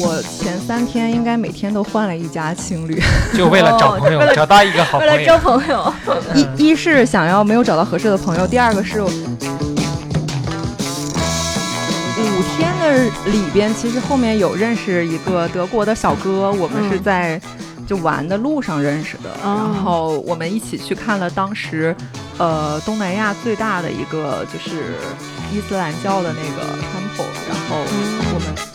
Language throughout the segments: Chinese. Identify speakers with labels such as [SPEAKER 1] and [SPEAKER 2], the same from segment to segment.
[SPEAKER 1] 我前三天应该每天都换了一家青旅，
[SPEAKER 2] 就为了找朋友，找到一个好
[SPEAKER 3] 为
[SPEAKER 2] 朋
[SPEAKER 3] 了
[SPEAKER 2] 友
[SPEAKER 3] 交。朋友，
[SPEAKER 1] 一一是想要没有找到合适的朋友，第二个是我五天的里边，其实后面有认识一个德国的小哥，我们是
[SPEAKER 3] 嗯
[SPEAKER 1] 在就玩的路上认识的，
[SPEAKER 3] 哦
[SPEAKER 1] 然后我们一起去看了当时呃东南亚最大的一个就是伊斯兰教的那个 temple，然后我们。呃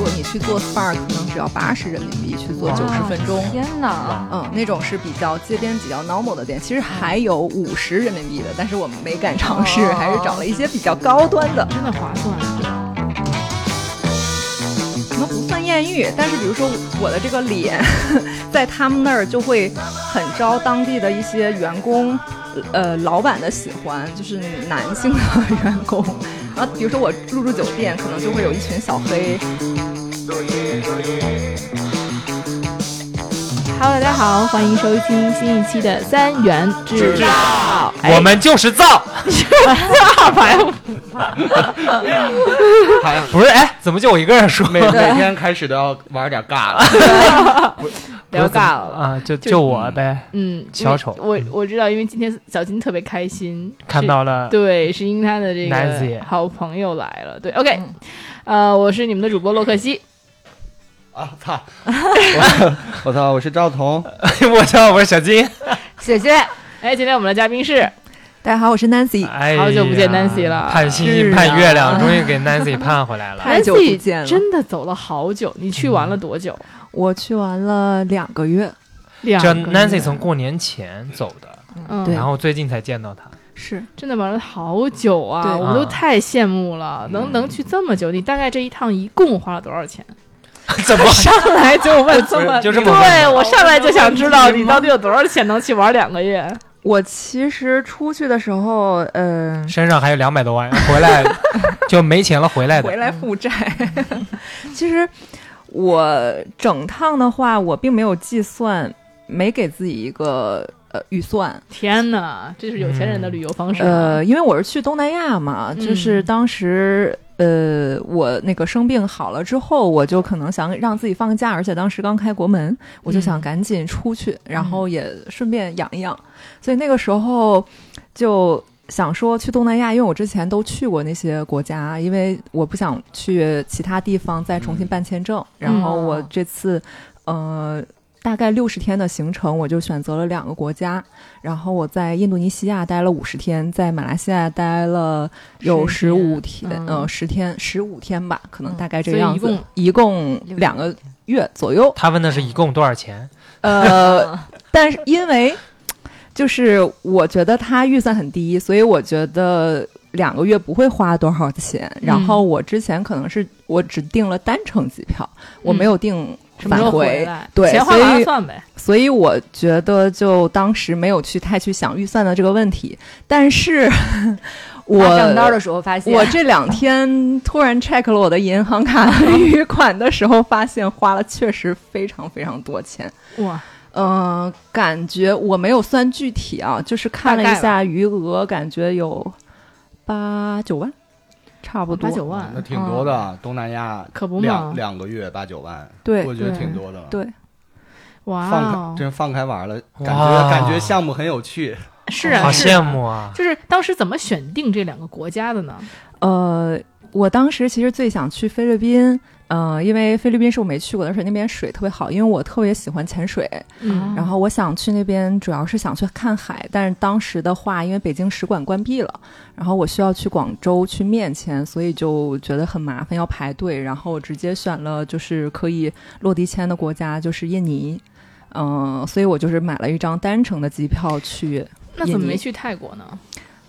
[SPEAKER 1] 如果你去做 SPA，可能只要八十人民币去做
[SPEAKER 2] 哇
[SPEAKER 1] 九十分钟，
[SPEAKER 3] 天哪！
[SPEAKER 1] 嗯，那种是比较街边比较 normal 的店，其实还有五十人民币的，但是我们没敢尝试，
[SPEAKER 3] 哦
[SPEAKER 1] 还是找了一些比较高端的，
[SPEAKER 4] 真的划算。
[SPEAKER 1] 可能不算艳遇，但是比如说我的这个脸， 在他们那儿就会很招当地的一些员工，呃，老板的喜欢，就是男性的员工。 然后比如说我入住酒店，可能就会有一群小黑，
[SPEAKER 4] Hello，大家好，欢迎收听新一期的三元制造。哎
[SPEAKER 2] 我们就是 造，哎
[SPEAKER 4] 大牌，
[SPEAKER 5] 好像
[SPEAKER 2] 不是哎，怎么就我一个人说？
[SPEAKER 5] 每每天开始都要玩点尬的，
[SPEAKER 4] 聊尬了。
[SPEAKER 2] 啊，就就我呗，
[SPEAKER 4] 嗯，
[SPEAKER 2] 小丑
[SPEAKER 4] 因为我我知道，因为今天小金特别开心，
[SPEAKER 2] 看到了
[SPEAKER 4] 是对，是因为他的这
[SPEAKER 2] 奶子
[SPEAKER 4] 个
[SPEAKER 2] 也
[SPEAKER 4] 好朋友来了。对，OK，呃，我是你们的主播洛克西，
[SPEAKER 5] 啊 操！我我操！我是赵彤，
[SPEAKER 2] 我叫我是小金，
[SPEAKER 3] 姐姐，
[SPEAKER 4] 哎，今天我们的嘉宾是
[SPEAKER 1] 大家好，我是 Nancy，
[SPEAKER 2] 哎呀，
[SPEAKER 4] 好久不见 Nancy 了啊
[SPEAKER 2] 盼星星盼月亮，终于给 Nancy 盼回 来了。
[SPEAKER 1] 太久不见了
[SPEAKER 4] Nancy 真的走了好久。你去玩了多久？
[SPEAKER 1] 我去玩了两个月，
[SPEAKER 4] 两
[SPEAKER 2] 这
[SPEAKER 4] 个月
[SPEAKER 2] Nancy 从过年前走的，
[SPEAKER 4] 嗯
[SPEAKER 1] 对
[SPEAKER 2] 然后最近才见到她。
[SPEAKER 1] 是
[SPEAKER 4] 真的玩了好久啊，
[SPEAKER 1] 对
[SPEAKER 4] 我们都
[SPEAKER 2] 啊
[SPEAKER 4] 太羡慕了，能能去这么久，你大概这一趟一共花了多少钱？
[SPEAKER 2] 怎么？
[SPEAKER 4] 上来就问这
[SPEAKER 2] 不
[SPEAKER 4] 么，
[SPEAKER 2] 是就这么问
[SPEAKER 4] 对我上来就想知道你哦到底有多少钱能去玩两个月？
[SPEAKER 3] 我其实出去的时候，
[SPEAKER 1] 呃
[SPEAKER 3] 嗯、
[SPEAKER 2] 身上还有两百多万，回 来就没钱了，回来
[SPEAKER 1] 回
[SPEAKER 2] 的。
[SPEAKER 1] 来负债。 其实我整趟的话，我并没有计算，没给自己一个呃预算。
[SPEAKER 4] 天哪，这是有钱人的旅游方式啊。
[SPEAKER 1] 呃，因为我是去东南亚嘛，
[SPEAKER 4] 嗯
[SPEAKER 1] 就是当时。呃，我那个生病好了之后，我就可能想让自己放个假，而且当时刚开国门，我就
[SPEAKER 4] 嗯
[SPEAKER 1] 想赶紧出去，然后也顺便养一养。所以那个时候就想说去东南亚，因为我之前都去过那些国家，因为我不想去其他地方再
[SPEAKER 4] 嗯
[SPEAKER 1] 重新办签证。然后我这次，呃。大概六十天的行程，我就选择了两个国家，然后我在印度尼西亚待了五十天，在马来西亚待了有十
[SPEAKER 4] 10
[SPEAKER 1] 五
[SPEAKER 4] 天
[SPEAKER 1] 天，
[SPEAKER 4] 嗯
[SPEAKER 1] 呃，十天十五天吧，可能
[SPEAKER 3] 嗯
[SPEAKER 1] 大概这
[SPEAKER 4] 所
[SPEAKER 1] 个
[SPEAKER 4] 以
[SPEAKER 1] 样
[SPEAKER 4] 一
[SPEAKER 1] 子，
[SPEAKER 4] 共
[SPEAKER 1] 一共
[SPEAKER 3] 六
[SPEAKER 1] 两个月左右。
[SPEAKER 2] 他问的是一共多少钱？
[SPEAKER 1] 呃， 但是因为就是我觉得他预算很低，所以我觉得两个月不会花多少钱。然
[SPEAKER 4] 嗯
[SPEAKER 1] 后我之前可能是我只订了单程机票，我没有订
[SPEAKER 4] 嗯什么时
[SPEAKER 1] 返
[SPEAKER 4] 候
[SPEAKER 1] 回。
[SPEAKER 4] 来？
[SPEAKER 1] 对
[SPEAKER 4] 钱花完了算呗。
[SPEAKER 1] 所以我觉得就当时没有去太去想预算的这个问题。但 是我
[SPEAKER 3] 发账单的时候发现，
[SPEAKER 1] 我这两天突然 check 了我的银行卡 余款的时候，发现花了确实非常非常多钱。
[SPEAKER 4] 哇，
[SPEAKER 1] 嗯、感觉我没有算具体啊，就是看了
[SPEAKER 4] 大概
[SPEAKER 1] 一下余额，感觉有八九万，差不多。
[SPEAKER 4] 八九万
[SPEAKER 5] 那，挺多的。东南亚
[SPEAKER 4] 可不嘛
[SPEAKER 5] 两？两个月八九万，
[SPEAKER 1] 对
[SPEAKER 5] 我觉得
[SPEAKER 4] 对
[SPEAKER 5] 挺多的了。
[SPEAKER 1] 对
[SPEAKER 4] 哇
[SPEAKER 5] 放
[SPEAKER 4] 哦
[SPEAKER 5] 开，真放开玩了，感
[SPEAKER 2] 哇
[SPEAKER 5] 觉感觉项目很有趣。
[SPEAKER 4] 是啊，
[SPEAKER 2] 好
[SPEAKER 4] 是
[SPEAKER 2] 羡
[SPEAKER 4] 啊。
[SPEAKER 2] 慕啊！
[SPEAKER 4] 就是当时怎么选定这两个国家的呢？
[SPEAKER 1] 呃，我当时其实最想去菲律宾，呃，因为菲律宾是我没去过的，而且那边水特别好，因为我特别喜欢潜水，
[SPEAKER 4] 嗯，
[SPEAKER 1] 然后我想去那边主要是想去看海，但是当时的话，因为北京使馆关闭了，然后我需要去广州去面签，所以就觉得很麻烦，要排队，然后我直接选了就是可以落地签的国家，就是印尼。嗯、所以我就是买了一张单程的机票去，
[SPEAKER 4] 那怎么
[SPEAKER 1] 印尼
[SPEAKER 4] 没去泰国呢？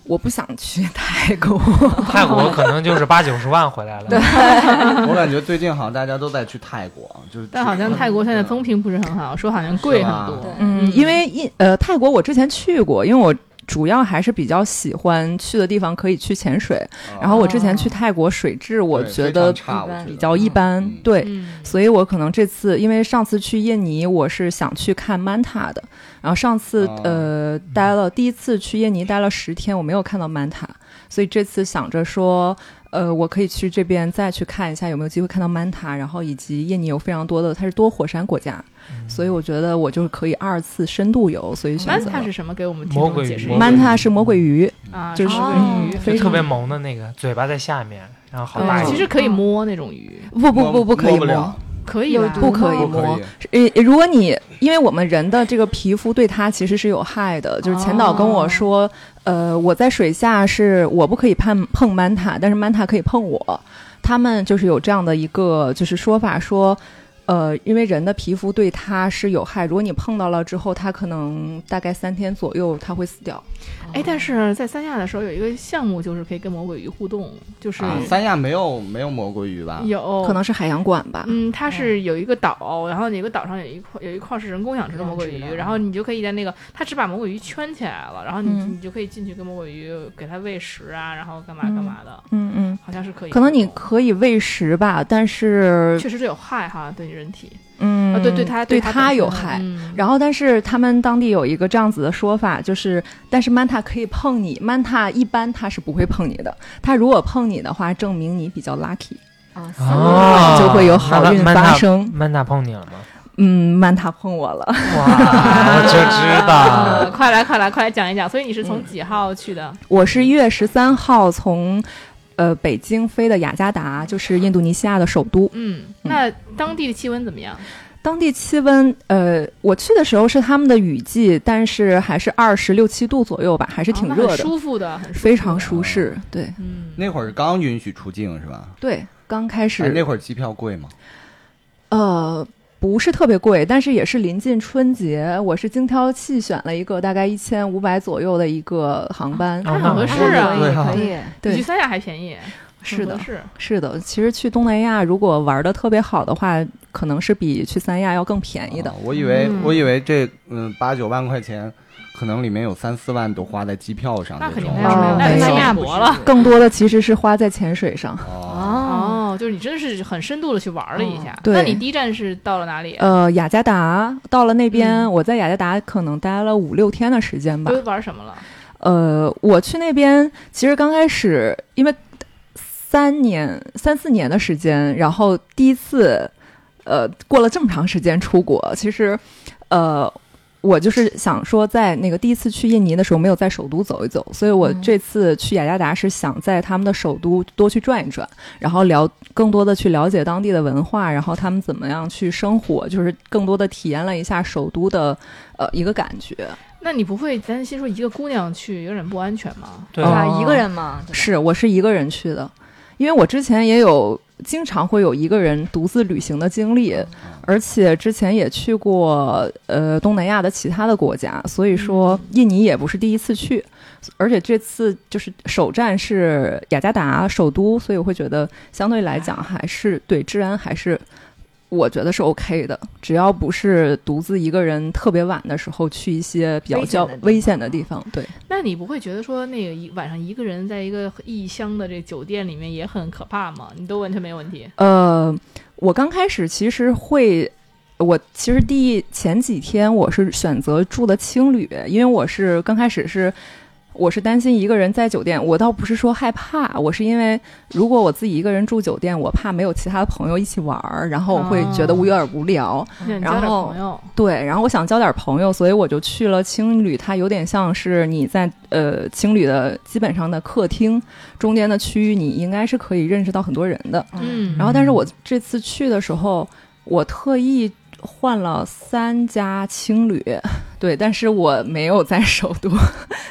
[SPEAKER 1] 我不想去 泰国。
[SPEAKER 2] 泰国可能就是八九十万回来了。
[SPEAKER 5] 我感觉最近好像大家都在去泰国，就是啊
[SPEAKER 4] 但好像泰国现在风评不是很好，说好像贵
[SPEAKER 5] 是
[SPEAKER 4] 很
[SPEAKER 5] 吧
[SPEAKER 4] 多。
[SPEAKER 1] 嗯，因为印呃泰国我之前去过，因为我主要还是比较喜欢去的地方可以去潜水。然后我之前去泰国水质，我
[SPEAKER 5] 嗯哦对
[SPEAKER 1] 觉
[SPEAKER 5] 非
[SPEAKER 1] 得
[SPEAKER 5] 常差，我觉得
[SPEAKER 1] 比较一般，
[SPEAKER 5] 嗯
[SPEAKER 1] 对。
[SPEAKER 4] 嗯，
[SPEAKER 1] 所以我可能这次，因为上次去印尼，我是想去看曼塔的，然后上次、
[SPEAKER 5] 哦
[SPEAKER 1] 呃待了第一次去印尼待了十天，我没有看到曼塔，所以这次想着说，呃，我可以去这边再去看一下有没有机会看到曼塔，然后以及印尼有非常多的，它是多火山国家，
[SPEAKER 5] 嗯
[SPEAKER 1] 所以我觉得我就是可以二次深度游，所以选
[SPEAKER 4] 曼
[SPEAKER 1] 择
[SPEAKER 4] 塔是什么？给我们听
[SPEAKER 2] 魔
[SPEAKER 4] 众
[SPEAKER 2] 鬼
[SPEAKER 4] 解释
[SPEAKER 2] 鱼
[SPEAKER 4] 一
[SPEAKER 2] 魔
[SPEAKER 4] 下
[SPEAKER 2] 鬼
[SPEAKER 1] 曼塔是魔鬼鱼，
[SPEAKER 4] 啊，
[SPEAKER 1] 就是是
[SPEAKER 4] 魔
[SPEAKER 3] 哦
[SPEAKER 4] 鬼鱼，
[SPEAKER 2] 就
[SPEAKER 1] 非
[SPEAKER 2] 特
[SPEAKER 1] 常
[SPEAKER 2] 别萌的那个，嘴巴在下面，然后好大
[SPEAKER 1] 嗯
[SPEAKER 2] 一
[SPEAKER 4] 其
[SPEAKER 2] 个。
[SPEAKER 4] 实可以摸那种鱼，嗯
[SPEAKER 1] 不不不不可以
[SPEAKER 5] 嗯摸不了
[SPEAKER 1] 摸，
[SPEAKER 4] 可以
[SPEAKER 1] 有
[SPEAKER 4] 吧
[SPEAKER 1] 不可以
[SPEAKER 5] 不可
[SPEAKER 1] 摸
[SPEAKER 5] 以。嗯
[SPEAKER 1] 呃，如果你因为我们人的这个皮肤对它其实是有害的，就是前导跟
[SPEAKER 4] 哦
[SPEAKER 1] 我说，呃，我在水下是我不可以碰碰曼塔，但是曼塔可以碰我。他们就是有这样的一个就是说法说。呃，因为人的皮肤对它是有害，如果你碰到了之后，它可能大概三天左右它会死掉。
[SPEAKER 4] 哎，但是在三亚的时候有一个项目，就是可以跟魔鬼鱼互动，就是
[SPEAKER 5] 啊，三亚没有没有魔鬼鱼吧？
[SPEAKER 4] 有
[SPEAKER 1] 可能是海洋馆吧。
[SPEAKER 4] 哦嗯，它是有一个岛，然后有一个岛上有一块有一块是人工养殖的魔鬼鱼，
[SPEAKER 1] 嗯
[SPEAKER 4] 然后你就可以在那个，它只把魔鬼鱼圈起来了，然后你、
[SPEAKER 1] 嗯
[SPEAKER 4] 你就可以进去跟魔鬼鱼给它喂食啊，然后干嘛
[SPEAKER 1] 嗯
[SPEAKER 4] 干嘛的，
[SPEAKER 1] 嗯嗯，
[SPEAKER 4] 好像是可以。
[SPEAKER 1] 可能你可以喂食吧，但是
[SPEAKER 4] 确实是有害哈，对你人体
[SPEAKER 1] 嗯，
[SPEAKER 4] 啊，对对它
[SPEAKER 1] 对
[SPEAKER 4] 它
[SPEAKER 1] 它
[SPEAKER 4] 本
[SPEAKER 1] 有
[SPEAKER 4] 身
[SPEAKER 1] 害。
[SPEAKER 4] 嗯
[SPEAKER 1] 然后，但是他们当地有一个这样子的说法，就是，但是曼塔可以碰你，曼塔一般它是不会碰你的，它如果碰你的话，证明你比较 lucky，
[SPEAKER 4] 啊
[SPEAKER 2] 哦，
[SPEAKER 1] 就会有好运
[SPEAKER 2] 曼
[SPEAKER 1] 发
[SPEAKER 2] 塔。
[SPEAKER 1] 生。
[SPEAKER 2] 曼塔碰你了吗？
[SPEAKER 1] 嗯，曼塔碰我了，
[SPEAKER 2] 哇，我就知
[SPEAKER 4] 啊，
[SPEAKER 2] 道。
[SPEAKER 4] 快来快来快来讲一讲，所以你是从几号去的？
[SPEAKER 1] 我是一月十三号从，呃，北京飞的雅加达，就是印度尼西亚的首都。
[SPEAKER 4] 嗯，那当地的气温怎么样？
[SPEAKER 1] 当地气温，呃，我去的时候是他们的雨季，但是还是二十六七度左右吧，还是
[SPEAKER 4] 是
[SPEAKER 1] 挺热的，
[SPEAKER 4] 啊舒服的，很舒服
[SPEAKER 1] 非常舒适。对
[SPEAKER 4] 嗯，
[SPEAKER 5] 那会儿刚允许出境是吧？
[SPEAKER 1] 对，刚开始、
[SPEAKER 5] 哎那会儿机票贵吗？
[SPEAKER 1] 呃，不是特别贵，但是也是临近春节，我是精挑细选了一个大概一千五百左右的一个航班。
[SPEAKER 2] 啊
[SPEAKER 4] 那很合适
[SPEAKER 5] 那对
[SPEAKER 4] 啊，
[SPEAKER 5] 啊
[SPEAKER 3] 可以，
[SPEAKER 4] 比去
[SPEAKER 1] 对，
[SPEAKER 4] 三亚还便宜，
[SPEAKER 1] 是的
[SPEAKER 4] 很合，适
[SPEAKER 1] 是的。其实去东南亚，如果玩的特别好的话，可能是比去三亚要更便宜的
[SPEAKER 5] 啊。我以为
[SPEAKER 4] 嗯
[SPEAKER 5] 我以为这嗯八九万块钱，可能里面有三四万都花在机票上
[SPEAKER 4] 那
[SPEAKER 5] 这
[SPEAKER 4] 肯定
[SPEAKER 5] 种。
[SPEAKER 1] 有
[SPEAKER 4] 没
[SPEAKER 5] 哦
[SPEAKER 1] 那
[SPEAKER 4] 那
[SPEAKER 1] 三
[SPEAKER 4] 亚
[SPEAKER 3] 不
[SPEAKER 4] 博了
[SPEAKER 3] 是
[SPEAKER 1] 更多的其实是花在潜水上。
[SPEAKER 4] 嗯
[SPEAKER 5] 哦，
[SPEAKER 3] 哦，
[SPEAKER 4] 哦，就是你真的是很深度的去玩了一下。
[SPEAKER 1] 嗯对
[SPEAKER 4] 那你第一站是到了哪里？
[SPEAKER 1] 呃，雅加达到了那边，
[SPEAKER 4] 嗯
[SPEAKER 1] 我在雅加达可能待了五六天的时间吧
[SPEAKER 4] 都。玩什么了？
[SPEAKER 1] 呃，我去那边其实刚开始，因为三年三四年的时间，然后第一次，呃，过了这么长时间出国，其实，呃。我就是想说，在那个第一次去印尼的时候，没有在首都走一走，所以我
[SPEAKER 4] 嗯
[SPEAKER 1] 这次去雅加达是想在他们的首都多去转一转，然后了更多的去了解当地的文化，然后他们怎么样去生活，就是更多的体验了一下首都的呃一个感觉。
[SPEAKER 4] 那你不会担心说一个姑娘去有点不安全吗？
[SPEAKER 2] 对
[SPEAKER 1] 哦
[SPEAKER 3] 啊，一个人嘛，对吧
[SPEAKER 1] 是，我是一个人去的，因为我之前也有经常会有一个人独自旅行的经历，
[SPEAKER 3] 嗯
[SPEAKER 1] 而且之前也去过呃东南亚的其他的国家，所以说
[SPEAKER 3] 嗯
[SPEAKER 1] 印尼也不是第一次去，而且这次就是首站是雅加达首都，所以我会觉得相对来讲还是对治安还是。我觉得是 OK 的，只要不是独自一个人特别晚的时候去一些比较
[SPEAKER 3] 危险
[SPEAKER 1] 较
[SPEAKER 3] 的地方啊
[SPEAKER 1] 危险的地方，对。
[SPEAKER 4] 那你不会觉得说那个一晚上一个人在一个异乡的这酒店里面也很可怕吗？你都完全没问题。
[SPEAKER 1] 呃，我刚开始其实会，我其实第一前几天我是选择住的青旅，因为我是刚开始是。我是担心一个人在酒店，我倒不是说害怕，我是因为如果我自己一个人住酒店，我怕没有其他朋友一起玩儿，然后我会觉得
[SPEAKER 4] 哦
[SPEAKER 1] 无有点无聊。
[SPEAKER 4] 想交
[SPEAKER 1] 然
[SPEAKER 4] 点
[SPEAKER 1] 后
[SPEAKER 4] 朋友，
[SPEAKER 1] 对，然后我想交点朋友，所以我就去了青旅，它有点像是你在呃青旅的基本上的客厅中间的区域，你应该是可以认识到很多人的。
[SPEAKER 4] 嗯，
[SPEAKER 1] 然后，但是我这次去的时候，我特意换了三家青旅，对，但是我没有在首都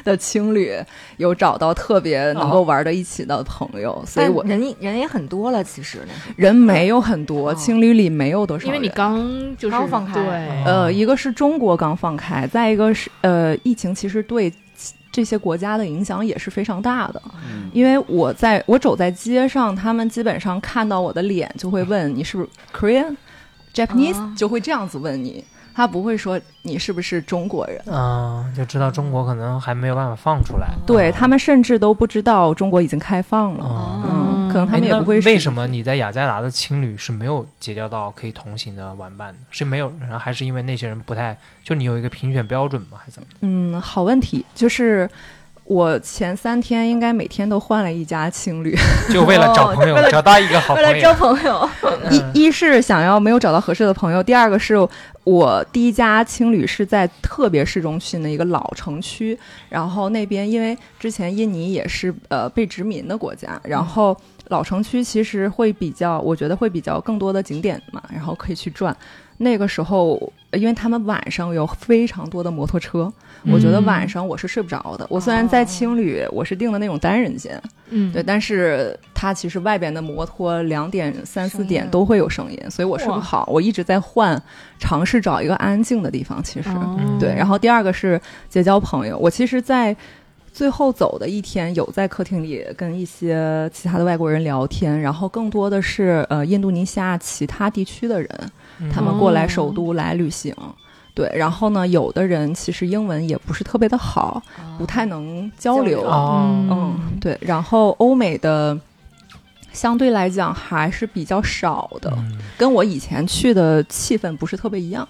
[SPEAKER 1] 的青旅有找到特
[SPEAKER 4] 哦
[SPEAKER 1] 别能够玩到一起的朋友，所以
[SPEAKER 3] 但
[SPEAKER 1] 我
[SPEAKER 3] 人人也很多了，其实那时候
[SPEAKER 1] 人没有很多，
[SPEAKER 3] 哦
[SPEAKER 1] 青旅里没有多少
[SPEAKER 4] 因为
[SPEAKER 1] 人。
[SPEAKER 4] 你哦刚就是
[SPEAKER 3] 刚放开
[SPEAKER 4] 对，
[SPEAKER 1] 呃，一个是中国刚放开，再一个是呃，疫情其实对这些国家的影响也是非常大的。
[SPEAKER 5] 嗯
[SPEAKER 1] 因为我在我走在街上，他们基本上看到我的脸就会问你是不是 Korean、Japanese，、
[SPEAKER 3] 啊
[SPEAKER 1] 就会这样子问你，他不会说你是不是中国人。
[SPEAKER 2] 嗯，就知道中国可能还没有办法放出来。
[SPEAKER 1] 对他们甚至都不知道中国已经开放了，
[SPEAKER 2] 哦
[SPEAKER 1] 嗯，
[SPEAKER 4] 哦
[SPEAKER 1] 可能他
[SPEAKER 2] 哎
[SPEAKER 1] 们也
[SPEAKER 2] 那
[SPEAKER 1] 不会。
[SPEAKER 2] 为什？么你在雅加达的青旅是没有结交到可以同行的玩伴的？是没有，然后还是因为那些人不太，就你有一个评选标准吗？还是怎么？
[SPEAKER 1] 嗯，好问题，就是。我前三天应该每天都换了一家青旅，
[SPEAKER 2] 就为了找朋友，找到一个好
[SPEAKER 1] 为
[SPEAKER 2] 哦朋
[SPEAKER 1] 了交
[SPEAKER 2] 友。
[SPEAKER 1] 朋友。
[SPEAKER 2] 嗯
[SPEAKER 1] 一一是想要没有找到合适的朋友，第二个是我第一家青旅是在特别市中心的一个老城区，然后那边因为之前印尼也是呃被殖民的国家，
[SPEAKER 4] 嗯
[SPEAKER 1] 然后老城区其实会比较，我觉得会比较更多的景点嘛，然后可以去转。那个时候，呃因为他们晚上有非常多的摩托车，我觉得
[SPEAKER 4] 嗯
[SPEAKER 1] 晚上我是睡不着的。我虽然在
[SPEAKER 4] 哦
[SPEAKER 1] 青旅，我是订的那种单人间，
[SPEAKER 4] 嗯，
[SPEAKER 1] 对，但是它其实外边的摩托两点、三四
[SPEAKER 4] 声
[SPEAKER 1] 点
[SPEAKER 4] 音啊
[SPEAKER 1] 都会有声音，所以我睡不
[SPEAKER 4] 哇
[SPEAKER 1] 好，我一直在换，尝试找一个安静的地方。其实，
[SPEAKER 4] 哦
[SPEAKER 1] 对。然后第二个是结交朋友，我其实，在最后走的一天，有在客厅里跟一些其他的外国人聊天，然后更多的是呃印度尼西亚其他地区的人，
[SPEAKER 2] 嗯
[SPEAKER 1] 他们过来首都来旅行。对，然后呢，有的人其实英文也不是特别的好，不太能交
[SPEAKER 3] 交
[SPEAKER 1] 流。
[SPEAKER 3] 流
[SPEAKER 2] 哦，
[SPEAKER 1] 嗯，对。然后欧美的相对来讲还是比较少的，
[SPEAKER 2] 嗯
[SPEAKER 1] 跟我以前去的气氛不是特别一样。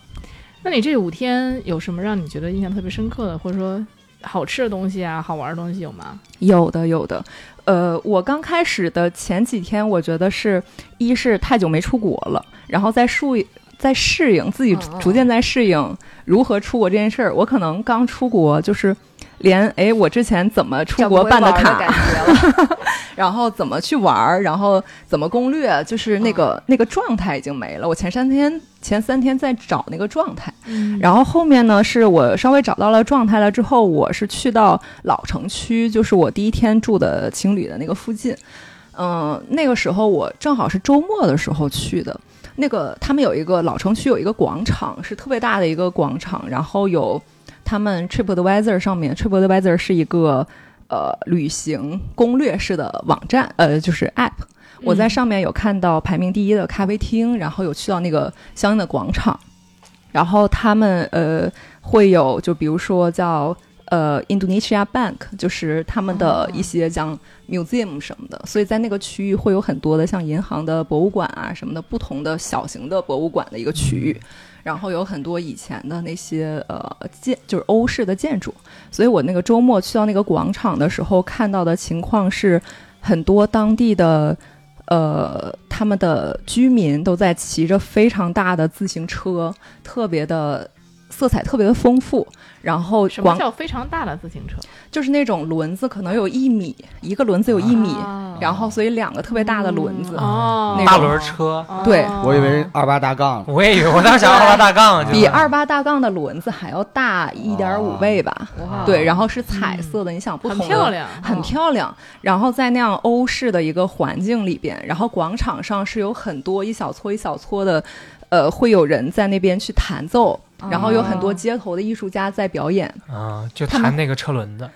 [SPEAKER 4] 那你这五天有什么让你觉得印象特别深刻的，或者说好吃的东西啊、好玩的东西有吗？
[SPEAKER 1] 有的，有的。呃，我刚开始的前几天，我觉得是一是太久没出国了，然后在适应在适应自己
[SPEAKER 3] 嗯嗯
[SPEAKER 1] 逐渐在适应如何出国这件事儿。我可能刚出国就是连哎，我之前怎么出国办
[SPEAKER 3] 的
[SPEAKER 1] 卡，
[SPEAKER 3] 感觉了，
[SPEAKER 1] 然后怎么去玩儿，然后怎么攻略，就是那个、那个状态已经没了。我前三天前三天在找那个状态，
[SPEAKER 4] 嗯
[SPEAKER 1] 然后后面呢，是我稍微找到了状态了之后，我是去到老城区，就是我第一天住的青旅的那个附近。嗯、那个时候我正好是周末的时候去的。那个他们有一个老城区有一个广场，是特别大的一个广场，然后有他们 TripAdvisor 上面，TripAdvisor 是一个呃旅行攻略式的网站，呃就是 App。我在上面有看到排名第一的咖啡厅，然后有去到那个相应的广场，然后他们呃会有就比如说叫呃 Indonesia Bank，就是他们的一些像 museum 什么的，所以在那个区域会有很多的像银行的博物馆啊什么的，不同的小型的博物馆的一个区域。然后有很多以前的那些呃建，就是欧式的建筑，所以我那个周末去到那个广场的时候，看到的情况是，很多当地的呃他们的居民都在骑着非常大的自行车，特别的色彩特别的丰富。然后
[SPEAKER 4] 什么
[SPEAKER 1] 广
[SPEAKER 4] 叫非常大的自行车？
[SPEAKER 1] 就是那种轮子，可能有一米，一个轮子有一米，
[SPEAKER 4] 啊
[SPEAKER 1] 然后所以两个特别大的轮子。
[SPEAKER 2] 嗯
[SPEAKER 4] 哦，
[SPEAKER 1] 那
[SPEAKER 2] 大
[SPEAKER 1] 种
[SPEAKER 2] 轮车，
[SPEAKER 4] 哦，
[SPEAKER 1] 对
[SPEAKER 5] 我以为二八大杠，
[SPEAKER 2] 我也以为我当时想要拉 大杠，
[SPEAKER 5] 对
[SPEAKER 2] 就
[SPEAKER 1] 比
[SPEAKER 2] 是
[SPEAKER 1] 二八大杠的轮子还要大一点五倍吧，
[SPEAKER 6] 哦
[SPEAKER 3] 哇
[SPEAKER 1] 对，然后是彩色的，你想不
[SPEAKER 4] 嗯很
[SPEAKER 1] 同的
[SPEAKER 4] 漂亮，
[SPEAKER 1] 很漂亮。然后在那样欧式的一个环境里边，然后广场上是有很多一小撮一小撮的，呃，会有人在那边去弹奏，然后有很多街头的艺术家在表演。
[SPEAKER 2] 啊，就弹那个车 轮子，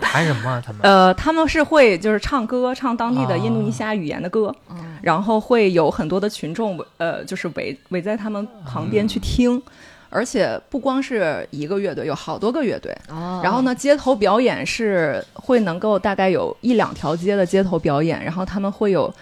[SPEAKER 2] 弹什么啊？他们
[SPEAKER 1] 呃，他们是会就是唱歌，唱当地的印度尼西亚语言的歌，
[SPEAKER 3] 嗯
[SPEAKER 1] 然后会有很多的群众呃，就是围围在他们旁边去听。而且不光是一个乐队，有好多个乐队。
[SPEAKER 3] 哦
[SPEAKER 1] 然后呢，街头表演是会能够大概有一两条街的街头表演，然后他们会有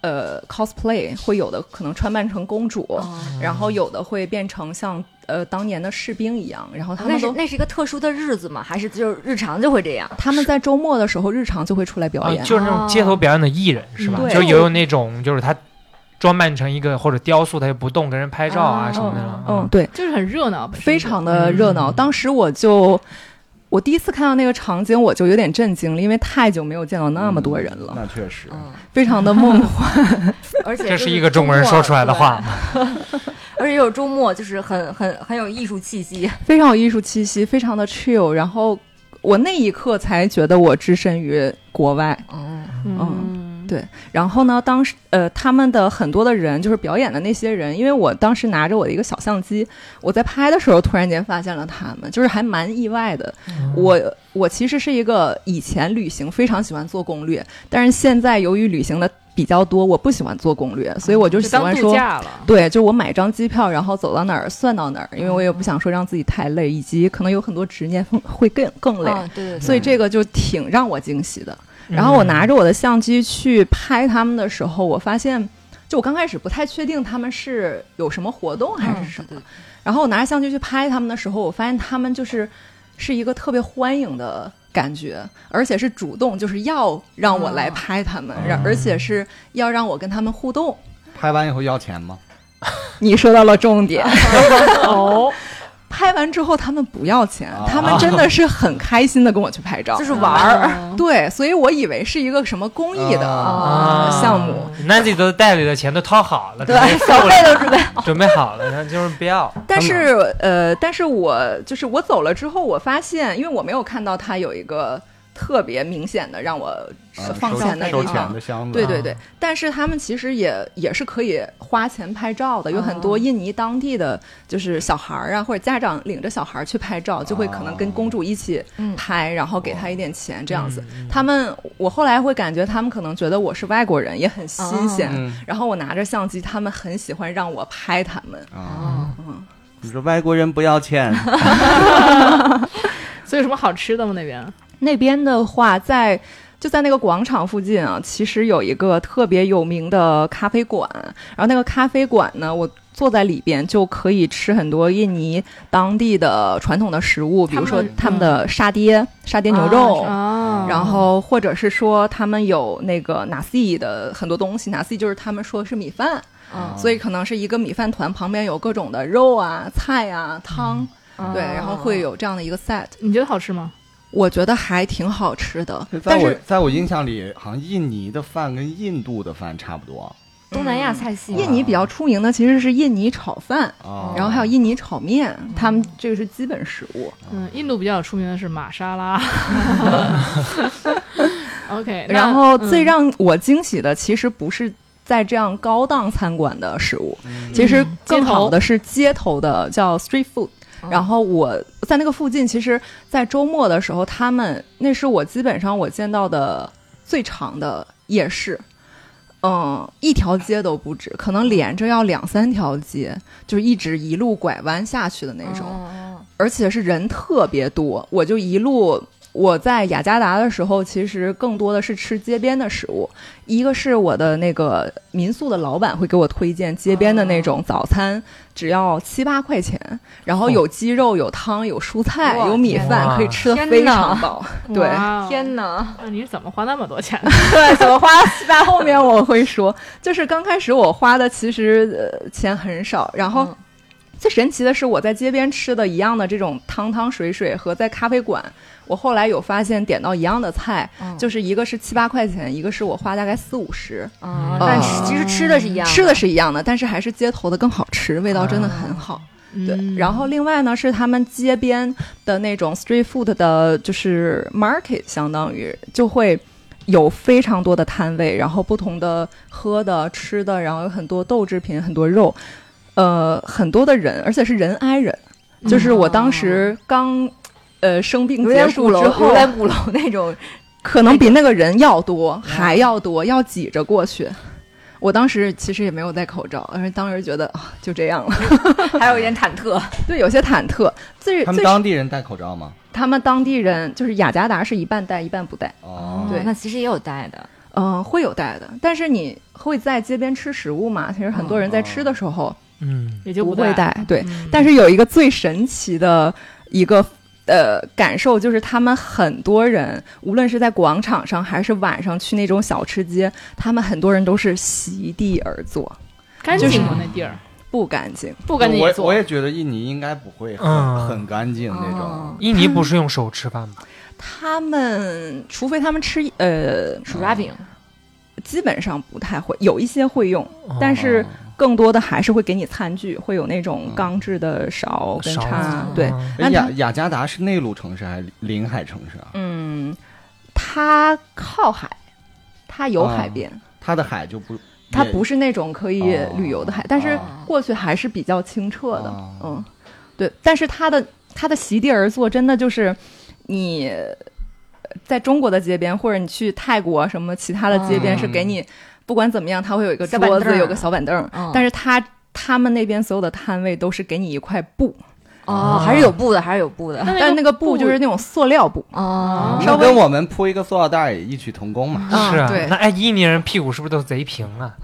[SPEAKER 1] 呃 cosplay，会有的可能穿扮成公主，
[SPEAKER 3] 哦
[SPEAKER 1] 然后有的会变成像呃当年的士兵一样，然后他
[SPEAKER 3] 那
[SPEAKER 1] 们
[SPEAKER 3] 是
[SPEAKER 1] 都。
[SPEAKER 3] 那是一个特殊的日子吗？还是就是日常就会这样？
[SPEAKER 1] 他们在周末的时候，日常就会出来表
[SPEAKER 2] 啊，
[SPEAKER 1] 演。
[SPEAKER 2] 就是那种街头表演的艺人是吧
[SPEAKER 1] 嗯？对
[SPEAKER 2] 就有那种就是他装扮成一个或者雕塑，他就不动，跟人拍照啊
[SPEAKER 3] 哦
[SPEAKER 2] 什么的啊。
[SPEAKER 1] 嗯，对，
[SPEAKER 4] 就是很热闹，本身
[SPEAKER 1] 非
[SPEAKER 4] 就
[SPEAKER 1] 常的热闹。
[SPEAKER 2] 嗯
[SPEAKER 1] 当时我就，我第一次看到那个场景，我就有点震惊了，因为太久没有见到那么多人了，
[SPEAKER 5] 那确实，
[SPEAKER 3] 嗯，
[SPEAKER 1] 非常的梦幻。
[SPEAKER 3] 而且
[SPEAKER 2] 这
[SPEAKER 3] 就是
[SPEAKER 2] 一个中国人
[SPEAKER 3] 周
[SPEAKER 2] 说
[SPEAKER 3] 末
[SPEAKER 2] 出来的话，，
[SPEAKER 3] 对而且又是周末，就是很很很有艺术气息。
[SPEAKER 1] 非常有艺术气息，非常的 chill。然后我那一刻才觉得我置身于国外。
[SPEAKER 3] 哦，
[SPEAKER 4] 嗯，
[SPEAKER 1] 对然后呢，当时呃，他们的很多的人就是表演的那些人，因为我当时拿着我的一个小相机，我在拍的时候突然间发现了他们，就是还蛮意外的。
[SPEAKER 4] 嗯
[SPEAKER 1] 我我其实是一个以前旅行非常喜欢做攻略，但是现在由于旅行的比较多，我不喜欢做攻略，所以我就
[SPEAKER 4] 就
[SPEAKER 1] 喜
[SPEAKER 4] 当
[SPEAKER 1] 欢
[SPEAKER 4] 度
[SPEAKER 1] 说。
[SPEAKER 4] 假了，
[SPEAKER 1] 对，就是我买张机票，然后走到哪儿算到哪儿，因为我也不想说让自己太累，以及可能有很多执念会会更更累，
[SPEAKER 3] 啊，对对对，
[SPEAKER 1] 所以这个就挺让我惊喜的。
[SPEAKER 2] 嗯
[SPEAKER 1] 然后我拿着我的相机去拍他们的时候，我发现，就我刚开始不太确定他们是有什么活动还是什么，
[SPEAKER 3] 嗯对对对
[SPEAKER 1] 然后我拿着相机去拍他们的时候，我发现他们就是是一个特别欢迎的感觉，而且是主动，就是要让我
[SPEAKER 3] 嗯
[SPEAKER 1] 来拍他们，然、而且是要让我跟他们互动。
[SPEAKER 5] 拍完以后要钱吗？
[SPEAKER 1] 你说到了重 点，
[SPEAKER 4] 哦，
[SPEAKER 1] 拍完之后他们不要钱，
[SPEAKER 5] 啊
[SPEAKER 1] 他们真的是很开心的跟我去拍照，
[SPEAKER 3] 就是玩儿，
[SPEAKER 4] 哦
[SPEAKER 1] 对，所以我以为是一个什么公益的
[SPEAKER 2] 啊
[SPEAKER 1] 呃项 目。
[SPEAKER 2] Nancy 都袋里的钱都掏好了，
[SPEAKER 1] 对
[SPEAKER 2] 准备，
[SPEAKER 1] 小费都准备。
[SPEAKER 2] 准备好了，然后就是不要。
[SPEAKER 1] 但是，呃，但是我就是我走了之后，我发现，因为我没有看到他有一个特别明显的让我
[SPEAKER 5] 啊
[SPEAKER 1] 放
[SPEAKER 5] 收
[SPEAKER 1] 钱的
[SPEAKER 5] 收
[SPEAKER 1] 地
[SPEAKER 5] 钱
[SPEAKER 1] 方
[SPEAKER 5] 的。箱子，啊
[SPEAKER 1] 对对对，但是他们其实也也是可以花钱拍照的，有很多印尼当地的就是小孩儿啊，或者家长领着小孩儿去拍照，就会可能跟公主一起
[SPEAKER 3] 嗯
[SPEAKER 1] 拍，然后给他一点钱这样子。
[SPEAKER 2] 嗯，
[SPEAKER 1] 他们，我后来会感觉他们可能觉得我是外国人，也很新鲜。
[SPEAKER 5] 嗯
[SPEAKER 1] 然后我拿着相机，他们很喜欢让我拍他们。
[SPEAKER 5] 啊，
[SPEAKER 3] 哦，
[SPEAKER 5] 你说外国人不要 钱，
[SPEAKER 4] 所以有什么好吃的吗？那边
[SPEAKER 1] 那边的话，在就在那个广场附近啊，其实有一个特别有名的咖啡馆。然后那个咖啡馆呢，我坐在里边就可以吃很多印尼当地的传统的食物，比如说他
[SPEAKER 4] 他
[SPEAKER 1] 们嗯啊
[SPEAKER 4] 们
[SPEAKER 1] 的沙爹、沙爹牛肉。
[SPEAKER 4] 哦
[SPEAKER 1] 然后，或者是说他们有那个 nasi 的很多东西，nasi 就是他们说是米饭，
[SPEAKER 5] 啊
[SPEAKER 1] 所以可能是一个米饭团，旁边有各种的肉啊、菜啊、汤，
[SPEAKER 3] 嗯
[SPEAKER 1] 对，然后会有这样的一个 set。
[SPEAKER 4] 你觉得好吃吗？
[SPEAKER 1] 我觉得还挺好吃的，
[SPEAKER 5] 在
[SPEAKER 1] 但
[SPEAKER 5] 我
[SPEAKER 1] 是
[SPEAKER 5] 在我印象里，好像印尼的饭跟印度的饭差不多
[SPEAKER 3] 东南亚菜系，
[SPEAKER 1] 印尼比较出名的其实是印尼炒饭，
[SPEAKER 5] 啊。
[SPEAKER 1] 然后
[SPEAKER 4] 哦
[SPEAKER 1] 还有印尼炒面，他们这个是基本食物。
[SPEAKER 5] 啊
[SPEAKER 4] 嗯，印度比较出名的是玛 莎拉。OK，那
[SPEAKER 1] 然后最
[SPEAKER 4] 嗯
[SPEAKER 1] 让我惊喜的其实不是。在这样高档餐馆的食物，
[SPEAKER 5] 嗯
[SPEAKER 1] 其实
[SPEAKER 4] 嗯
[SPEAKER 1] 更
[SPEAKER 4] 街头
[SPEAKER 1] 好的是街头的叫 street food。
[SPEAKER 3] 哦
[SPEAKER 1] 然后我在那个附近，其实，在周末的时候，他们那是我基本上我见到的最长的夜市，嗯，一条街都不止，可能连着要两三条街，就是一直一路拐弯下去的那
[SPEAKER 4] 哦
[SPEAKER 1] 种。
[SPEAKER 3] 种，
[SPEAKER 1] 而且是人特别多，我就一路。我在雅加达的时候，其实更多的是吃街边的食物。一个是我的那个民宿的老板会给我推荐街边的那种早餐，只要七八块钱，然后有鸡肉、有汤、有蔬菜、
[SPEAKER 3] 哇
[SPEAKER 1] 有米
[SPEAKER 2] 天
[SPEAKER 1] 饭，可以吃的非常饱。对，
[SPEAKER 4] 哇哦
[SPEAKER 3] 天哪，
[SPEAKER 4] 那你是怎么花那么多钱？
[SPEAKER 1] 对，怎么花七八？后面我会说，就是刚开始我花的其实呃钱很少，然后
[SPEAKER 3] 嗯
[SPEAKER 1] 最神奇的是，我在街边吃的一样的这种汤汤水水，和在咖啡馆，我后来有发现点到一样的菜，
[SPEAKER 3] 就
[SPEAKER 1] 就是一个是七八块钱，一个是我花大概四五十，
[SPEAKER 3] 啊，
[SPEAKER 2] 嗯
[SPEAKER 3] 但是其实吃的是一啊样，
[SPEAKER 1] 吃的是一样的，但是还是街头的更好吃，味道真的很好。 对，
[SPEAKER 4] 嗯
[SPEAKER 1] 然后另外呢是他们街边的那种 street food 的，就是 market，相当于就会有非常多的摊位，然后不同的喝的、吃的，然后有很多豆制品、很多肉，呃，很多的人，而且是人挨人。
[SPEAKER 3] 嗯
[SPEAKER 1] 就是我当时刚呃生病
[SPEAKER 3] 有
[SPEAKER 1] 结
[SPEAKER 3] 点鼓
[SPEAKER 1] 束
[SPEAKER 3] 楼，
[SPEAKER 1] 之后
[SPEAKER 3] 有，点鼓楼那种，
[SPEAKER 1] 可能比那个人要多，还要多，要挤着过去。我当时其实也没有戴口罩，但是当时觉得啊，就这样了。
[SPEAKER 3] 还有一点忐忑。
[SPEAKER 1] 对，有些忐忑。最
[SPEAKER 5] 他
[SPEAKER 1] 最
[SPEAKER 5] 们当地人戴口罩吗？
[SPEAKER 1] 他们当地人就是雅加达是一半戴一半不戴，
[SPEAKER 5] 哦，
[SPEAKER 1] 对
[SPEAKER 3] 那其实也有带的，
[SPEAKER 1] 嗯、
[SPEAKER 4] 哦
[SPEAKER 1] 会有戴的，但是你会在街边吃食物嘛？其实很多人在吃的时候
[SPEAKER 2] 嗯，
[SPEAKER 4] 哦也就
[SPEAKER 1] 不
[SPEAKER 4] 带
[SPEAKER 1] 会戴，对。
[SPEAKER 4] 嗯
[SPEAKER 1] 但是有一个最神奇的一个呃感受，就是他们很多人，无论是在广场上还是晚上去那种小吃街，他们很多人都是席地而坐，
[SPEAKER 4] 干净吗？那地儿
[SPEAKER 1] 不干净。
[SPEAKER 4] 不干净
[SPEAKER 5] 嗯我
[SPEAKER 4] 也
[SPEAKER 5] 也
[SPEAKER 4] 做
[SPEAKER 5] 我也觉得印尼应该不会很、
[SPEAKER 2] 嗯
[SPEAKER 5] 很干净那
[SPEAKER 4] 哦
[SPEAKER 5] 种。
[SPEAKER 2] 印尼不是用手吃饭吗？
[SPEAKER 1] 他们除非他们吃呃，
[SPEAKER 3] 手抓饼，
[SPEAKER 1] 基本上不太会，有一些会用，但
[SPEAKER 2] 哦
[SPEAKER 1] 是更多的还是会给你餐具，会有那种
[SPEAKER 5] 嗯
[SPEAKER 1] 钢制的勺跟
[SPEAKER 2] 勺
[SPEAKER 1] 叉
[SPEAKER 3] 子，
[SPEAKER 1] 对，
[SPEAKER 2] 嗯
[SPEAKER 1] 那
[SPEAKER 5] 哎雅
[SPEAKER 1] 他
[SPEAKER 5] 雅加达是内陆城市还是临海城市啊？
[SPEAKER 1] 嗯，它靠海，它有海边，
[SPEAKER 3] 啊
[SPEAKER 5] 它的海就不，
[SPEAKER 1] 它
[SPEAKER 5] 也
[SPEAKER 1] 不是那种可以
[SPEAKER 5] 哦
[SPEAKER 1] 旅游的海，但是
[SPEAKER 3] 啊
[SPEAKER 5] 哦
[SPEAKER 1] 过去还是比较清澈的，
[SPEAKER 5] 哦
[SPEAKER 1] 嗯，对，但是它的它的席地而坐，真的就是你。呃在中国的街边，或者你去泰国啊什么其他的街边，
[SPEAKER 5] 嗯
[SPEAKER 1] 是给你、不管怎么样，它会有一个
[SPEAKER 3] 小板
[SPEAKER 1] 桌
[SPEAKER 3] 凳
[SPEAKER 1] 子，
[SPEAKER 3] 儿
[SPEAKER 1] 有个小板凳儿，
[SPEAKER 6] 哦
[SPEAKER 3] 嗯
[SPEAKER 1] 但是他他们那边所有的摊位都是给你一块布，
[SPEAKER 3] 哦，还是有布的，还是有布的
[SPEAKER 4] 那
[SPEAKER 1] 但是那个布就是那种塑料布，
[SPEAKER 3] 哦
[SPEAKER 5] 那
[SPEAKER 1] 稍微
[SPEAKER 5] 跟我们铺一个塑料袋儿也异曲同工嘛。
[SPEAKER 1] 嗯
[SPEAKER 2] 是啊
[SPEAKER 1] 对，
[SPEAKER 2] 那哎，印尼人屁股是不是都贼平啊？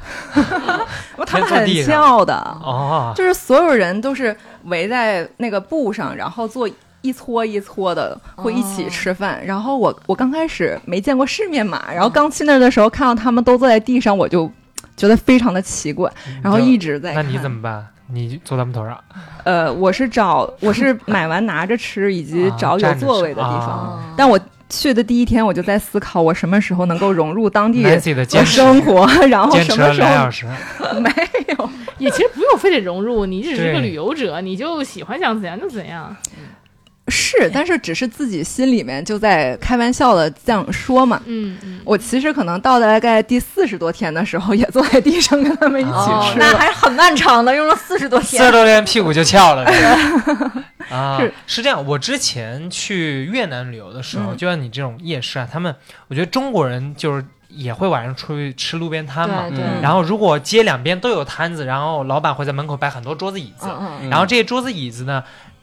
[SPEAKER 1] 我他们
[SPEAKER 2] 天
[SPEAKER 1] 很
[SPEAKER 2] 坐地上
[SPEAKER 1] 笑的，
[SPEAKER 2] 哦，
[SPEAKER 1] 就是所有人都是围在那个布上，然后做一撮一撮的会一起吃饭。然后我我刚开始没见过世面嘛，然后刚去那儿的时候看到他们都坐在地上，我就觉得非常的奇怪，然后一直在
[SPEAKER 2] 那
[SPEAKER 1] 看。
[SPEAKER 2] 你怎么办？你坐他们头上，啊
[SPEAKER 1] 呃，我是找我是买完拿着吃，以及
[SPEAKER 2] 啊
[SPEAKER 1] 找有
[SPEAKER 2] 站着
[SPEAKER 1] 座
[SPEAKER 2] 吃
[SPEAKER 1] 位的地方。
[SPEAKER 2] 啊
[SPEAKER 1] 但我去的第一天，我就在思考，我什么时候能够融入当地人
[SPEAKER 2] Nancy 的
[SPEAKER 1] 的
[SPEAKER 2] 坚持，
[SPEAKER 1] 生活，然后
[SPEAKER 2] 坚
[SPEAKER 1] 哦什
[SPEAKER 2] 持啊
[SPEAKER 1] 么
[SPEAKER 2] 了
[SPEAKER 1] 时
[SPEAKER 2] 俩
[SPEAKER 1] 候啊
[SPEAKER 2] 小时，
[SPEAKER 1] 没有。
[SPEAKER 4] 也其实不用非得融入，你只是个
[SPEAKER 2] 对
[SPEAKER 4] 旅游者，你就喜欢想怎样就怎样。
[SPEAKER 1] 是，但是只是自己心里面就在开玩笑的这样说嘛。
[SPEAKER 4] 嗯嗯，
[SPEAKER 1] 我其实可能到大概第四十多天的时候，也坐在地上跟他们一起
[SPEAKER 2] 哦
[SPEAKER 1] 吃了。
[SPEAKER 3] 那还是很漫长的，用了四十多
[SPEAKER 2] 四十
[SPEAKER 3] 天。
[SPEAKER 2] 多天屁股就翘了。是吧啊
[SPEAKER 1] 是，
[SPEAKER 2] 是这样。我之前去越南旅游的时候，
[SPEAKER 1] 嗯
[SPEAKER 2] 就像你这种夜市啊，他们我觉得中国人就是也会晚上出去吃路边摊嘛。
[SPEAKER 3] 对对
[SPEAKER 5] 嗯，
[SPEAKER 2] 然后如果街两边都有摊子，然后老板会在门口摆很多桌子椅子，
[SPEAKER 3] 嗯嗯，
[SPEAKER 2] 然后这些桌子椅子呢，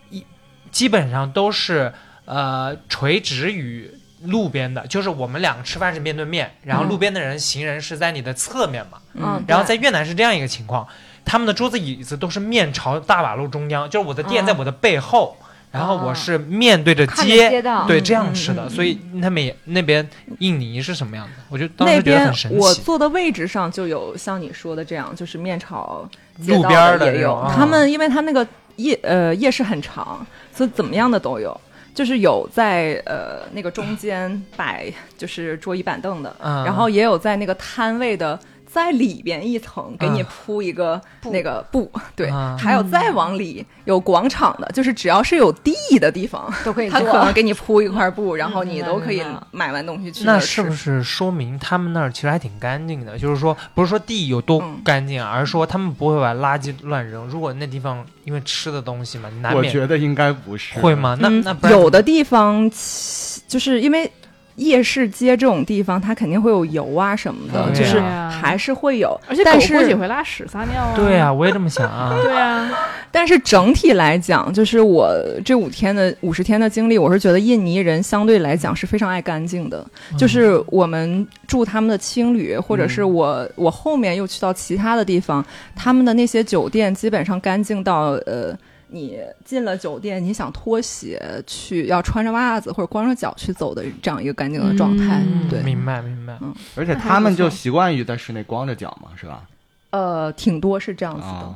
[SPEAKER 2] 一基本上都是呃垂直于路边的，就是我们两个吃饭是面对面，然后
[SPEAKER 1] 嗯
[SPEAKER 2] 路边的人、行人是在你的侧面嘛。
[SPEAKER 1] 嗯，
[SPEAKER 2] 然后在越南是这样一个情况，他们的桌子椅子都是面朝大马路中央，就是我的店
[SPEAKER 1] 嗯
[SPEAKER 2] 在我的背后，然后
[SPEAKER 1] 哦
[SPEAKER 2] 我是面对着
[SPEAKER 3] 看着
[SPEAKER 2] 街，
[SPEAKER 3] 街道，
[SPEAKER 2] 对，
[SPEAKER 1] 嗯
[SPEAKER 2] 这样吃
[SPEAKER 1] 嗯
[SPEAKER 2] 的。
[SPEAKER 1] 嗯
[SPEAKER 2] 所以他们也那边印尼是什么样的？我就当
[SPEAKER 1] 那
[SPEAKER 2] 时觉得
[SPEAKER 1] 边
[SPEAKER 2] 很神
[SPEAKER 1] 我
[SPEAKER 2] 奇。
[SPEAKER 1] 坐的位置上就有像你说的这样，就是面朝街
[SPEAKER 2] 路
[SPEAKER 1] 道
[SPEAKER 2] 边儿的
[SPEAKER 1] 的也
[SPEAKER 2] 这
[SPEAKER 1] 有。
[SPEAKER 2] 种啊
[SPEAKER 1] 他们因为他那个夜呃夜市很长，所以怎么样的都有。就是有在呃那个 中间摆就是桌椅板凳的，
[SPEAKER 2] 嗯
[SPEAKER 1] 然后也有在那个摊位的在里边一层给你
[SPEAKER 2] 嗯
[SPEAKER 1] 铺一个那个 布，对，
[SPEAKER 2] 嗯
[SPEAKER 1] 还有再往里有广场的，就是只要是有地的地方，
[SPEAKER 3] 都可以
[SPEAKER 1] 他
[SPEAKER 3] 做。
[SPEAKER 1] 可能给你铺一块布，然
[SPEAKER 2] 嗯
[SPEAKER 1] 后你
[SPEAKER 3] 明白
[SPEAKER 1] 都可以
[SPEAKER 3] 明白了
[SPEAKER 1] 买完东西去
[SPEAKER 2] 那
[SPEAKER 1] 儿
[SPEAKER 2] 是
[SPEAKER 1] 吃
[SPEAKER 2] 不是说明他们那儿其实还挺干净的？就是说，不是说地有多
[SPEAKER 1] 嗯
[SPEAKER 2] 干净啊，而是说他们不会把垃圾乱扔。如果那地方因为吃的东西嘛，难
[SPEAKER 5] 我
[SPEAKER 2] 免
[SPEAKER 5] 觉得应该不是
[SPEAKER 2] 会？吗？那
[SPEAKER 1] 嗯
[SPEAKER 2] 那不然
[SPEAKER 1] 有的地方其就是因为夜市街这种地方，它肯定会有油啊什么的，
[SPEAKER 2] 对
[SPEAKER 1] 就是
[SPEAKER 4] 啊
[SPEAKER 1] 还是会有。
[SPEAKER 4] 而且狗
[SPEAKER 1] 但是
[SPEAKER 4] 狗也会拉屎撒尿啊。
[SPEAKER 2] 对啊，我也这么想啊。
[SPEAKER 4] 对 啊，
[SPEAKER 1] 但是整体来讲，就是我这五天的五十天的经历，我是觉得印尼人相对来讲是非常爱干净的。
[SPEAKER 2] 嗯
[SPEAKER 1] 就是我们住他们的青旅，或者是我我后面又去到其他的地方，他们的那些酒店基本上干净到呃。你进了酒店，你想脱鞋去，要穿着袜子或者光着脚去走的这样一个干净的状态，
[SPEAKER 2] 嗯，
[SPEAKER 1] 对，
[SPEAKER 2] 明白明白。
[SPEAKER 5] 而且他们就习惯于在室内光着脚嘛，是吧？
[SPEAKER 1] 呃，挺多是这样子的。
[SPEAKER 5] 啊，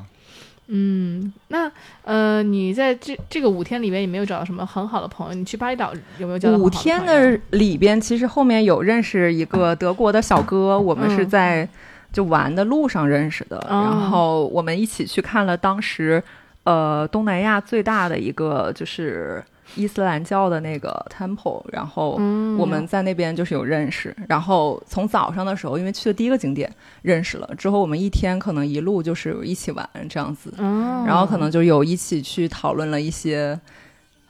[SPEAKER 4] 嗯，那呃，你在这这个五天里面，你没有找到什么很好的朋友？你去巴厘岛有没有交到
[SPEAKER 1] 五天的里边，其实后面有认识一个德国的小哥，我们是
[SPEAKER 4] 嗯
[SPEAKER 1] 在就玩的路上认识的，
[SPEAKER 4] 哦
[SPEAKER 1] 然后我们一起去看了当时呃东南亚最大的一个就是伊斯兰教的那个 temple，然后。
[SPEAKER 4] 嗯，
[SPEAKER 1] 我们在那边就是有认识，然后从早上的时候，因为去的第一个景点认识了，之后我们一天可能一路就是一起玩这样子，
[SPEAKER 4] 哦，
[SPEAKER 1] 然后可能就有一起去讨论了一些，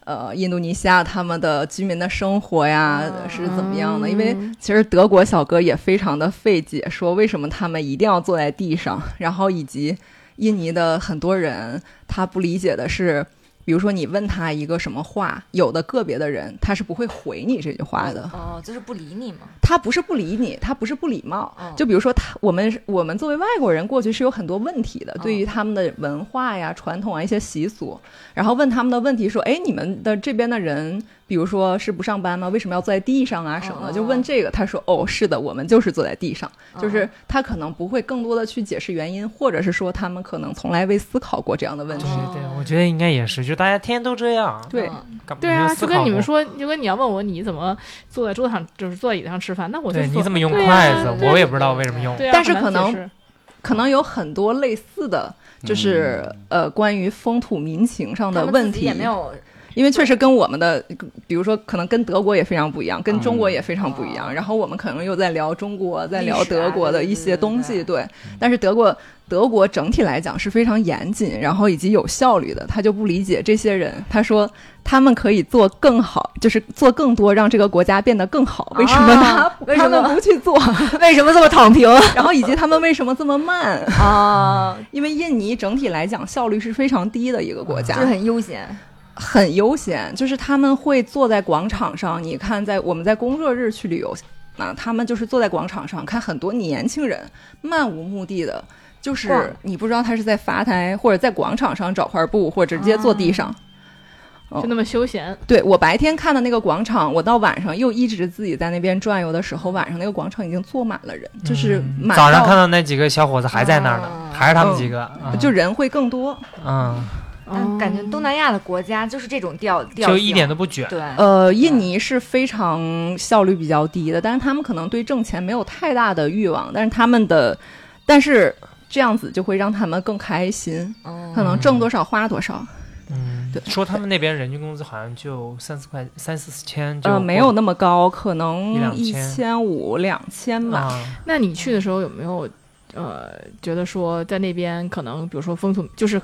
[SPEAKER 1] 呃，印度尼西亚他们的居民的生活呀、
[SPEAKER 3] 哦
[SPEAKER 1] 是怎么样的？
[SPEAKER 4] 嗯
[SPEAKER 1] 因为其实德国小哥也非常的费解，说为什么他们一定要坐在地上， 然后以及印尼的很多人他不理解的是。比如说，你问他一个什么话，有的个别的人他是不会回你这句话的，
[SPEAKER 3] 哦，就是不理你嘛。
[SPEAKER 1] 他不是不理你，他不是不礼貌，
[SPEAKER 3] 嗯
[SPEAKER 1] 就比如说他，我们我们作为外国人过去是有很多问题
[SPEAKER 3] 嗯
[SPEAKER 1] 的，对于他们的文化呀、传统啊一些习俗，然后问他们的问题说，哎，你们的这边的人，比如说是不上班吗？为什么要坐在地上啊什么
[SPEAKER 3] 嗯
[SPEAKER 1] 的？
[SPEAKER 3] 嗯
[SPEAKER 1] 就问这个，他说，哦，是的，我们就是坐在地上，
[SPEAKER 3] 嗯
[SPEAKER 1] 就是他可能不会更多的去解释原因，或者是说他们可能从来未思考过这样的问题
[SPEAKER 2] 对。对对
[SPEAKER 3] 哦，
[SPEAKER 2] 我觉得应该也是，就大家天天都这样。
[SPEAKER 1] 对
[SPEAKER 3] 嗯
[SPEAKER 2] 干嘛
[SPEAKER 4] 对
[SPEAKER 2] 没
[SPEAKER 4] 啊，
[SPEAKER 2] 有思
[SPEAKER 4] 就
[SPEAKER 2] 考
[SPEAKER 4] 跟你
[SPEAKER 2] 过，
[SPEAKER 4] 们说，就跟你要问我你怎么坐在桌子上，就是坐在椅子上吃饭，那我就
[SPEAKER 2] 对，
[SPEAKER 4] 坐
[SPEAKER 2] 你怎么用
[SPEAKER 4] 对啊
[SPEAKER 2] 筷子？
[SPEAKER 4] 对
[SPEAKER 2] 我也不知道为什么用。
[SPEAKER 4] 对啊，
[SPEAKER 1] 但是
[SPEAKER 4] 很
[SPEAKER 1] 可
[SPEAKER 4] 难
[SPEAKER 1] 能
[SPEAKER 4] 解释
[SPEAKER 1] 可能有很多类似的，嗯就是、呃，关于风土民情上的
[SPEAKER 3] 他们
[SPEAKER 1] 问
[SPEAKER 3] 自己
[SPEAKER 1] 题
[SPEAKER 3] 也没有
[SPEAKER 1] 因为确实跟我们的，比如说可能跟德国也非常不一样，跟
[SPEAKER 5] 嗯
[SPEAKER 1] 中国也非常不一样。然后我们可能又在聊中国，在聊
[SPEAKER 3] 哦历史啊
[SPEAKER 1] 德国的
[SPEAKER 3] 对对
[SPEAKER 1] 一些
[SPEAKER 3] 对对
[SPEAKER 1] 东西，
[SPEAKER 3] 对
[SPEAKER 1] 对。但是德国德国整体来讲是非常严谨，然后以及有效率的。他就不理解这些人，他说他们可以做更好，就是做更多，让这个国家变得更好。为什么他、
[SPEAKER 3] 啊为
[SPEAKER 1] 他
[SPEAKER 3] 什
[SPEAKER 1] 们
[SPEAKER 3] 么
[SPEAKER 1] 不去做？
[SPEAKER 3] 为什么这么躺 平
[SPEAKER 1] 然后以及他们为什么这么慢？
[SPEAKER 6] 哦
[SPEAKER 3] 啊？
[SPEAKER 1] 因为印尼整体来讲效率是非常低的一个国
[SPEAKER 3] 就
[SPEAKER 1] 家，
[SPEAKER 3] 是很悠 闲。
[SPEAKER 1] 很悠闲，就是他们会坐在广场上。你看在，我们在工作日去旅游，那他们就是坐在广场上看很多年轻人漫无目的的，就是
[SPEAKER 3] 逛
[SPEAKER 1] 你不知道他是在吧台或者在广场上找块布，或者直接坐地上。嗯
[SPEAKER 4] 就那么休闲。
[SPEAKER 1] 对我白天看的那个广场，我到晚上又一直自己在那边转悠的时候，晚上那个广场已经坐满了人，就是
[SPEAKER 2] 嗯
[SPEAKER 1] 满
[SPEAKER 2] 早上
[SPEAKER 1] 到
[SPEAKER 2] 看到那几个小伙子还在那儿呢，还是他们几个，嗯
[SPEAKER 1] 啊就人会更多。
[SPEAKER 2] 嗯，
[SPEAKER 1] 哦
[SPEAKER 6] 嗯，感觉
[SPEAKER 4] 哦
[SPEAKER 6] 东南亚的国家就是这种调调性，
[SPEAKER 2] 就一点都不卷，
[SPEAKER 6] 对，
[SPEAKER 1] 呃，印尼是非常效率比较低的，但是他们可能对挣钱没有太大的欲望，但是他们的，但是这样子就会让他们更开心，可
[SPEAKER 6] 嗯，
[SPEAKER 1] 能挣多少花多少，
[SPEAKER 2] 嗯，
[SPEAKER 1] 对
[SPEAKER 2] 说他们那边人均工资好像就三四块、三四千就过，
[SPEAKER 1] 呃，没有那么高，可
[SPEAKER 2] 一
[SPEAKER 1] 能
[SPEAKER 2] 两
[SPEAKER 1] 一
[SPEAKER 2] 千
[SPEAKER 1] 千五两千吧。
[SPEAKER 2] 啊，
[SPEAKER 4] 那你去的时候有没有呃觉得说在那边可能比如说风土就是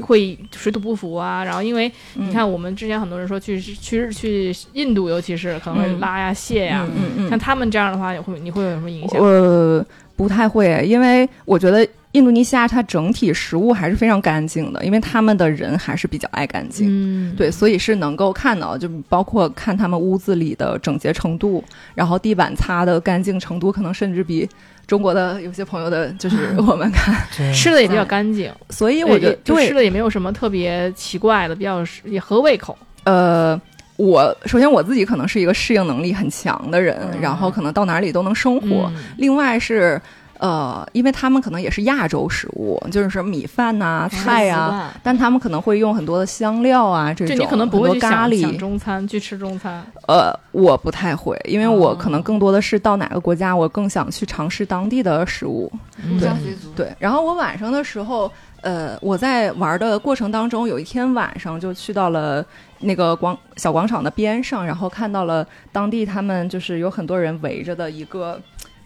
[SPEAKER 4] 会水土不服啊？然后因为
[SPEAKER 1] 嗯
[SPEAKER 4] 你看，我们之前很多人说去去去印度，尤其是可能会
[SPEAKER 1] 嗯
[SPEAKER 4] 拉呀、蟹呀，
[SPEAKER 1] 嗯嗯
[SPEAKER 4] 像他们这样的话，也会你会有什么影响？
[SPEAKER 1] 呃，不太会，因为我觉得印度尼西亚它整体食物还是非常干净的，因为他们的人还是比较爱干净。
[SPEAKER 4] 嗯，
[SPEAKER 1] 对，所以是能够看到，就包括看他们屋子里的整洁程度，然后地板擦的干净程度，可能甚至比中国的有些朋友的，就是 我们看。
[SPEAKER 2] 对
[SPEAKER 4] 嗯吃的也比较干净，
[SPEAKER 1] 所以
[SPEAKER 4] 因
[SPEAKER 1] 嗯我觉得，
[SPEAKER 4] 就
[SPEAKER 1] 对
[SPEAKER 4] 吃的也没有什么特别奇怪的，比较是也合胃口。
[SPEAKER 1] 呃，我首先我自己可能是一个适应能力很强的人，
[SPEAKER 4] 嗯
[SPEAKER 1] 然后可能到哪里都能生活。
[SPEAKER 4] 嗯
[SPEAKER 1] 另外是。呃，因为他们可能也是亚洲食物，就是米饭呐、
[SPEAKER 4] 啊
[SPEAKER 1] 菜呀、
[SPEAKER 6] 呀，
[SPEAKER 1] 但他们可能会用很多的香料啊，这
[SPEAKER 4] 就
[SPEAKER 1] 种
[SPEAKER 4] 你可能不会
[SPEAKER 1] 很
[SPEAKER 4] 去
[SPEAKER 1] 多咖
[SPEAKER 4] 想想
[SPEAKER 1] 喱。
[SPEAKER 4] 中餐，去吃中餐。
[SPEAKER 1] 呃，我不太会，因为我
[SPEAKER 4] 哦
[SPEAKER 1] 可能更多的是到哪个国家，我更想去尝试当地的食物。
[SPEAKER 6] 入
[SPEAKER 4] 对
[SPEAKER 6] 乡随俗，
[SPEAKER 1] 对，然后我晚上的时候，呃，我在玩的过程当中，有一天晚上就去到了那个广小广场的边上，然后看到了当地他们就是有很多人围着的一个。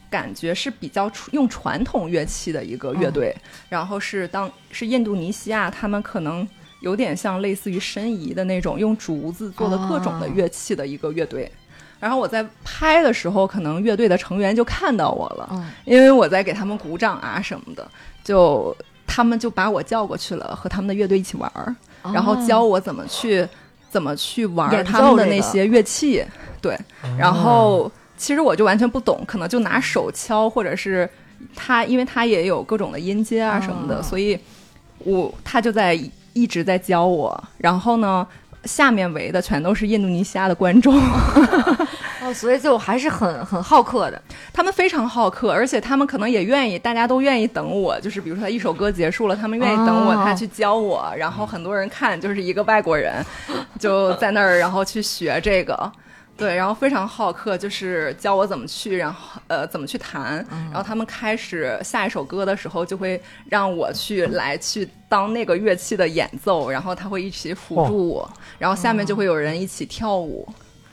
[SPEAKER 1] 感觉是比较出用传统乐器的一个乐队，然后是当是印度尼西亚，他们可能有点像类似于申遗的那种用竹子做的各种的
[SPEAKER 6] 哦
[SPEAKER 1] 乐器的一个乐队。然后我在拍的时候，可能乐队的成员就看到我了，
[SPEAKER 6] 嗯
[SPEAKER 1] 因为我在给他们鼓掌啊什么的，就他们就把我叫过去了，和他们的乐队一起玩儿，然后教我怎么去怎么去玩儿
[SPEAKER 6] 哦演奏
[SPEAKER 1] 他们的
[SPEAKER 6] 这
[SPEAKER 1] 那
[SPEAKER 6] 个
[SPEAKER 1] 些乐器，对，然后其实我就完全不懂，可能就拿手敲或者是他，因为他也有各种的音阶啊什么的，
[SPEAKER 6] 哦
[SPEAKER 1] 所以我他就在一直在教我，然后呢。下面围的全都是印度尼西亚的观众，
[SPEAKER 6] 哦，所以就还是很很好客的，
[SPEAKER 1] 他们非常好客，而且他们可能也愿意，大家都愿意等我。就是比如说，他一首歌结束了，他们愿意等我，
[SPEAKER 6] 哦
[SPEAKER 1] 他去教我。然后很多人看，就是一个外国人就在那儿，然后去学这个。对，然后非常好客，就是教我怎么去，然后呃怎么去弹。然后他们开始下一首歌的时候，就会让我去来去当那个乐器的演奏，然后他会一起辅助我，然后下面就会有人一起跳舞。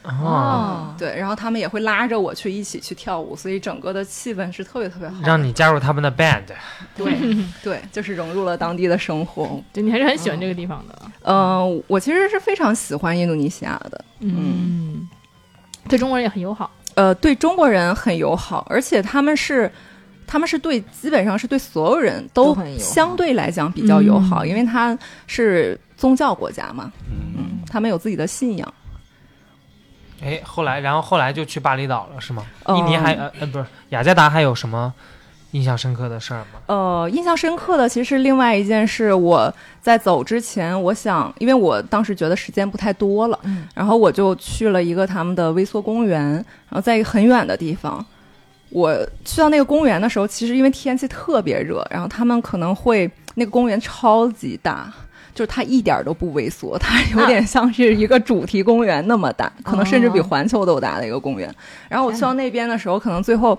[SPEAKER 2] 哦，
[SPEAKER 1] 对，然后他们也会拉着我去一起去跳舞，所以整个的气氛是特别特别好的。
[SPEAKER 2] 让你加入他们的 band，
[SPEAKER 1] 对 对，就是融入了当地的生活。
[SPEAKER 4] 对你还是很喜欢这个地方的。
[SPEAKER 1] 嗯、我其实是非常喜欢印度尼西亚的，
[SPEAKER 4] 嗯，对中国人也很友好。
[SPEAKER 1] 呃，对中国人很友好，而且他们是。他们是对，基本上是对所有人
[SPEAKER 6] 都
[SPEAKER 1] 都
[SPEAKER 6] 很友好
[SPEAKER 1] 相对来讲比较友好，
[SPEAKER 4] 嗯
[SPEAKER 1] 因为他是宗教国家嘛，
[SPEAKER 5] 嗯，
[SPEAKER 1] 嗯，他们有自己的信仰。
[SPEAKER 2] 哎，后来然后后来就去巴厘岛了是吗？
[SPEAKER 1] 嗯
[SPEAKER 2] 印尼还呃呃不是雅加达还有什么印象深刻的事儿吗？
[SPEAKER 1] 呃，印象深刻的其实是另外一件事，我在走之前，我想，因为我当时觉得时间不太多了，
[SPEAKER 6] 嗯
[SPEAKER 1] 然后我就去了一个他们的微缩公园，然后在一个很远的地方。我去到那个公园的时候，其实因为天气特别热，然后他们可能会那个公园超级大，就是它一点儿都不萎缩，它有点像是一个主题公园那么大，可能甚至比
[SPEAKER 6] 哦
[SPEAKER 1] 环球都大的一个公园。然后我去到那边的时候，可能最后，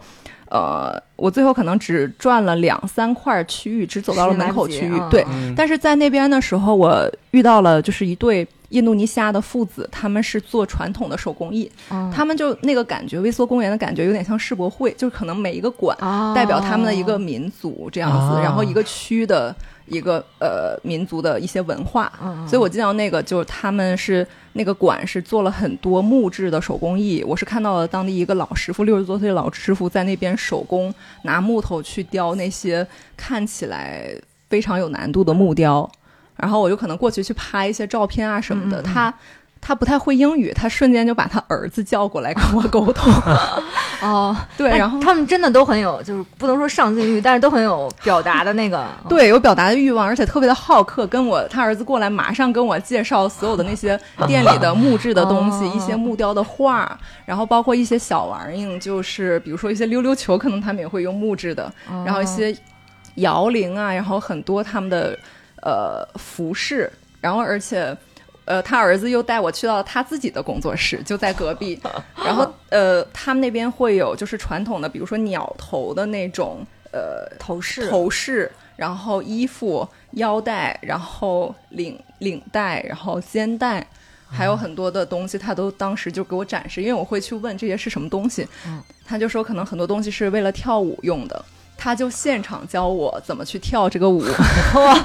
[SPEAKER 1] 呃，我最后可能只转了两三块区域，只走到了门口区
[SPEAKER 6] 时
[SPEAKER 1] 域
[SPEAKER 6] 间来不及。
[SPEAKER 1] 对，
[SPEAKER 6] 嗯
[SPEAKER 1] 但是在那边的时候，我遇到了就是一对印度尼西亚的父子，他们是做传统的手工艺，
[SPEAKER 6] 嗯
[SPEAKER 1] 他们就那个感觉，微缩公园的感觉有点像世博会，就是可能每一个馆
[SPEAKER 6] 他
[SPEAKER 1] 代表他们的一个民族这样子，
[SPEAKER 2] 啊
[SPEAKER 1] 然后一个区的一个呃民族的一些文化。
[SPEAKER 6] 嗯，
[SPEAKER 1] 所以我见到那个就是他们是那个馆是做了很多木质的手工艺，我是看到了当地一个老师傅，六十多岁的老师傅在那边手工拿木头去雕那些看起来
[SPEAKER 6] 嗯
[SPEAKER 1] 非常有难度的木雕，然后我就可能过去去拍一些照片啊什么的，他。他不太会英语，他瞬间就把他儿子叫过来跟我沟通。
[SPEAKER 6] 哦，
[SPEAKER 1] 对，
[SPEAKER 6] 哎
[SPEAKER 1] 然后
[SPEAKER 6] 他们真的都很有，就是不能说上进欲，但是都很有表达的那个。
[SPEAKER 1] 对，有表达的欲望，而且特别的好客。跟我他儿子过来，马上跟我介绍所有的那些店里的木质的东西，
[SPEAKER 6] 哦
[SPEAKER 1] 一些木雕的画儿，然后包括一些小玩意儿，就是比如说一些溜溜球，可能他们也会用木质的，
[SPEAKER 6] 哦
[SPEAKER 1] 然后一些摇铃啊，然后很多他们的呃服饰，然后而且。呃，他儿子又带我去到他自己的工作室，就在隔壁。然后，呃，他们那边会有就是传统的，比如说鸟头的那种，呃，
[SPEAKER 6] 头饰，
[SPEAKER 1] 头饰，然后衣服、腰带，然后领领带，然后肩带，还有很多的东西，他都当时就给我展示，因为我会去问这些是什么东西，
[SPEAKER 6] 嗯
[SPEAKER 1] 他就说可能很多东西是为了跳舞用的。他就现场教我怎么去跳这个舞，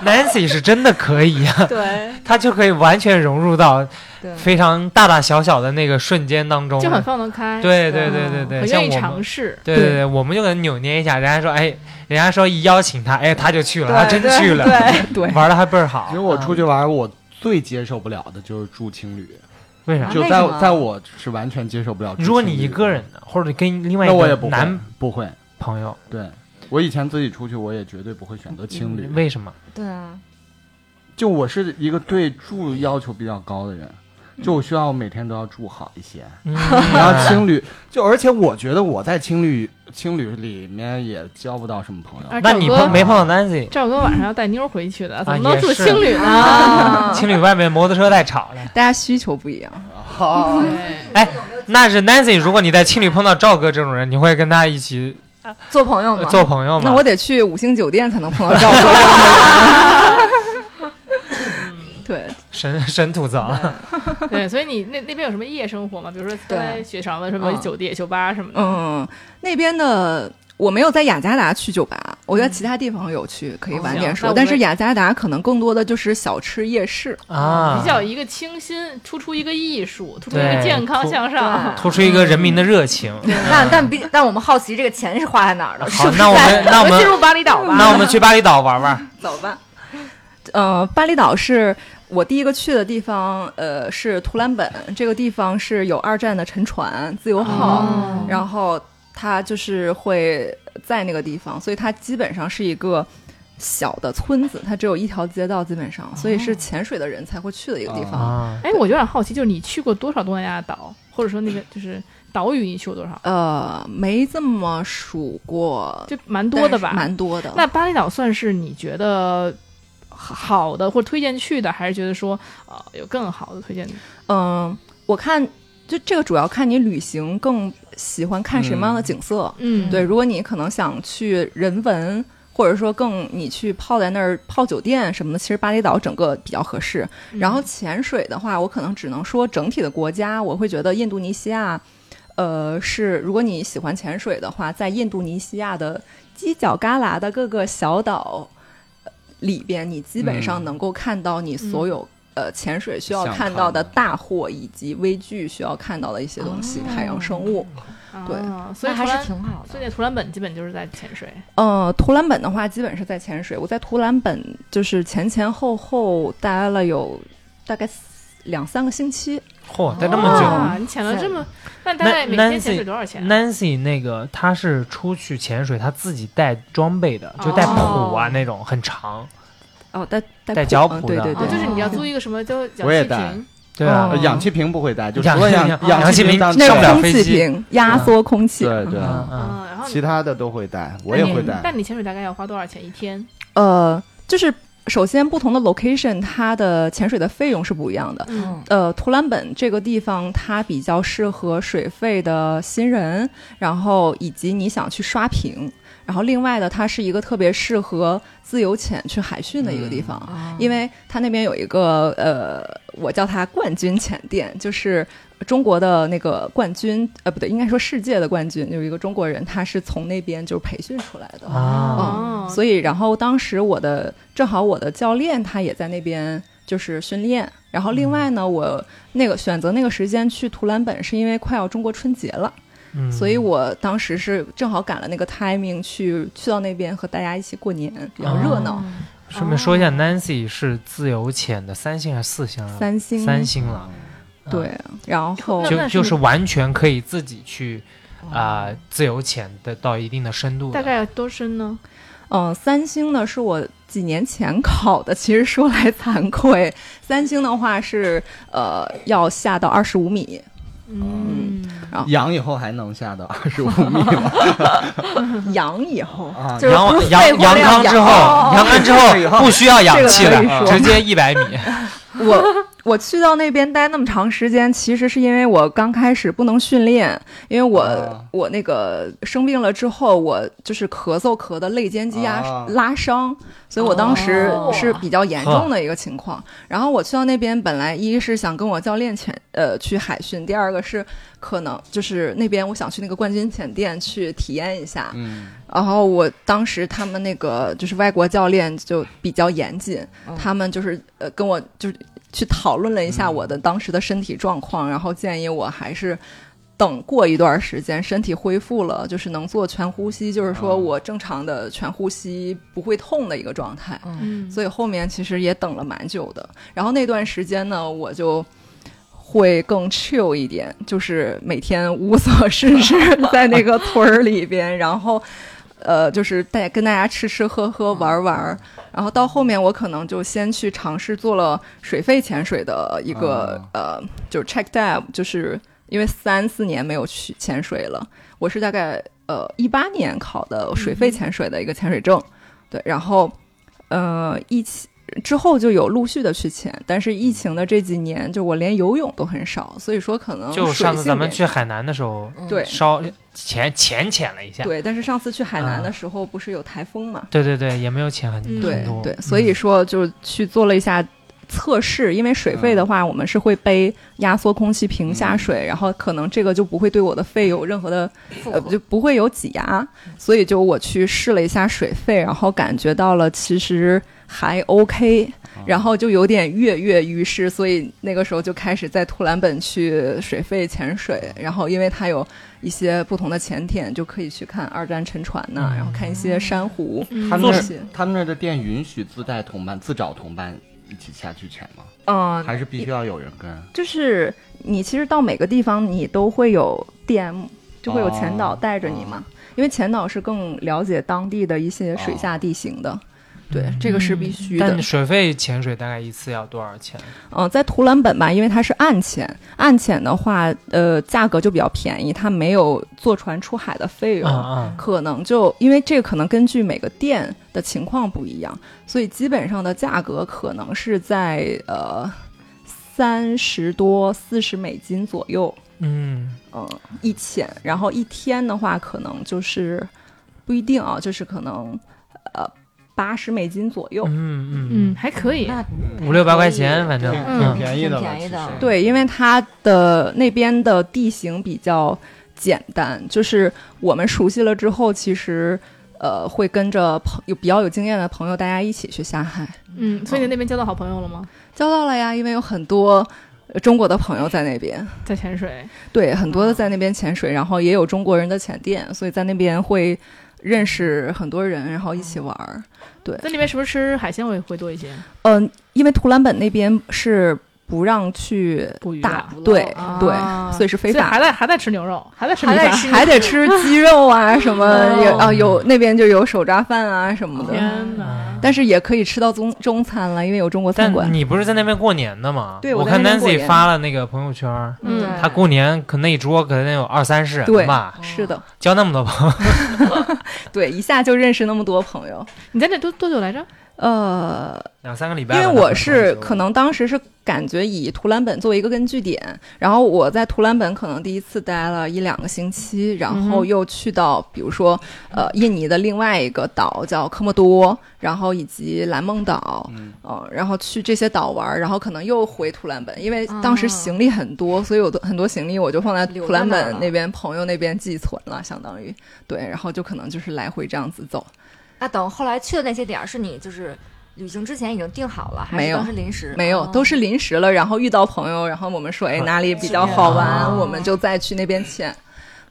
[SPEAKER 2] Nancy 是真的可以啊，
[SPEAKER 1] 对，
[SPEAKER 2] 她就可以完全融入到
[SPEAKER 6] 对
[SPEAKER 2] 非常大大小小的那个瞬间当中，
[SPEAKER 4] 就很放得开，
[SPEAKER 2] 对对对对对，
[SPEAKER 4] 很
[SPEAKER 2] 像
[SPEAKER 4] 愿意
[SPEAKER 2] 我们
[SPEAKER 4] 尝。试。
[SPEAKER 2] 对对对，我们就给他扭捏一下，人家说，哎，人家说一邀请他，哎，他就去了，
[SPEAKER 6] 对
[SPEAKER 2] 他真去 了，
[SPEAKER 1] 对对
[SPEAKER 2] 玩的还倍儿好。
[SPEAKER 5] 其实我
[SPEAKER 2] 啊
[SPEAKER 5] 出去玩，我最接受不了的就是住情侣，
[SPEAKER 2] 嗯为啥
[SPEAKER 6] 啊？
[SPEAKER 5] 就
[SPEAKER 6] 为
[SPEAKER 5] 在
[SPEAKER 6] 什
[SPEAKER 5] 我
[SPEAKER 6] 么
[SPEAKER 5] 在我是完全接受不了住情侣的。
[SPEAKER 2] 如果你一个人呢，或者跟另外
[SPEAKER 5] 那我也
[SPEAKER 2] 一个
[SPEAKER 5] 不会
[SPEAKER 2] 男
[SPEAKER 5] 不会。
[SPEAKER 2] 朋友，
[SPEAKER 5] 对我以前自己出去，我也绝对不会选择情侣。
[SPEAKER 2] 嗯为什么？
[SPEAKER 6] 对啊，
[SPEAKER 5] 就我是一个对住要求比较高的人，就我需要每天都要住好一些。
[SPEAKER 2] 嗯
[SPEAKER 5] 然后情侣，就而且我觉得我在情侣情侣里面也交不到什么朋友。
[SPEAKER 4] 而
[SPEAKER 2] 那
[SPEAKER 4] 赵
[SPEAKER 2] 你
[SPEAKER 4] 哥
[SPEAKER 2] 碰没碰到 Nancy？
[SPEAKER 4] 赵哥晚上要带妞儿回去的，怎么
[SPEAKER 2] 也
[SPEAKER 4] 能住
[SPEAKER 2] 是
[SPEAKER 4] 情侣
[SPEAKER 1] 啊
[SPEAKER 4] 呢？
[SPEAKER 6] 啊
[SPEAKER 2] 情侣外面摩托车带吵了。
[SPEAKER 1] 大家需求不一样，
[SPEAKER 5] 好，
[SPEAKER 2] 那是 Nancy，如果你在情侣碰到赵哥这种人，你会跟他一起
[SPEAKER 6] 做朋友
[SPEAKER 2] 呃
[SPEAKER 6] 嘛，
[SPEAKER 2] 做朋友吗？
[SPEAKER 1] 那我得去五星酒店才能碰到赵哥。 对，
[SPEAKER 2] 神神吐槽，
[SPEAKER 4] 对，所以你那那边有什么夜生活吗？比如说刚才
[SPEAKER 6] 对
[SPEAKER 4] 雪场问什么
[SPEAKER 1] 嗯
[SPEAKER 4] 酒店、酒吧什么的。
[SPEAKER 1] 嗯，那边的我没有在雅加达去酒吧，我在其他地方有去，可以晚点
[SPEAKER 4] 哦行那
[SPEAKER 1] 说
[SPEAKER 4] 我。
[SPEAKER 1] 但
[SPEAKER 4] 们
[SPEAKER 1] 是雅加达可能更多的就是小吃夜市，
[SPEAKER 2] 啊
[SPEAKER 4] 比，较一个清新，突出一个艺术，突出一
[SPEAKER 2] 对
[SPEAKER 4] 个健康
[SPEAKER 2] 突
[SPEAKER 4] 向上。
[SPEAKER 2] 突出一个人民的热情。
[SPEAKER 6] 但但比但我们好奇这个钱是花在哪儿了？是
[SPEAKER 2] 好
[SPEAKER 6] 不，是
[SPEAKER 2] 那我
[SPEAKER 6] 在
[SPEAKER 2] 们那我
[SPEAKER 4] 进
[SPEAKER 2] 们
[SPEAKER 4] 入巴厘岛吧。
[SPEAKER 2] 那我们去巴厘岛玩玩。
[SPEAKER 1] 走吧。呃，巴厘岛是我第一个去的地方，呃，是图兰本这个地方是有二战的沉船自由号，
[SPEAKER 4] 哦
[SPEAKER 1] 然后它就是会在那个地方，所以它基本上是一个。小的村子，它只有一条街道，基本上，所以
[SPEAKER 4] 哦
[SPEAKER 1] 是潜水的人才会去的一个地方。
[SPEAKER 2] 啊，
[SPEAKER 4] 哎，我有点好奇，就是你去过多少东南亚岛，或者说那个就是岛屿，你去过多少？
[SPEAKER 1] 呃，没这么数过，
[SPEAKER 4] 就蛮多的
[SPEAKER 1] 但是
[SPEAKER 4] 吧。
[SPEAKER 1] 蛮多的。
[SPEAKER 4] 那巴厘岛算是你觉得好的，或者推荐去的，还是觉得说呃有更好的推荐的？
[SPEAKER 1] 嗯、我看就这个主要看你旅行更喜欢看什么样的景色。
[SPEAKER 4] 嗯
[SPEAKER 1] 对，，如果你可能想去人文，或者说更你去泡在那儿泡酒店什么的，其实巴厘岛整个比较合适。
[SPEAKER 5] 嗯
[SPEAKER 4] 嗯
[SPEAKER 1] 然后潜水的话，我可能只能说整体的国家，我会觉得印度尼西亚，呃，是如果你喜欢潜水的话，在印度尼西亚的犄角旮旯的各个小岛呃里边，你基本上
[SPEAKER 5] 嗯
[SPEAKER 1] 能够看到你所有、呃，潜水需要
[SPEAKER 5] 想
[SPEAKER 1] 看
[SPEAKER 5] 看
[SPEAKER 1] 到的
[SPEAKER 5] 的
[SPEAKER 1] 大货以及微距需要看到的一些东西，海洋生物。对
[SPEAKER 4] 啊所以
[SPEAKER 6] 那还
[SPEAKER 4] 图
[SPEAKER 6] 是
[SPEAKER 4] 兰
[SPEAKER 6] 挺好的
[SPEAKER 4] 所以。那图兰本基本就是在潜水。
[SPEAKER 1] 呃，图兰本的话，基本是在潜水。我在图兰本就是前前后后待了有大概两三个星期，
[SPEAKER 2] 嚯，待这么久。
[SPEAKER 4] 啊，你潜了这么，那大
[SPEAKER 2] 那
[SPEAKER 4] 概每天
[SPEAKER 2] Nancy-
[SPEAKER 4] 潜水多少钱啊？
[SPEAKER 2] Nancy 那个她是出去潜水，她自己带装备的，就带蹼啊
[SPEAKER 4] 哦
[SPEAKER 2] 那种很长。
[SPEAKER 1] 哦，带带
[SPEAKER 2] 带
[SPEAKER 1] 裤
[SPEAKER 2] 脚
[SPEAKER 1] 嗯
[SPEAKER 2] 蹼
[SPEAKER 1] 对
[SPEAKER 2] 的
[SPEAKER 1] 对
[SPEAKER 4] 哦，
[SPEAKER 1] 对，
[SPEAKER 4] 就是你要租一个什么叫氧
[SPEAKER 5] 嗯我也
[SPEAKER 4] 气
[SPEAKER 5] 带
[SPEAKER 4] 瓶，
[SPEAKER 2] 对啊
[SPEAKER 1] 哦，
[SPEAKER 5] 呃氧气瓶不会带，就除
[SPEAKER 2] 氧
[SPEAKER 5] 了氧
[SPEAKER 2] 气瓶
[SPEAKER 5] 氧气
[SPEAKER 2] 氧气瓶
[SPEAKER 5] 当
[SPEAKER 1] 那
[SPEAKER 2] 上
[SPEAKER 5] 对
[SPEAKER 2] 不了
[SPEAKER 1] 空
[SPEAKER 2] 飞
[SPEAKER 1] 气
[SPEAKER 2] 机
[SPEAKER 1] 瓶压
[SPEAKER 2] 嗯
[SPEAKER 1] 缩空气，
[SPEAKER 5] 对对，
[SPEAKER 2] 嗯嗯，
[SPEAKER 4] 嗯，然后你
[SPEAKER 5] 其他的都会带，我
[SPEAKER 4] 那
[SPEAKER 5] 也
[SPEAKER 4] 你
[SPEAKER 5] 会带。
[SPEAKER 4] 但你潜水大概要花多少钱一天？
[SPEAKER 1] 呃，就是首先不同的 location 它的潜水的费用是不一样的。
[SPEAKER 6] 嗯，
[SPEAKER 1] 呃，图兰本这个地方它比较适合水费的新人，然后以及你想去刷屏，然后另外的它是一个特别适合自由潜去海训的一个地
[SPEAKER 2] 嗯
[SPEAKER 1] 方。
[SPEAKER 6] 啊
[SPEAKER 1] 嗯因为它那边有一个呃，我叫它冠军潜店，就是中国的那个冠军，呃，不对，应该说世界的冠军，有一个中国人，他是从那边就是培训出来的。
[SPEAKER 2] 啊，
[SPEAKER 4] 哦
[SPEAKER 1] 所以，然后当时我的正好我的教练他也在那边就是训练，然后另外呢，
[SPEAKER 2] 嗯
[SPEAKER 1] 我那个选择那个时间去图兰本是因为快要中国春节了，
[SPEAKER 2] 嗯
[SPEAKER 1] 所以我当时是正好赶了那个 timing 去去到那边和大家一起过年，比较热闹。
[SPEAKER 2] 嗯顺便说一下，Nancy 是自由潜的三星还是四星啊？
[SPEAKER 1] 哦三星
[SPEAKER 5] 嗯
[SPEAKER 2] 三星了。
[SPEAKER 1] 对，然后
[SPEAKER 4] 那
[SPEAKER 2] 就
[SPEAKER 4] 那是
[SPEAKER 2] 就是完全可以自己去
[SPEAKER 1] 哦
[SPEAKER 2] 啊、自由潜的到一定的深度的，
[SPEAKER 4] 大概多深呢？
[SPEAKER 1] 嗯，三星呢是我几年前考的，其实说来惭愧，三星的话是呃要下到二十五米，
[SPEAKER 4] 嗯，
[SPEAKER 5] 养以后还能下到二十五米吗？
[SPEAKER 1] 仰以后
[SPEAKER 5] 啊，
[SPEAKER 6] 就是
[SPEAKER 2] 阳
[SPEAKER 6] 不是
[SPEAKER 2] 阳
[SPEAKER 6] 肺活
[SPEAKER 2] 阳
[SPEAKER 6] 量
[SPEAKER 2] 康之后，
[SPEAKER 6] 哦
[SPEAKER 2] 阳康之
[SPEAKER 5] 以
[SPEAKER 2] 后
[SPEAKER 5] 后
[SPEAKER 2] 不需要氧气
[SPEAKER 1] 这个可以
[SPEAKER 2] 了，
[SPEAKER 1] 说
[SPEAKER 2] 直接一百米。
[SPEAKER 1] 我我去到那边待那么长时间，其实是因为我刚开始不能训练，因为我、
[SPEAKER 5] 啊
[SPEAKER 1] 我那个生病了之后，我就是咳嗽咳的肋间肌压、
[SPEAKER 5] 啊
[SPEAKER 1] 拉伤，所以我当时
[SPEAKER 6] 哦
[SPEAKER 1] 是比较严重的一个情况。然后我去到那边，本来一是想跟我教练潜呃去海训，第二个是可能就是那边我想去那个冠军潜店去体验一下，
[SPEAKER 5] 嗯，
[SPEAKER 1] 然后我当时他们那个就是外国教练就比较严谨，
[SPEAKER 6] 嗯
[SPEAKER 1] 他们就是呃跟我就是去讨论了一下我的当时的身体状况，然后建议我还是等过一段时间身体恢复了，就是能做全呼吸，就是说
[SPEAKER 5] 嗯
[SPEAKER 1] 我正常的全呼吸不会痛的一个状态。
[SPEAKER 4] 嗯，
[SPEAKER 1] 所以后面其实也等了蛮久的。然后那段时间呢，我就会更 chill 一点，就是每天无所事事，在那个屯儿里边，然后。呃，就是大家跟大家吃吃喝喝玩玩儿，然后到后面我可能就先去尝试做了水肺潜水的一个、呃，就是 check dive，就是因为三四年没有去潜水了，我是大概呃一八年考的水肺潜水的一个潜水证，对，然后呃一起之后就有陆续的去潜，但是疫情的这几年，就我连游泳都很少，所以说可能
[SPEAKER 2] 就
[SPEAKER 1] 水
[SPEAKER 2] 上次
[SPEAKER 1] 性
[SPEAKER 2] 咱们
[SPEAKER 1] 也
[SPEAKER 2] 去海南的时候，
[SPEAKER 1] 对
[SPEAKER 2] 稍浅浅浅了一下，
[SPEAKER 1] 对，但是上次去海南
[SPEAKER 2] 啊
[SPEAKER 1] 的时候不是有台风嘛，
[SPEAKER 2] 对对对，也没有浅很很
[SPEAKER 4] 嗯
[SPEAKER 1] 对
[SPEAKER 2] 多，
[SPEAKER 1] 对，所以说就去做了一下测试，因为水肺的
[SPEAKER 2] 嗯
[SPEAKER 1] 话，我们是会背压缩空气瓶下水，然后可能这个就不会对我的肺有任何的呃就不会有挤压，所以就我去试了一下水肺，然后感觉到了其实还 OK。然后就有点跃跃欲试，所以那个时候就开始在图兰本去水肺潜水。然后因为它有一些不同的潜点，就可以去看二战沉船呐、
[SPEAKER 2] 嗯
[SPEAKER 1] 然后看一些珊瑚。
[SPEAKER 4] 嗯
[SPEAKER 5] 他们
[SPEAKER 2] 做
[SPEAKER 5] 那
[SPEAKER 1] 什
[SPEAKER 5] 儿他们那儿的店允许自带同伴、自找同伴一起下去潜吗？
[SPEAKER 6] 嗯，
[SPEAKER 5] 还是必须要有人跟？
[SPEAKER 1] 就是你其实到每个地方，你都会有 DM，就会有前导
[SPEAKER 5] 哦
[SPEAKER 1] 带着你嘛，因为前导是更了解当地的一些水下地形的。对，这个是必须的。
[SPEAKER 2] 但水肺潜水大概一次要多少钱？
[SPEAKER 1] 嗯、在图兰本吧，因为它是岸潜，岸潜的话，呃，价格就比较便宜，它没有坐船出海的费用。
[SPEAKER 2] 嗯
[SPEAKER 1] 可能就因为这个可能根据每个店的情况不一样，所以基本上的价格可能是在呃三十多四十美金左右，
[SPEAKER 2] 嗯
[SPEAKER 1] 嗯，一潜，然后一天的话可能就是不一定啊，就是可能呃八十美金左右。
[SPEAKER 2] 嗯嗯
[SPEAKER 4] 嗯，还可以，
[SPEAKER 6] 那
[SPEAKER 2] 嗯，五六百块钱反正
[SPEAKER 5] 挺
[SPEAKER 4] 嗯
[SPEAKER 5] 挺便宜的了，
[SPEAKER 6] 挺便宜的
[SPEAKER 5] 其实
[SPEAKER 1] 对，因为它的那边的地形比较简单，就是呃我们熟悉了之后，其实呃会跟着朋有比较有经验的朋友，大家一起去下海。
[SPEAKER 4] 嗯，所以你那边交到好朋友了吗？
[SPEAKER 1] 交到了呀，因为有很多呃中国的朋友在那边，
[SPEAKER 4] 在潜水，
[SPEAKER 1] 对，很多的在那边潜水，然后也有中国人的潜店，所以在那边会认识很多人，然后一起玩儿。
[SPEAKER 4] 在那边是不是吃海鲜会会多一些？
[SPEAKER 1] 嗯、因为图兰本那边是不让去
[SPEAKER 4] 捕鱼
[SPEAKER 1] 打
[SPEAKER 4] 啊，
[SPEAKER 1] 捕对
[SPEAKER 6] 啊
[SPEAKER 1] 对
[SPEAKER 4] 啊，
[SPEAKER 1] 所以是非
[SPEAKER 4] 所以还
[SPEAKER 1] 法。
[SPEAKER 4] 在还在吃牛肉，还在吃米
[SPEAKER 1] 还得
[SPEAKER 4] 饭。
[SPEAKER 1] 吃还得吃鸡肉啊，什么
[SPEAKER 4] 哦
[SPEAKER 1] 有啊有那边就有手抓饭啊什么的，
[SPEAKER 4] 天哪！
[SPEAKER 1] 但是也可以吃到中中餐了，因为有中国餐馆
[SPEAKER 2] 但。你不是在那边过年的吗？
[SPEAKER 1] 对
[SPEAKER 2] 我
[SPEAKER 1] 我在
[SPEAKER 2] 看
[SPEAKER 1] 那边过
[SPEAKER 2] Nancy
[SPEAKER 1] 年
[SPEAKER 2] 发了那个朋友圈，
[SPEAKER 6] 嗯
[SPEAKER 4] 嗯，
[SPEAKER 2] 他过年可那一桌可能有二三十人
[SPEAKER 1] 对
[SPEAKER 2] 吧，
[SPEAKER 1] 是的，
[SPEAKER 2] 交那么多朋友，
[SPEAKER 1] 对，一下就认识那么多朋友。
[SPEAKER 4] 你在那多多久来着？
[SPEAKER 1] 呃，
[SPEAKER 2] 两三个礼拜
[SPEAKER 1] 因
[SPEAKER 2] 吧。
[SPEAKER 1] 为我是
[SPEAKER 2] 那
[SPEAKER 1] 可能当时是感觉以图兰本作为一个根据点，然后我在图兰本可能第一次待了一两个星期，然
[SPEAKER 6] 嗯
[SPEAKER 1] 后又去到比如说呃印尼的另外一个岛叫科莫多，然后以及蓝梦岛，
[SPEAKER 5] 嗯
[SPEAKER 1] 嗯，然后去这些岛玩儿，然后可能又回图兰本，因为当时行李很多，所以有的很多行李我就放在
[SPEAKER 6] 哦留
[SPEAKER 1] 图兰
[SPEAKER 6] 在那儿
[SPEAKER 1] 本
[SPEAKER 6] 了
[SPEAKER 1] 那边朋友那边寄存了，相当于对，然后就可能就是来回这样子走。
[SPEAKER 6] 那等后来去的那些点儿，是你就是旅行之前已经定好了，还
[SPEAKER 1] 没
[SPEAKER 6] 是
[SPEAKER 1] 有
[SPEAKER 6] 当时临时？
[SPEAKER 1] 没有，
[SPEAKER 6] 哦
[SPEAKER 1] 都是临时了。然后遇到朋友，然后我们说，
[SPEAKER 5] 啊
[SPEAKER 1] 哎，哪里比较好玩，我们就再去那边潜。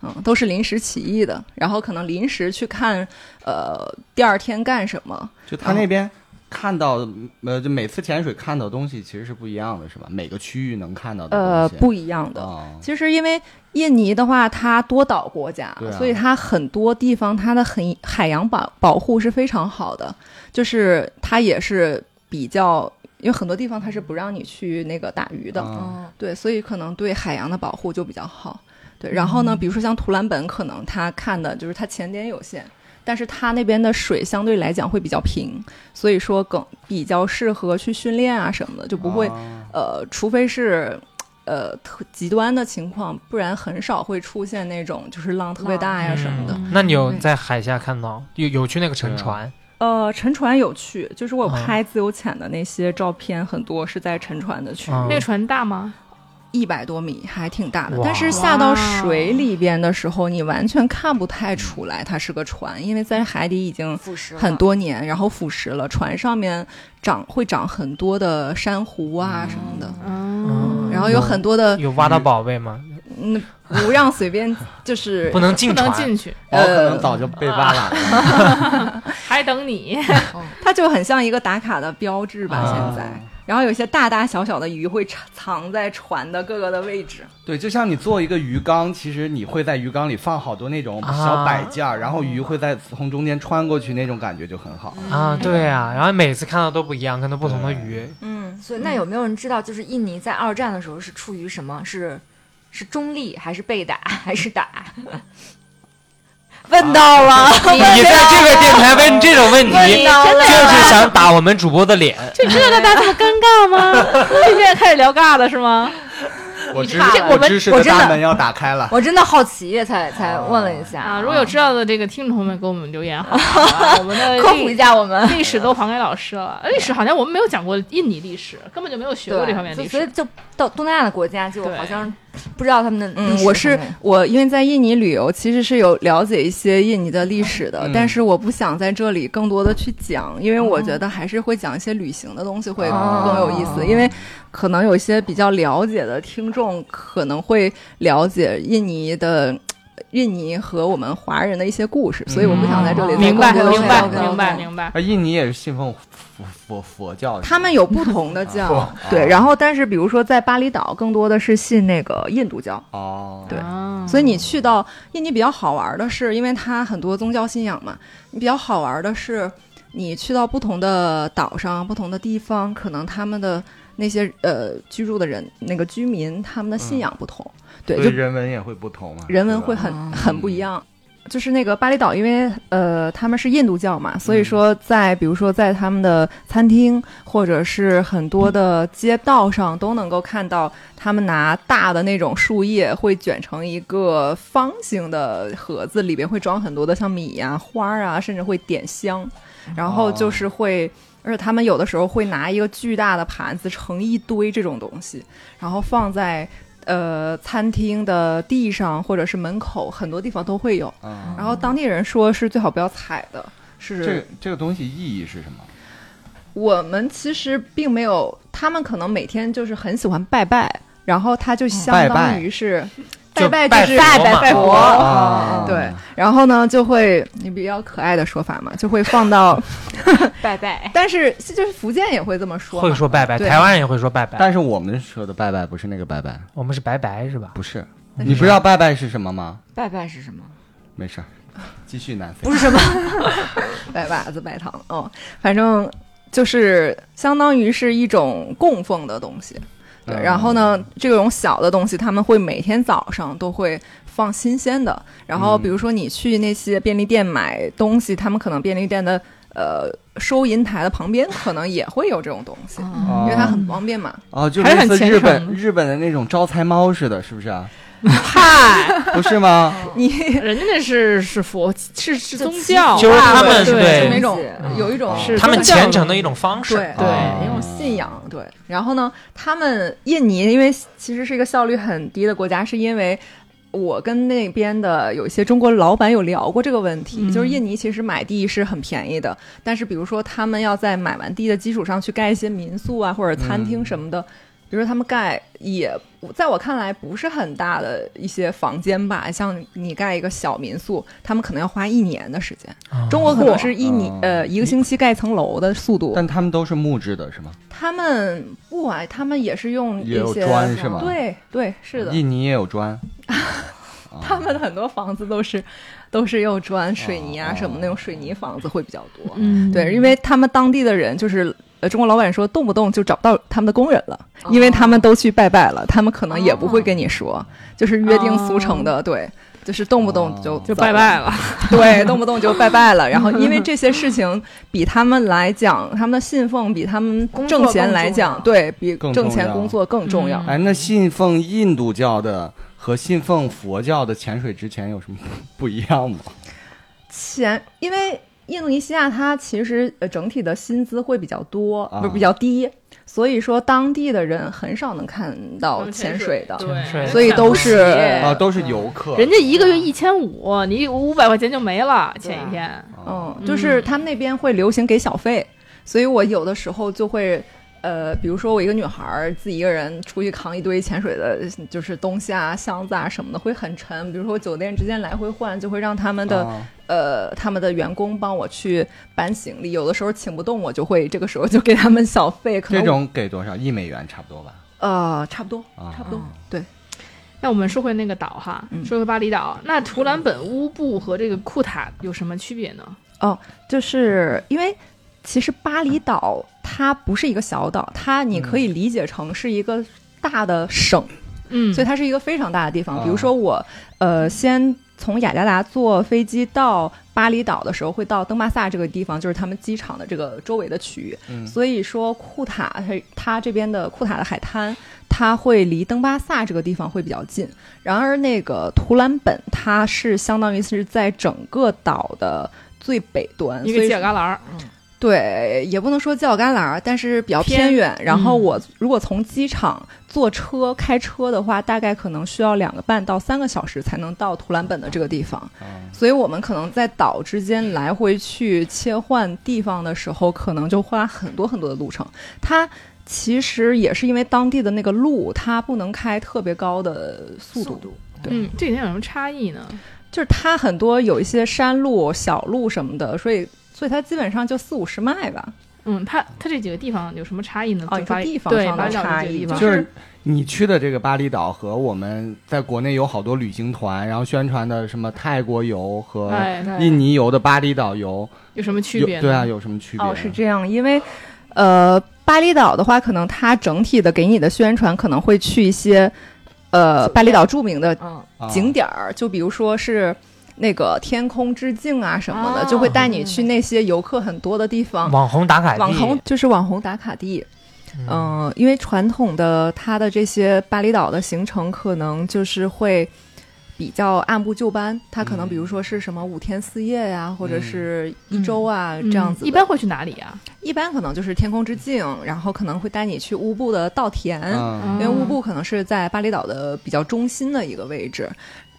[SPEAKER 1] 嗯，都是临时起意的，然后可能临时去看，呃，第二天干什么？
[SPEAKER 5] 就他那边看到呃，就每次潜水看到的东西其实是不一样的，是吧？每个区域能看到的
[SPEAKER 1] 呃，
[SPEAKER 5] 东西
[SPEAKER 1] 不一样的。
[SPEAKER 5] 啊，
[SPEAKER 1] 其实因为印尼的话，它多岛国家，
[SPEAKER 5] 对啊
[SPEAKER 1] 所以它很多地方它的很海洋保保护是非常好的，就是它也是比较，因为很多地方它是不让你去那个打鱼的，嗯
[SPEAKER 5] 啊
[SPEAKER 6] 嗯
[SPEAKER 1] 对，所以可能对海洋的保护就比较好。对，然后呢，比如说像图兰本，可能它看的就是它潜点有限，但是它那边的水相对来讲会比较平，所以说更比较适合去训练啊什么的，就不会
[SPEAKER 5] 啊
[SPEAKER 1] 呃，除非是呃特极端的情况，不然很少会出现那种就是浪特别大哎呀什么的。
[SPEAKER 2] 嗯那你有在海下看到有有去那个沉
[SPEAKER 5] 对啊
[SPEAKER 2] 船？
[SPEAKER 1] 呃，沉船有去，就是我有
[SPEAKER 2] 嗯
[SPEAKER 1] 拍自由潜的那些照片，很多是在沉船的区域，
[SPEAKER 2] 嗯
[SPEAKER 4] 那个船大吗？
[SPEAKER 1] 一百多米，还挺大的。
[SPEAKER 2] 哇
[SPEAKER 1] 但是下到水里边的时候，你完全看不太出来它是个船，因为在海底已经。
[SPEAKER 6] 腐蚀
[SPEAKER 1] 嗯
[SPEAKER 6] 了
[SPEAKER 1] 很多年，然后腐蚀了，船上面长会长很多的珊瑚啊什么的，
[SPEAKER 4] 嗯，
[SPEAKER 1] 然后有很多的
[SPEAKER 2] 有挖到宝贝吗？
[SPEAKER 1] 嗯，不让随便就是
[SPEAKER 2] 不能
[SPEAKER 4] 不
[SPEAKER 2] 进
[SPEAKER 4] 能
[SPEAKER 2] 船。
[SPEAKER 4] 嗯进去，
[SPEAKER 5] 我可
[SPEAKER 1] 呃
[SPEAKER 5] 能早就被挖了。
[SPEAKER 4] 还等你。
[SPEAKER 1] 它就很像一个打卡的标志吧，
[SPEAKER 2] 啊
[SPEAKER 1] 现在。然后有些大大小小的鱼会藏藏在船的各个的位置，
[SPEAKER 5] 对，就像你做一个鱼缸，其实你会在鱼缸里放好多那种小摆件儿，然后鱼会在从中间穿过去，那种感觉就很好。
[SPEAKER 6] 嗯
[SPEAKER 2] 啊，对啊，然后每次看到都不一样，看到不同的鱼，
[SPEAKER 1] 嗯，
[SPEAKER 6] 所以那有没有人知道，就是印尼在二战的时候是处于什么？是是中立还是被打还是打？问到了，
[SPEAKER 1] 嗯
[SPEAKER 2] 你在这个电台问这种问题，
[SPEAKER 6] 问到
[SPEAKER 4] 啊
[SPEAKER 6] 了
[SPEAKER 2] 就是想打我们主播的脸。
[SPEAKER 4] 这这大家这么尴尬吗？ 这现在开始聊尬了是吗？
[SPEAKER 5] 我
[SPEAKER 6] 知看了我
[SPEAKER 5] 知识
[SPEAKER 6] 我
[SPEAKER 5] 的
[SPEAKER 6] 真的
[SPEAKER 5] 大门要打开了。
[SPEAKER 6] 我真的好奇才才问了一下
[SPEAKER 4] 啊，如果有知道的这个听众朋友们给我们留言 好吧，啊我们的
[SPEAKER 6] 科普一下 我们。
[SPEAKER 4] 历史都还给老师了。历史好像我们没有讲过印尼历史，根本就没有学过这方面的
[SPEAKER 6] 就
[SPEAKER 4] 历
[SPEAKER 6] 所以
[SPEAKER 4] 史。
[SPEAKER 6] 就到东南亚的国家，就
[SPEAKER 4] 对
[SPEAKER 6] 好像不知道他们的历
[SPEAKER 1] 嗯，
[SPEAKER 6] 史
[SPEAKER 1] 我
[SPEAKER 6] 什
[SPEAKER 1] 是
[SPEAKER 6] 么的
[SPEAKER 1] 我，因为在印尼旅游，其实是有了解一些印尼的历史的，
[SPEAKER 5] 嗯
[SPEAKER 1] 但是我不想在这里更多的去讲，因为我觉得还是会讲一些旅行的东西会
[SPEAKER 5] 哦
[SPEAKER 1] 更有意思，因为可能有一些比较了解的听众可能会了解印尼的。印尼和我们华人的一些故事，所以我不想在这里做
[SPEAKER 4] 嗯明白，
[SPEAKER 1] 更多的
[SPEAKER 4] 明白，
[SPEAKER 1] 介绍
[SPEAKER 4] 明白，明白。
[SPEAKER 5] 啊，印尼也是信奉佛佛佛教，
[SPEAKER 1] 他们有不同的教
[SPEAKER 5] 啊，
[SPEAKER 1] 对，然后但是比如说在巴厘岛，更多的是信那个印度教，
[SPEAKER 5] 哦，
[SPEAKER 1] 对
[SPEAKER 4] 啊
[SPEAKER 1] 所以你去到印尼比较好玩的是，因为它很多宗教信仰嘛，你比较好玩的是，你去到不同的岛上、不同的地方，可能他们的那些呃居住的人、那个居民，他们的信仰不同，对，
[SPEAKER 5] 所
[SPEAKER 1] 就
[SPEAKER 5] 以人文也会不同嘛，
[SPEAKER 1] 人文
[SPEAKER 5] 对吧
[SPEAKER 1] 会很
[SPEAKER 6] 嗯
[SPEAKER 1] 很不一样。就是那个巴厘岛，因为呃他们是印度教嘛，所以说在比如说在他们的餐厅或者是很多的街道上都能够看到，他们拿大的那种树叶会卷成一个方形的盒子，里边会装很多的像米呀、花儿啊，甚至会点香，然后就是会。而且他们有的时候会拿一个巨大的盘子盛一堆这种东西，然后放在呃餐厅的地上或者是门口，很多地方都会有。
[SPEAKER 5] 嗯
[SPEAKER 1] 然后当地人说是最好不要踩的，
[SPEAKER 5] 这
[SPEAKER 1] 是
[SPEAKER 5] 个这个东西意义是什么？
[SPEAKER 1] 我们其实并没有，他们可能每天就是很喜欢拜拜，然后他就相
[SPEAKER 5] 拜拜
[SPEAKER 1] 当于是。
[SPEAKER 2] 就
[SPEAKER 1] 拜
[SPEAKER 2] 拜
[SPEAKER 1] 就是
[SPEAKER 2] 佛嘛
[SPEAKER 1] 拜佛，
[SPEAKER 5] 啊
[SPEAKER 1] 哦对，然后呢就会你比较可爱的说法嘛，就会放到，
[SPEAKER 6] 拜拜。
[SPEAKER 1] 但是就是福建也会这么说嘛，
[SPEAKER 2] 会说拜拜，
[SPEAKER 1] 对
[SPEAKER 2] 台湾人也会说拜拜，
[SPEAKER 5] 但是我们说的拜拜不是那个拜拜，
[SPEAKER 2] 我们是拜拜是吧？
[SPEAKER 5] 不是，
[SPEAKER 2] 那
[SPEAKER 5] 你
[SPEAKER 2] 是
[SPEAKER 5] 不知道拜拜是什么吗？
[SPEAKER 6] 拜拜是什么？
[SPEAKER 5] 没事儿，继续南非。
[SPEAKER 6] 不是什么，
[SPEAKER 1] 拜把子拜堂，哦，反正就是相当于是一种供奉的东西。对，
[SPEAKER 5] 嗯
[SPEAKER 1] 然后呢，这种小的东西他们会每天早上都会放新鲜的。然后
[SPEAKER 5] 嗯
[SPEAKER 1] 比如说你去那些便利店买东西，他们可能便利店的呃收银台的旁边可能也会有这种东西，
[SPEAKER 6] 嗯
[SPEAKER 5] 哦，
[SPEAKER 1] 因为它很方便嘛。
[SPEAKER 5] 哦，就
[SPEAKER 4] 还是
[SPEAKER 5] 类
[SPEAKER 4] 很
[SPEAKER 5] 似
[SPEAKER 4] 虔
[SPEAKER 5] 日本
[SPEAKER 4] 诚
[SPEAKER 5] 日本的那种招财猫似的，是不是啊？
[SPEAKER 4] 嗨，
[SPEAKER 5] 不是吗？
[SPEAKER 1] 你
[SPEAKER 4] 人家那是是佛，是是
[SPEAKER 6] 就
[SPEAKER 4] 宗
[SPEAKER 6] 奇
[SPEAKER 4] 教，
[SPEAKER 1] 啊
[SPEAKER 2] 就是哦他们
[SPEAKER 4] 对
[SPEAKER 1] 就
[SPEAKER 2] 对
[SPEAKER 1] 那种
[SPEAKER 6] 嗯
[SPEAKER 1] 有一种
[SPEAKER 5] 是
[SPEAKER 2] 他们
[SPEAKER 4] 宗教
[SPEAKER 2] 虔诚的一种方式。啊
[SPEAKER 1] 对
[SPEAKER 5] 哦
[SPEAKER 1] 对，一种信仰对。然后呢，他们印尼因为其实是一个效率很低的国家，是因为。我跟那边的有一些中国老板有聊过这个问题，
[SPEAKER 4] 嗯
[SPEAKER 1] 就是印尼其实买地是很便宜的，
[SPEAKER 5] 嗯
[SPEAKER 1] 但是比如说他们要在买完地的基础上去盖一些民宿啊或者餐厅什么的，比如说他们盖也，在我看来不是很大的一些房间吧，像你盖一个小民宿，他们可能要花一年的时间。
[SPEAKER 2] 啊
[SPEAKER 1] 中国可能是一年
[SPEAKER 5] 哦
[SPEAKER 1] 呃一个星期盖一层楼的速度。
[SPEAKER 5] 但他们都是木质的，是吗？
[SPEAKER 1] 他们不啊，他们也是用
[SPEAKER 5] 也有
[SPEAKER 1] 一些
[SPEAKER 5] 砖是吗？，
[SPEAKER 1] 对对是的，
[SPEAKER 5] 印尼也有 砖。啊
[SPEAKER 1] 他们很多房子都是都是用砖、水泥啊
[SPEAKER 5] 哦
[SPEAKER 1] 什么那种水泥房子会比较多。
[SPEAKER 4] 嗯，
[SPEAKER 1] 对，因为他们当地的人就是。呃，中国老板说，动不动就找不到他们的工人了，
[SPEAKER 4] 哦
[SPEAKER 1] 因为他们都去拜拜了，他们可能也不会跟你说，就是约定俗成的，对，就是动不动就
[SPEAKER 5] 哦
[SPEAKER 4] 哦就拜拜
[SPEAKER 1] 了，
[SPEAKER 4] 了，
[SPEAKER 1] 对，动不动就拜拜了。然后，因为这些事情比他们来讲，他们的信奉比他们
[SPEAKER 6] 工作
[SPEAKER 1] 挣钱
[SPEAKER 6] 更
[SPEAKER 1] 来
[SPEAKER 6] 重
[SPEAKER 1] 讲
[SPEAKER 6] 要，
[SPEAKER 1] 对比
[SPEAKER 5] 更
[SPEAKER 1] 挣
[SPEAKER 5] 重
[SPEAKER 1] 钱
[SPEAKER 5] 要
[SPEAKER 1] 工作更重要。
[SPEAKER 4] 嗯
[SPEAKER 5] 哎，那信奉印度教的和信奉佛教的潜水之前有什么 不一样吗？
[SPEAKER 1] 前，因为印度尼西亚它其实呃整体的薪资会比较多，
[SPEAKER 5] 啊
[SPEAKER 1] 不是比较低，所以说当地的人很少能看到
[SPEAKER 4] 能
[SPEAKER 1] 潜
[SPEAKER 4] 潜
[SPEAKER 1] 水的，
[SPEAKER 2] 潜水
[SPEAKER 4] 对，
[SPEAKER 1] 所以都是
[SPEAKER 4] 对
[SPEAKER 5] 啊，都是
[SPEAKER 1] 嗯
[SPEAKER 5] 游客。
[SPEAKER 4] 人家一个月一千五，你五百块钱就没了，前一天。
[SPEAKER 5] 啊
[SPEAKER 1] 嗯，就是他们那边会流行给小费，所以我有的时候就会。呃，比如说我一个女孩儿自己一个人出去扛一堆潜水的，就是东西啊、箱子啊什么的，会很沉。比如说我酒店之间来回换，就会让他们的、
[SPEAKER 5] 啊
[SPEAKER 1] 呃，他们的员工帮我去搬行李，有的时候请不动，我就会这个时候就给他们小费，可能
[SPEAKER 5] 这种给多少？一美元差不多吧。
[SPEAKER 1] 呃差不多，
[SPEAKER 5] 啊，
[SPEAKER 1] 差不多，
[SPEAKER 4] 嗯
[SPEAKER 1] 对，
[SPEAKER 4] 那我们说回那个岛哈，
[SPEAKER 1] 嗯
[SPEAKER 4] 说回巴厘岛，那图兰本乌布和这个库塔有什么区别呢？
[SPEAKER 1] 就是因为其实巴厘岛它不是一个小岛，它你可以理解成是一个大的省，
[SPEAKER 4] 嗯，
[SPEAKER 1] 所以它是一个非常大的地方。
[SPEAKER 5] 啊
[SPEAKER 1] 比如说我呃先。从雅加达坐飞机到巴厘岛的时候，会到登巴萨这个地方，就是他们机场的这个周围的区域。
[SPEAKER 5] 嗯
[SPEAKER 1] 所以说库塔它它这边的库塔的海滩，它会离登巴萨这个地方会比较近。然而那个图兰本，它是相当于是在整个岛的最北端，
[SPEAKER 4] 一
[SPEAKER 1] 所
[SPEAKER 4] 个
[SPEAKER 1] 以
[SPEAKER 4] 犄角旮旯儿，
[SPEAKER 1] 对，也不能说犄角旮旯儿，但是比较偏
[SPEAKER 4] 偏
[SPEAKER 1] 远。然后
[SPEAKER 4] 嗯
[SPEAKER 1] 我如果从机场坐车开车的话，大概可能需要两个半到三个小时才能到图兰本的这个地方。
[SPEAKER 5] 啊
[SPEAKER 1] 所以我们可能在岛之间来回去切换地方的时候，可能就花很多很多的路程。它其实也是因为当地的那个路，它不能开特别高的速度，对
[SPEAKER 4] 嗯，这里面有什么差异呢？
[SPEAKER 1] 就是它很多有一些山路、小路什么的，所以所以它基本上就四五十迈吧。
[SPEAKER 4] 嗯，它它这几个地方有什么差异呢？
[SPEAKER 1] 哦
[SPEAKER 4] 就巴
[SPEAKER 1] 你说
[SPEAKER 4] 厘
[SPEAKER 1] 地方
[SPEAKER 4] 对
[SPEAKER 1] 上的
[SPEAKER 4] 巴厘岛这
[SPEAKER 1] 差
[SPEAKER 4] 几个
[SPEAKER 1] 异
[SPEAKER 4] 地
[SPEAKER 1] 啊
[SPEAKER 4] 方，
[SPEAKER 5] 嗯就是你去的这个巴厘岛和我们在国内有好多旅行团，然后宣传的什么泰国游和
[SPEAKER 4] 哎，
[SPEAKER 1] 嗯
[SPEAKER 5] 印尼游的巴厘岛游，
[SPEAKER 4] 有什么区
[SPEAKER 5] 有
[SPEAKER 4] 别呢？
[SPEAKER 5] 对啊，有什么区别？
[SPEAKER 1] 哦，是这样，因为呃，巴厘岛的话，可能它整体的给你的宣传可能会去一些呃巴厘岛著名的
[SPEAKER 6] 嗯，
[SPEAKER 5] 啊
[SPEAKER 1] 景点儿，就比如说是。那个天空之镜啊什么的，
[SPEAKER 6] 啊
[SPEAKER 1] 就
[SPEAKER 4] 哦
[SPEAKER 1] 会带你去那些游客很多的地方，
[SPEAKER 2] 网红打卡地，
[SPEAKER 1] 网红就是网红打卡地。嗯、因为传统的它的这些巴厘岛的行程，可能就是会比较按部就班。它可能
[SPEAKER 5] 嗯
[SPEAKER 1] 比如说是什么五天四夜呀、或者
[SPEAKER 5] 嗯
[SPEAKER 1] 是一周啊、这样子的。
[SPEAKER 4] 嗯一般会去哪里啊？
[SPEAKER 1] 一般可能就是天空之镜，然后可能会带你去乌布的稻田，
[SPEAKER 5] 嗯
[SPEAKER 1] 因为乌布可能是在巴厘岛的比较中心的一个位置。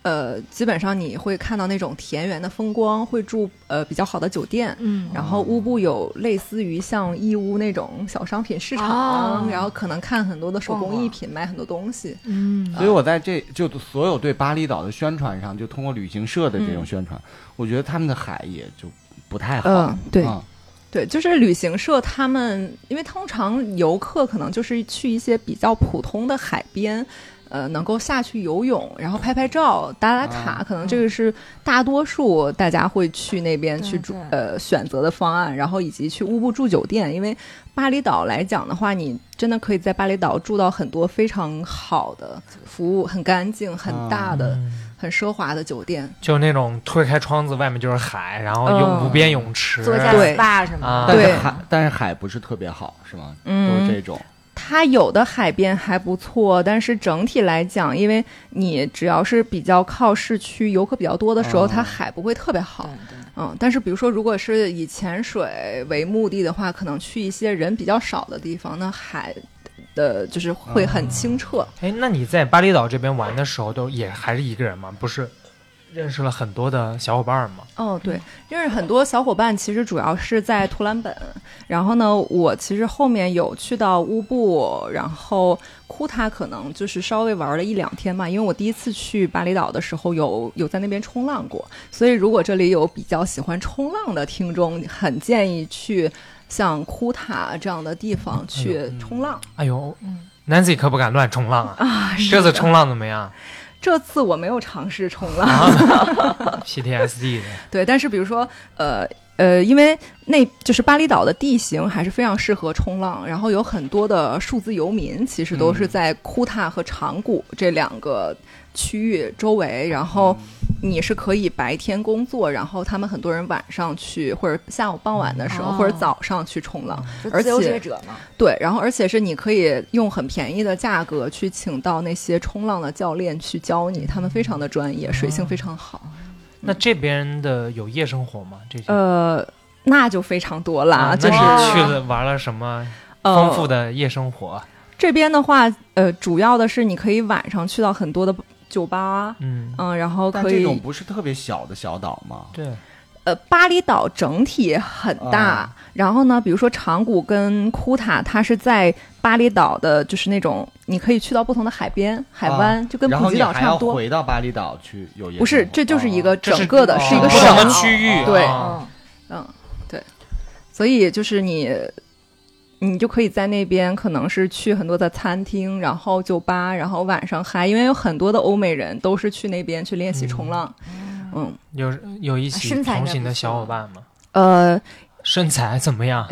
[SPEAKER 1] 呃，基本上你会看到那种田园的风光，会住呃比较好的酒店。
[SPEAKER 4] 嗯，
[SPEAKER 1] 然后乌布有类似于像义乌那种小商品市场，
[SPEAKER 6] 哦
[SPEAKER 1] 然后可能看很多的手工
[SPEAKER 6] 逛
[SPEAKER 1] 艺
[SPEAKER 6] 逛
[SPEAKER 1] 品，卖很多东西。啊
[SPEAKER 4] 嗯，
[SPEAKER 5] 所以我在这就所有对巴厘岛的宣传上，就通过旅行社的这种
[SPEAKER 1] 嗯
[SPEAKER 5] 宣传，我觉得他们的海也就不太好。
[SPEAKER 1] 嗯，对
[SPEAKER 5] 啊
[SPEAKER 1] 对，就是旅行社他们，因为通常游客可能就是去一些比较普通的海边，呃，能够下去游泳，然后拍拍照、打打卡，可能这个是大多数大家会去那边去
[SPEAKER 6] 对
[SPEAKER 1] 住
[SPEAKER 6] 对
[SPEAKER 1] 呃选择的方案，然后以及去乌布住酒店，因为巴厘岛来讲的话，你真的可以在巴厘岛住到很多非常好的服务，很干净、很大的、
[SPEAKER 2] 嗯
[SPEAKER 1] 很奢华的酒店。
[SPEAKER 2] 就那种推开窗子，外面就是海，然后
[SPEAKER 1] 嗯
[SPEAKER 2] 有无边泳池，
[SPEAKER 6] 做一下
[SPEAKER 1] 对
[SPEAKER 6] SPA 什么
[SPEAKER 2] 啊
[SPEAKER 5] 但
[SPEAKER 6] 的，
[SPEAKER 5] 是
[SPEAKER 1] 对
[SPEAKER 5] 海但是海不是特别好，是吗？都
[SPEAKER 1] 嗯，
[SPEAKER 5] 是这种。
[SPEAKER 1] 它有的海边还不错，但是整体来讲，因为你只要是比较靠市区，游客比较多的时候，
[SPEAKER 5] 哦
[SPEAKER 1] 它海不会特别好
[SPEAKER 6] 对。嗯对，
[SPEAKER 1] 嗯，但是比如说，如果是以潜水为目的的话，可能去一些人比较少的地方，那海的就是会很清澈。
[SPEAKER 2] 哎，那你在巴厘岛这边玩的时候，都也还是一个人吗？不是，认识了很多的小伙伴嘛。
[SPEAKER 1] 哦，对，因为很多小伙伴其实主要是在图兰本，然后呢，我其实后面有去到乌布，然后库塔可能就是稍微玩了一两天嘛，因为我第一次去巴厘岛的时候有有在那边冲浪过，所以如果这里有比较喜欢冲浪的听众，很建议去像库塔这样的地方去
[SPEAKER 2] 嗯
[SPEAKER 1] 冲浪。
[SPEAKER 2] 哎呦
[SPEAKER 4] 嗯
[SPEAKER 2] ，Nancy 可不敢乱冲浪啊！
[SPEAKER 1] 啊，是
[SPEAKER 2] 这次
[SPEAKER 1] 的
[SPEAKER 2] 冲浪怎么样
[SPEAKER 1] 这次我没有尝试冲浪，
[SPEAKER 2] ？PTSD 的，
[SPEAKER 1] 对，但是比如说，呃呃，因为那就是巴厘岛的地形还是非常适合冲浪，然后有很多的数字游民其实都是在库塔和长谷这两个区域周围，然后你是可以白天工作，然后他们很多人晚上去或者下午傍晚的时候、
[SPEAKER 6] 哦
[SPEAKER 1] 或者早上去冲浪，
[SPEAKER 6] 就
[SPEAKER 1] 而
[SPEAKER 6] 自由
[SPEAKER 1] 且
[SPEAKER 6] 职业者嘛，
[SPEAKER 1] 对，然后而且是你可以用很便宜的价格去请到那些冲浪的教练去教你，他们非常的专业，水性非常好。
[SPEAKER 2] 那这边的有夜生活吗？这些
[SPEAKER 1] 呃，那就非常多啦，
[SPEAKER 2] 啊，
[SPEAKER 1] 就是呃哦
[SPEAKER 2] 那你去了玩了什么丰富的夜生活？
[SPEAKER 1] 这边的话，呃，主要的是你可以晚上去到很多的酒吧，
[SPEAKER 2] 嗯，
[SPEAKER 1] 嗯，然后
[SPEAKER 5] 但
[SPEAKER 1] 可
[SPEAKER 5] 这种
[SPEAKER 1] 以，
[SPEAKER 5] 不是特别小的小岛吗？
[SPEAKER 2] 对，
[SPEAKER 1] 呃，巴厘岛整体很大，
[SPEAKER 5] 啊
[SPEAKER 1] 然后呢，比如说长谷跟库塔，它是在巴厘岛的，就是那种你可以去到不同的海边、海湾，就跟
[SPEAKER 5] 啊然
[SPEAKER 1] 普
[SPEAKER 5] 后
[SPEAKER 1] 吉
[SPEAKER 5] 你
[SPEAKER 1] 岛
[SPEAKER 5] 还
[SPEAKER 1] 差
[SPEAKER 5] 要
[SPEAKER 1] 不多。
[SPEAKER 5] 回到巴厘岛去有夜
[SPEAKER 1] 不是
[SPEAKER 5] 生，活
[SPEAKER 1] 这就是一个
[SPEAKER 5] 哦
[SPEAKER 2] 这
[SPEAKER 1] 整个的，
[SPEAKER 5] 这是
[SPEAKER 1] 是一个
[SPEAKER 5] 哦
[SPEAKER 2] 不
[SPEAKER 1] 省
[SPEAKER 2] 同的
[SPEAKER 5] 哦
[SPEAKER 2] 区域，
[SPEAKER 1] 对
[SPEAKER 2] 啊
[SPEAKER 1] 嗯，对，所以就是你，你就可以在那边，可能是去很多的餐厅，然后酒吧，然后晚上嗨，因为有很多的欧美人都是去那边去练习冲浪，嗯，
[SPEAKER 2] 有有一
[SPEAKER 1] 啊
[SPEAKER 2] 起
[SPEAKER 6] 身材应该
[SPEAKER 2] 同
[SPEAKER 6] 不
[SPEAKER 2] 行的小
[SPEAKER 6] 错
[SPEAKER 2] 伙伴吗？
[SPEAKER 1] 呃，
[SPEAKER 2] 身材怎么样？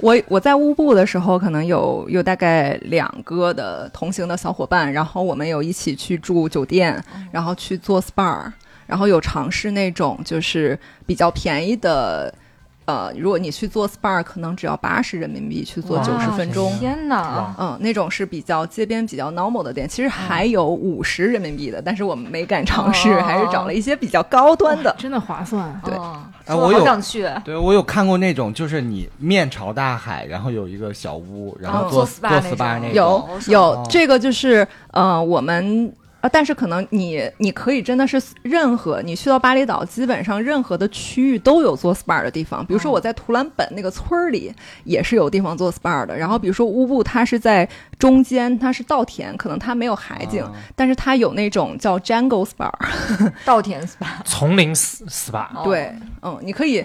[SPEAKER 1] 我我在乌布的时候，可能有有大概两个的同行的小伙伴，然后我们有一起去住酒店，然后去做 SPA，然后有尝试那种就是比较便宜的。呃，如果你去做 SPA，可能只要八十人民币去做
[SPEAKER 2] 哇
[SPEAKER 1] 九十分钟
[SPEAKER 2] 天，
[SPEAKER 6] 啊天哪！
[SPEAKER 2] 哇
[SPEAKER 1] 嗯，那种是比较街边比较 normal 的店，其实还有五十人民币的，但是我们没敢尝试，
[SPEAKER 6] 嗯哦
[SPEAKER 1] 还是找了一些比较高端的。
[SPEAKER 4] 真的划算。
[SPEAKER 1] 对啊
[SPEAKER 6] 哦，
[SPEAKER 5] 哎
[SPEAKER 6] 说
[SPEAKER 5] 我
[SPEAKER 6] 好
[SPEAKER 5] 有
[SPEAKER 6] 想去，
[SPEAKER 5] 对，我有看过那种，就是你面朝大海，然后有一个小屋，然后
[SPEAKER 1] 哦
[SPEAKER 5] 做、
[SPEAKER 6] 做 SPA
[SPEAKER 5] 做
[SPEAKER 6] 那
[SPEAKER 5] SPA
[SPEAKER 6] 种
[SPEAKER 5] 那
[SPEAKER 1] 有
[SPEAKER 5] 种。啊
[SPEAKER 6] 我是哦
[SPEAKER 1] 有这个就是呃，我们呃，但是可能你你可以真的是任何你去到巴厘岛，基本上任何的区域都有做 SPA 的地方。比如说
[SPEAKER 6] 嗯
[SPEAKER 1] 我在图兰本那个村儿里也是有地方做 SPA 的。然后比如说乌布，它是在中间，它是稻田，可能它没有海
[SPEAKER 6] 哦
[SPEAKER 1] 景，但是它有那种叫 jungle SPA，
[SPEAKER 6] 稻田 SPA，
[SPEAKER 2] 丛林 SPA，
[SPEAKER 6] 哦
[SPEAKER 1] 对，嗯，你可以。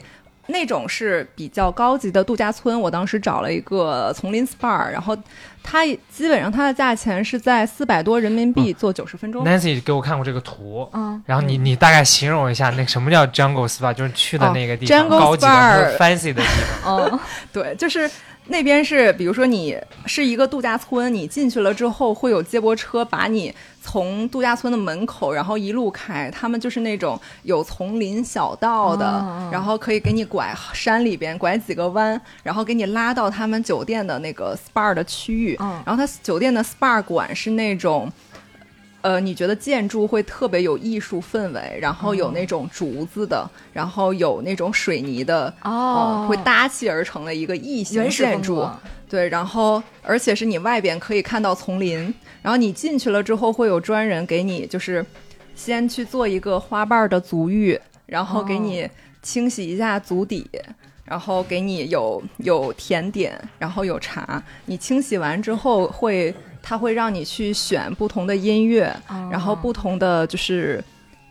[SPEAKER 1] 那种是比较高级的度假村，我当时找了一个丛林 SPA，然后它基本上它的价钱是在四百多人民币做九十分钟。
[SPEAKER 2] Nancy 给我看过这个图，
[SPEAKER 6] 嗯，
[SPEAKER 2] 然后你你大概形容一下那个什么叫 jungle spa，就是去的
[SPEAKER 1] 哦
[SPEAKER 2] 那个地方，
[SPEAKER 1] jungle
[SPEAKER 2] 高级的
[SPEAKER 1] spa
[SPEAKER 2] 或者 fancy 的地方。
[SPEAKER 6] 嗯，
[SPEAKER 1] 对，就是那边是，比如说你是一个度假村，你进去了之后会有接驳车把你从度假村的门口，然后一路开，他们就是那种有丛林小道的，
[SPEAKER 6] 哦
[SPEAKER 1] 然后可以给你拐山里边拐几个弯，然后给你拉到他们酒店的那个 SPA 的区域，
[SPEAKER 6] 嗯
[SPEAKER 1] 然后他酒店的 SPA 馆是那种。呃，你觉得建筑会特别有艺术氛围，然后
[SPEAKER 6] 哦
[SPEAKER 1] 有那种竹子的，然后有那种水泥的，
[SPEAKER 6] 哦
[SPEAKER 1] 嗯会搭砌而成的一个异形
[SPEAKER 6] 原始
[SPEAKER 1] 建
[SPEAKER 6] 风
[SPEAKER 1] 筑
[SPEAKER 6] 格。
[SPEAKER 1] 对，然后而且是你外边可以看到丛林，然后你进去了之后会有专人给你，就是先去做一个花瓣的足浴，然后给你清洗一下足底。然后给你有有甜点，然后有茶。你清洗完之后会，它会让你去选不同的音乐，
[SPEAKER 6] 哦
[SPEAKER 1] 然后不同的就是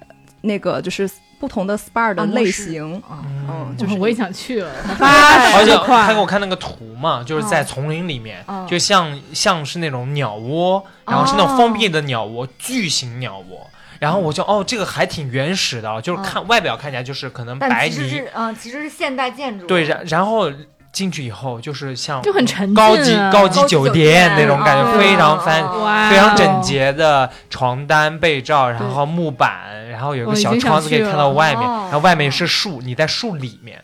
[SPEAKER 1] 呃那个就是不同的 SPA 的
[SPEAKER 6] 按摩
[SPEAKER 1] 类
[SPEAKER 6] 师
[SPEAKER 1] 型，嗯，
[SPEAKER 4] 就
[SPEAKER 1] 就是是
[SPEAKER 4] 我也想去了，
[SPEAKER 2] 而且他
[SPEAKER 4] 块
[SPEAKER 2] 给我看那个图嘛，就是在丛林里
[SPEAKER 1] 哦
[SPEAKER 2] 面，
[SPEAKER 6] 嗯
[SPEAKER 2] 就像像是那种鸟窝，然后是那种封闭的鸟窝，巨型鸟窝。然后我就哦，这个还挺原始的，就是看、外表看起来就是可能白
[SPEAKER 6] 但其实
[SPEAKER 2] 泥
[SPEAKER 6] 是，嗯，其实是现代建筑，
[SPEAKER 2] 对，然然后进去以后就是像
[SPEAKER 4] 就很沉
[SPEAKER 2] 高级
[SPEAKER 4] 浸啊
[SPEAKER 2] 高级
[SPEAKER 6] 高级
[SPEAKER 2] 酒
[SPEAKER 6] 酒
[SPEAKER 2] 店那种感觉，
[SPEAKER 4] 哦
[SPEAKER 2] 非常 fan，
[SPEAKER 1] 啊
[SPEAKER 4] 哇，哦
[SPEAKER 2] 非常整。洁的床单被罩，然后木板，然后有一个
[SPEAKER 4] 我已
[SPEAKER 2] 小
[SPEAKER 4] 经
[SPEAKER 2] 窗
[SPEAKER 4] 想
[SPEAKER 2] 子可以
[SPEAKER 4] 去
[SPEAKER 2] 看到
[SPEAKER 4] 了
[SPEAKER 2] 外面，
[SPEAKER 6] 哦
[SPEAKER 2] 然后外面是树，你在树里面，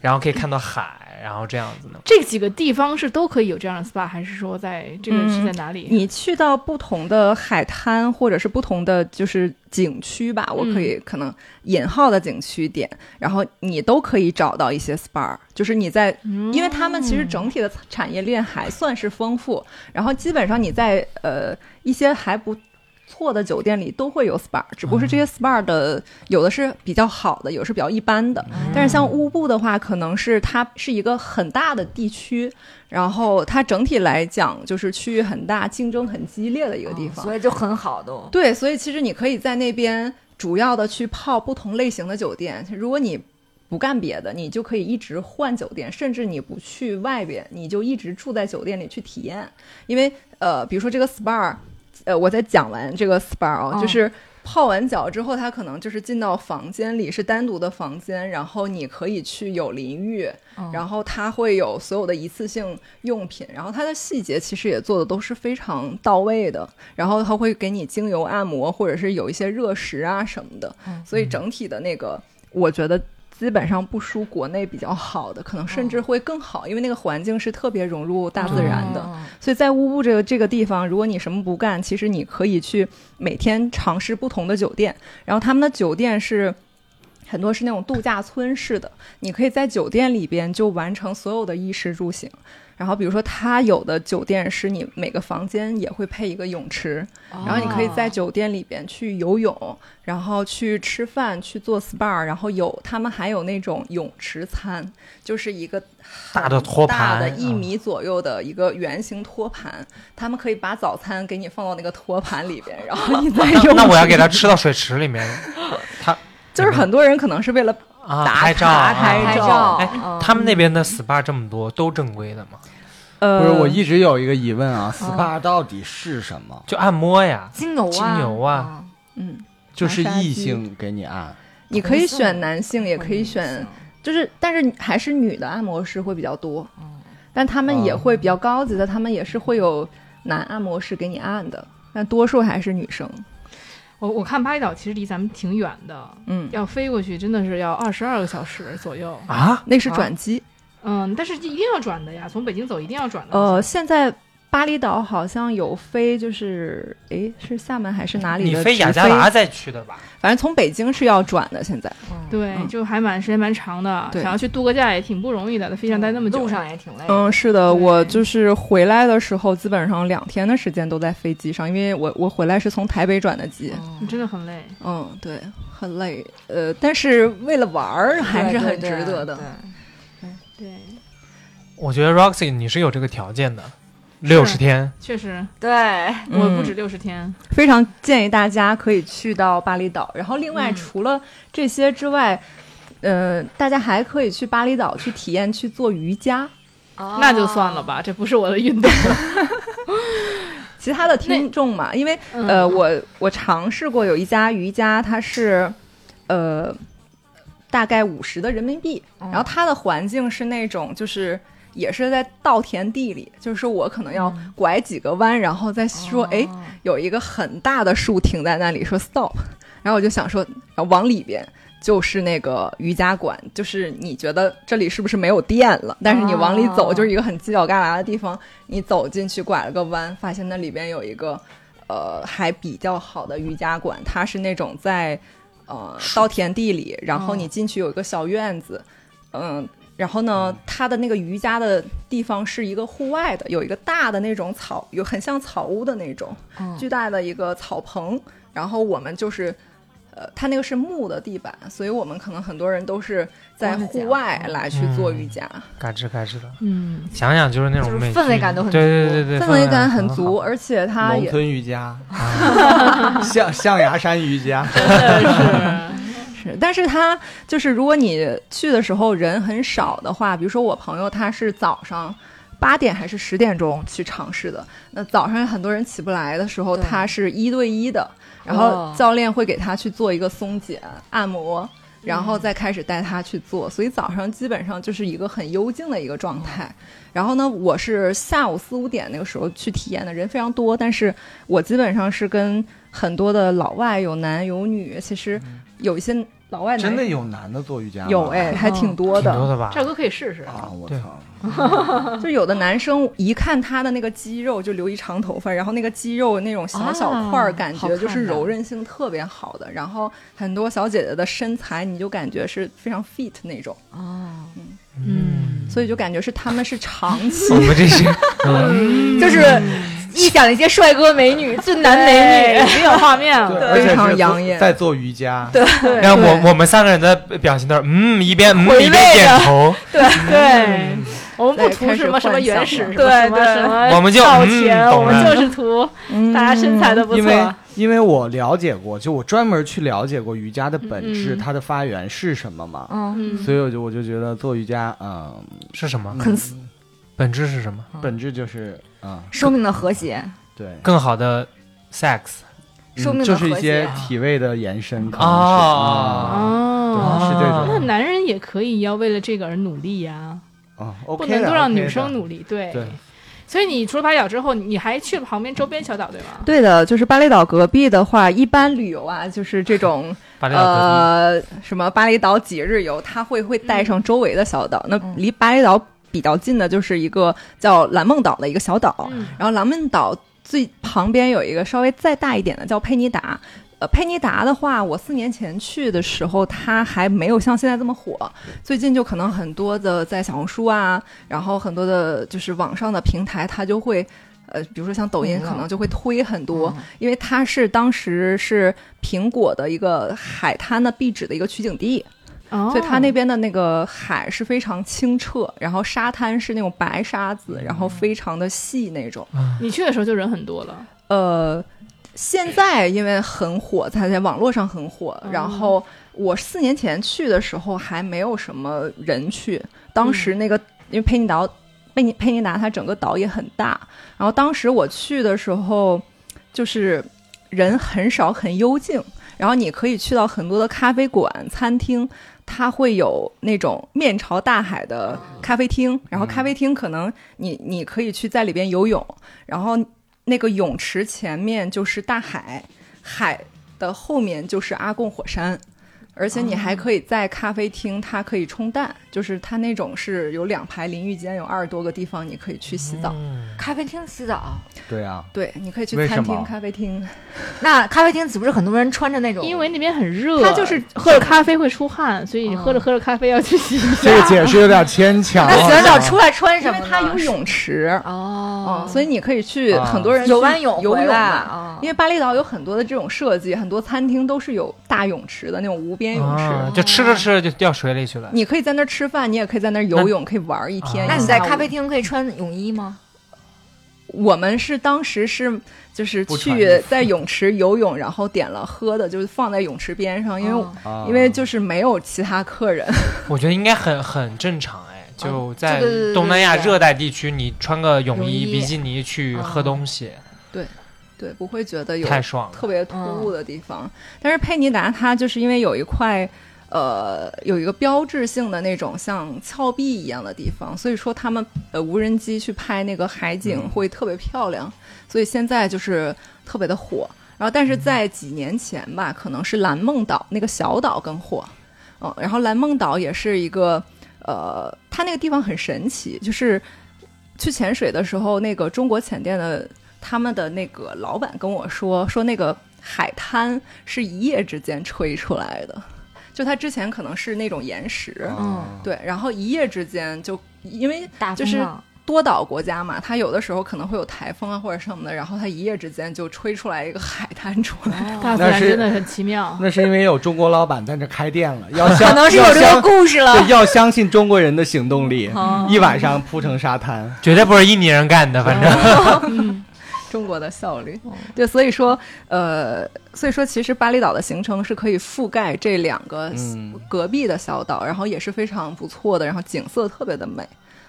[SPEAKER 2] 然后可以看到海，然后这样子的。
[SPEAKER 4] 这几个地方是都可以有这样的 SPA，还是说在这个是在哪里？
[SPEAKER 1] 嗯你去到不同的海滩或者是不同的就是景区吧，我可以可能引号的景区点，然后你都可以找到一些 SPA，就是你在，
[SPEAKER 4] 嗯
[SPEAKER 1] 因为他们其实整体的产业链还算是丰富，然后基本上你在呃一些还不。错的酒店里都会有 SPA，只不过是这些 SPA 的有的是比较好的，有的是比较一般的。
[SPEAKER 4] 嗯
[SPEAKER 1] 但是像乌布的话，可能是它是一个很大的地区，然后它整体来讲就是区域很大，竞争很激烈的一个地方。
[SPEAKER 6] 哦所以就很好都。
[SPEAKER 1] 对，所以其实你可以在那边主要的去泡不同类型的酒店。如果你不干别的，你就可以一直换酒店，甚至你不去外边，你就一直住在酒店里去体验。因为呃，比如说这个 SPA，呃，我在讲完这个 SPA 啊、
[SPEAKER 6] 嗯
[SPEAKER 1] 就是。泡完脚之后，它可能就是进到房间里是单独的房间，然后你可以去有淋浴，
[SPEAKER 6] 嗯
[SPEAKER 1] 然后它会有所有的一次性用品，然后它的细节其实也做的都是非常到位的，然后它会给你精油按摩，或者是有一些热食啊什么的，
[SPEAKER 6] 嗯
[SPEAKER 1] 所以整体的那个我觉得。基本上不输国内比较好的，可能甚至会更好，因为那个环境是特别融入大自然的。
[SPEAKER 6] 嗯
[SPEAKER 1] 所以在乌布这个这个地方，如果你什么不干，其实你可以去每天尝试不同的酒店，然后他们的酒店是。很多是那种度假村式的，你可以在酒店里边就完成所有的衣食住行。然后，比如说，它有的酒店是你每个房间也会配一个泳池，
[SPEAKER 4] 哦
[SPEAKER 1] 然后你可以在酒店里边去游泳，然后去吃饭，去做 SPA，然后有他们还有那种泳池餐，就是一个
[SPEAKER 2] 大的托
[SPEAKER 1] 大
[SPEAKER 2] 盘
[SPEAKER 1] 的一米左右的一个圆形托盘，他们可以把早餐给你放到那个托盘里边，然后你再
[SPEAKER 2] 那
[SPEAKER 1] 用。
[SPEAKER 2] 那我要给他吃到水池里面，他
[SPEAKER 1] 就是很多人可能是为了
[SPEAKER 2] 啊
[SPEAKER 1] 打
[SPEAKER 2] 拍照
[SPEAKER 1] 卡
[SPEAKER 2] 啊
[SPEAKER 1] 拍
[SPEAKER 6] 拍
[SPEAKER 1] 照
[SPEAKER 6] 照
[SPEAKER 2] 哎，
[SPEAKER 6] 嗯
[SPEAKER 2] 他们那边的 SPA 这么多，都正规的吗？
[SPEAKER 1] 呃，
[SPEAKER 5] 不是，我一直有一个疑问啊，SPA
[SPEAKER 1] 嗯
[SPEAKER 5] 到底是什么？
[SPEAKER 2] 就按摩呀，
[SPEAKER 6] 精油啊，
[SPEAKER 2] 精油啊
[SPEAKER 1] 嗯，
[SPEAKER 5] 就是
[SPEAKER 1] 马杀
[SPEAKER 5] 异
[SPEAKER 1] 鸡
[SPEAKER 5] 性给你按，
[SPEAKER 1] 你可以
[SPEAKER 6] 同性
[SPEAKER 1] 选男性，
[SPEAKER 6] 嗯，
[SPEAKER 1] 也可以选，就是但是还是女的按摩师会比较多
[SPEAKER 6] 嗯，
[SPEAKER 1] 但他们也
[SPEAKER 5] 哦
[SPEAKER 1] 会比较高级的，他们也是会有男按摩师给你按的，但多数还是女生。
[SPEAKER 4] 我我看巴厘岛其实离咱们挺远的，
[SPEAKER 1] 嗯，
[SPEAKER 4] 要飞过去真的是要二十二个小时左右。
[SPEAKER 2] 啊，
[SPEAKER 1] 那是
[SPEAKER 4] 啊
[SPEAKER 1] 转机。
[SPEAKER 4] 嗯，但是一定要转的呀，从北京走一定要
[SPEAKER 2] 哦
[SPEAKER 4] 转的。
[SPEAKER 1] 呃，现在巴厘岛好像有飞，就是诶，是厦门还是哪里
[SPEAKER 2] 你
[SPEAKER 1] 的？
[SPEAKER 2] 飞雅加达，哎再去的吧？
[SPEAKER 1] 反正从北京是要转的。现在
[SPEAKER 6] 嗯，
[SPEAKER 4] 对，
[SPEAKER 1] 嗯
[SPEAKER 4] 就还蛮时间蛮长的，
[SPEAKER 1] 对
[SPEAKER 4] 想要去度个假也挺不容易的，在飞机上待那么久。
[SPEAKER 6] 路上也挺累。
[SPEAKER 1] 嗯，是的，
[SPEAKER 4] 对
[SPEAKER 1] 我就是回来的时候，基本上两天的时间都在飞机上，因为我我回来是从台北转的机。
[SPEAKER 4] 你嗯真的很累。
[SPEAKER 1] 嗯，对，很累，呃，但是为了玩儿 还是很值得的。
[SPEAKER 4] 对，
[SPEAKER 2] 我觉得 Roxy 你是有这个条件的，六十天，
[SPEAKER 4] 确实，
[SPEAKER 6] 对，对
[SPEAKER 1] 嗯
[SPEAKER 4] 我不止六十天。
[SPEAKER 1] 非常建议大家可以去到巴厘岛。然后，另外
[SPEAKER 4] 嗯
[SPEAKER 1] 除了这些之外，呃，大家还可以去巴厘岛去体验去做瑜伽。
[SPEAKER 6] 哦
[SPEAKER 4] 那就算 了。吧，这不是我的运动。
[SPEAKER 1] 其他的听众嘛，因为
[SPEAKER 4] 嗯
[SPEAKER 1] 呃，我我尝试过有一家瑜伽，它是呃大概五十的人民币，
[SPEAKER 6] 嗯
[SPEAKER 1] 然后它的环境是那种就是。也是在稻田地里，就是我可能要拐几个弯，然后再说，哎、有一个很大的树停在那里，说 stop，然后我就想说，然后往里边就是那个瑜伽馆，就是你觉得这里是不是没有电了？但是你往里走，
[SPEAKER 6] 哦
[SPEAKER 1] 就是一个很犄角旮旯的地方，你走进去拐了个弯，发现那里边有一个呃还比较好的瑜伽馆，它是那种在呃稻田地里，然后你进去有一个小院子，嗯。然后呢，它的那个瑜伽的地方是一个户外的，有一个大的那种草，有很像草屋的那种，
[SPEAKER 6] 嗯
[SPEAKER 1] 巨大的一个草棚，然后我们就是。呃，它那个是木的地板，所以我们可能很多人都是在
[SPEAKER 6] 光着
[SPEAKER 1] 户
[SPEAKER 6] 脚
[SPEAKER 1] 外
[SPEAKER 6] 嗯
[SPEAKER 1] 来去做瑜伽，
[SPEAKER 2] 嘎吱嘎吱的，
[SPEAKER 4] 嗯，
[SPEAKER 2] 想想就是那种
[SPEAKER 6] 就是
[SPEAKER 2] 美
[SPEAKER 6] 氛围
[SPEAKER 2] 剧
[SPEAKER 6] 感都很
[SPEAKER 2] 对
[SPEAKER 6] 足
[SPEAKER 2] 对对对，
[SPEAKER 1] 氛围感很
[SPEAKER 2] 好
[SPEAKER 1] 足，。而且它
[SPEAKER 5] 农
[SPEAKER 1] 也
[SPEAKER 5] 村瑜伽，啊象象牙山瑜伽，
[SPEAKER 1] 是，但是它就是如果你去的时候人很少的话，比如说我朋友他是早上八点还是十点钟去尝试的，那早上很多人起不来的时候，
[SPEAKER 6] 对
[SPEAKER 1] 他是一对一的，然后
[SPEAKER 6] 哦
[SPEAKER 1] 教练会给他去做一个松解按摩。然
[SPEAKER 6] 嗯
[SPEAKER 1] 后再开始带他去做，所以早上基本上就是一个很幽静的一个状态。
[SPEAKER 6] 哦
[SPEAKER 1] 然后呢，我是下午四五点那个时候去体验的，人非常多，但是我基本上是跟很多的老外，有男有女，其实有一些老外男
[SPEAKER 5] 嗯真的有男的哦做瑜伽吗？
[SPEAKER 1] 有哎，还挺多
[SPEAKER 2] 挺
[SPEAKER 1] 的。
[SPEAKER 2] 多的吧？
[SPEAKER 4] 赵哥可以试试。
[SPEAKER 5] 啊！我
[SPEAKER 2] 对
[SPEAKER 5] 操，
[SPEAKER 1] 就有的男生一看他的那个肌肉，就留一长头发，然后那个肌肉那种小小块儿，
[SPEAKER 6] 啊
[SPEAKER 1] 感
[SPEAKER 6] 好
[SPEAKER 1] 觉
[SPEAKER 6] 看
[SPEAKER 1] 就是
[SPEAKER 6] 的
[SPEAKER 1] 柔韧性特别好的。然后很多小姐姐的身材，你就感觉是非常 fit 那种，
[SPEAKER 6] 哦，
[SPEAKER 4] 嗯，
[SPEAKER 1] 所以就感觉是他们是长期
[SPEAKER 2] 我们这些嗯
[SPEAKER 6] 就是臆想一些帅哥美女、俊男美
[SPEAKER 4] 对
[SPEAKER 6] 女，
[SPEAKER 4] 已经有画面
[SPEAKER 5] 对，
[SPEAKER 4] 了。
[SPEAKER 5] 而且
[SPEAKER 1] 非常
[SPEAKER 5] 是
[SPEAKER 1] 养
[SPEAKER 5] 做
[SPEAKER 1] 眼
[SPEAKER 5] 在做瑜伽，
[SPEAKER 2] 然后我我们三个人的表情都是嗯，一边嗯
[SPEAKER 6] 回味
[SPEAKER 2] 一边点头，
[SPEAKER 4] 对，我们不
[SPEAKER 1] 对
[SPEAKER 4] 图
[SPEAKER 1] 开
[SPEAKER 4] 什
[SPEAKER 1] 始
[SPEAKER 4] 么什
[SPEAKER 1] 幻
[SPEAKER 4] 么
[SPEAKER 1] 想
[SPEAKER 4] 原
[SPEAKER 1] 了
[SPEAKER 4] 始，
[SPEAKER 1] 对
[SPEAKER 4] 什么什么
[SPEAKER 6] 对
[SPEAKER 4] 什 么
[SPEAKER 2] 我们就
[SPEAKER 4] 造
[SPEAKER 2] 嗯
[SPEAKER 4] 型，我
[SPEAKER 2] 懂
[SPEAKER 4] 们
[SPEAKER 2] 了
[SPEAKER 4] 就是图
[SPEAKER 1] 嗯
[SPEAKER 4] 大家身材都不
[SPEAKER 5] 因为
[SPEAKER 4] 错。
[SPEAKER 5] 因为我了解过，就我专门去了解过瑜伽的本质，
[SPEAKER 4] 嗯
[SPEAKER 5] 它的发源是什么嘛，
[SPEAKER 6] 嗯，
[SPEAKER 4] 嗯，
[SPEAKER 5] 所以我就我就觉得做瑜伽，嗯，
[SPEAKER 2] 是什么？
[SPEAKER 6] 很
[SPEAKER 2] 本质是什么？
[SPEAKER 5] 本质就是，嗯，
[SPEAKER 6] 生命的和谐，
[SPEAKER 5] 对，嗯
[SPEAKER 2] 更好的 sex
[SPEAKER 6] 生命
[SPEAKER 5] 就
[SPEAKER 6] 的
[SPEAKER 5] 是一
[SPEAKER 6] 和
[SPEAKER 5] 些
[SPEAKER 6] 谐。
[SPEAKER 5] 体位的延伸，可能是嗯
[SPEAKER 2] 哦
[SPEAKER 4] 哦，
[SPEAKER 5] 啊对是这种
[SPEAKER 4] 那男人也可以要为了这个而努力呀，
[SPEAKER 5] 嗯
[SPEAKER 4] 不
[SPEAKER 5] ，OK 的
[SPEAKER 4] 能都让
[SPEAKER 5] OK 的
[SPEAKER 4] 女生努力。对
[SPEAKER 5] 对，
[SPEAKER 4] 所以你除了巴厘岛之后，你还去了旁边周边小岛对吗？
[SPEAKER 1] 对的，就是巴厘岛隔壁的话，一般旅游啊，就是这种
[SPEAKER 2] 把这个
[SPEAKER 1] 呃什么巴厘岛几日游，它会会带上周围的小岛。那
[SPEAKER 6] 嗯
[SPEAKER 1] 离巴厘岛比较近的就是一个叫蓝梦岛的一个小岛，
[SPEAKER 4] 嗯，
[SPEAKER 1] 然后蓝梦岛最旁边有一个稍微再大一点的叫佩尼达。呃，佩尼达的话，我四年前去的时候，它还没有像现在这么火。最近就可能很多的在小红书啊，然后很多的就是网上的平台，它就会，呃，比如说像抖音，
[SPEAKER 6] 嗯
[SPEAKER 1] 可能就会推很多。
[SPEAKER 6] 嗯
[SPEAKER 1] 因为它是当时是苹果的一个海滩的壁纸的一个取景地，所
[SPEAKER 4] 所
[SPEAKER 1] 以它
[SPEAKER 4] 哦
[SPEAKER 1] 那边的那个海是非常清澈，然后沙滩是那种白沙子，然后非常的细那种。
[SPEAKER 2] 嗯
[SPEAKER 4] 你去的时候就人很多了，
[SPEAKER 1] 呃，现在因为很火，它在网络上很火。然后我四年前去的时候还没有什么人去，当时那个、因为佩妮岛，佩妮佩妮达它整个岛也很大，然后当时我去的时候就是人很少，很幽静。然后你可以去到很多的咖啡馆、餐厅，它会有那种面朝大海的咖啡厅，然后咖啡厅可能你你可以去在里边游泳，然后那个泳池前面就是大海，海的后面就是阿贡火山，而且你还可以在咖啡厅，它可以冲淡，就是它那种是有两排淋浴间，有二十多个地方你可以去洗澡。
[SPEAKER 6] 咖啡厅洗澡，
[SPEAKER 5] 对啊，
[SPEAKER 1] 对，你可以去
[SPEAKER 5] 为
[SPEAKER 1] 餐
[SPEAKER 5] 什
[SPEAKER 1] 厅、
[SPEAKER 5] 么
[SPEAKER 1] 咖啡厅。
[SPEAKER 6] 那咖啡厅岂不是很多人穿着那种？
[SPEAKER 4] 因为那边很热，嗯
[SPEAKER 1] 它就是
[SPEAKER 4] 喝着咖啡会出汗，所以你喝着喝着咖啡要去洗一
[SPEAKER 5] 这个
[SPEAKER 4] 下。
[SPEAKER 5] 解释有点 牵强啊
[SPEAKER 6] 那。洗完澡出来穿什
[SPEAKER 1] 因
[SPEAKER 6] 么
[SPEAKER 1] 为
[SPEAKER 6] 呢？
[SPEAKER 1] 它有泳池，
[SPEAKER 6] 哦
[SPEAKER 1] 嗯，，所以你可以去，
[SPEAKER 5] 啊
[SPEAKER 1] 很多人
[SPEAKER 6] 游
[SPEAKER 1] 去
[SPEAKER 6] 完泳
[SPEAKER 1] 游
[SPEAKER 6] 回
[SPEAKER 1] 泳
[SPEAKER 6] 来
[SPEAKER 1] 嘛。
[SPEAKER 6] 啊，
[SPEAKER 1] 因为巴厘岛有很多的这种设计，很多餐厅都是有大泳池的那种无边泳池，
[SPEAKER 2] 啊，就吃着吃着就掉水里去了。
[SPEAKER 1] 你可以在那儿吃饭，你也可以在那儿游泳，可以玩一天。
[SPEAKER 6] 那
[SPEAKER 1] 一
[SPEAKER 6] 你在
[SPEAKER 1] 下午
[SPEAKER 6] 咖啡厅可以穿泳衣吗？
[SPEAKER 1] 我们是当时是就是
[SPEAKER 5] 不穿衣
[SPEAKER 1] 去在泳池游泳，然后点了喝的，就是放在泳池边上，因为、
[SPEAKER 6] 哦
[SPEAKER 5] 啊
[SPEAKER 1] 因为就是没有其他客人，
[SPEAKER 2] 我觉得应该很很正常哎，
[SPEAKER 1] 啊
[SPEAKER 2] 就在
[SPEAKER 6] 对对对对
[SPEAKER 2] 东南亚
[SPEAKER 6] 对
[SPEAKER 2] 热带地区，你穿个泳
[SPEAKER 6] 泳
[SPEAKER 2] 衣、
[SPEAKER 6] 衣
[SPEAKER 2] 比基尼去
[SPEAKER 6] 啊
[SPEAKER 2] 喝东西，
[SPEAKER 1] 对，不会觉得有
[SPEAKER 2] 太爽了。
[SPEAKER 1] 特别突兀的地方。但是佩妮达它就是因为有一块。呃，有一个标志性的那种像峭壁一样的地方，所以说他们呃无人机去拍那个海景会特别漂亮，所以现在就是特别的火。然后，但是在几年前吧，可能是蓝梦岛那个小岛更火，嗯，然后蓝梦岛也是一个呃，它那个地方很神奇，就是去潜水的时候，那个中国潜店的他们的那个老板跟我说，说那个海滩是一夜之间吹出来的，就它之前可能是那种岩石，
[SPEAKER 5] 嗯，
[SPEAKER 1] 对，然后一夜之间就因为
[SPEAKER 6] 大
[SPEAKER 1] 就是多岛国家嘛，它有的时候可能会有台风啊或者什么的，然后它一夜之间就吹出来一个海滩出来。
[SPEAKER 6] 哦
[SPEAKER 4] 大自
[SPEAKER 5] 那
[SPEAKER 4] 然
[SPEAKER 5] 是
[SPEAKER 4] 真的很奇妙。
[SPEAKER 5] 那是因为有中国老板在这开店了，要相
[SPEAKER 6] 可能是有
[SPEAKER 5] 要
[SPEAKER 6] 这个
[SPEAKER 5] 相
[SPEAKER 6] 故事了
[SPEAKER 5] 对。要相信中国人的行动力，
[SPEAKER 6] 哦
[SPEAKER 5] 一晚上铺成沙滩。
[SPEAKER 2] 绝对不是印尼人干的，反正
[SPEAKER 1] 啊
[SPEAKER 4] 嗯，
[SPEAKER 1] 中国的效率。
[SPEAKER 4] 哦
[SPEAKER 1] 对，所以说，呃，所以说，其实巴厘岛的行程是可以覆盖这两个
[SPEAKER 5] 嗯
[SPEAKER 1] 隔壁的小岛，然后也是非常不错的，然后景色特别的美，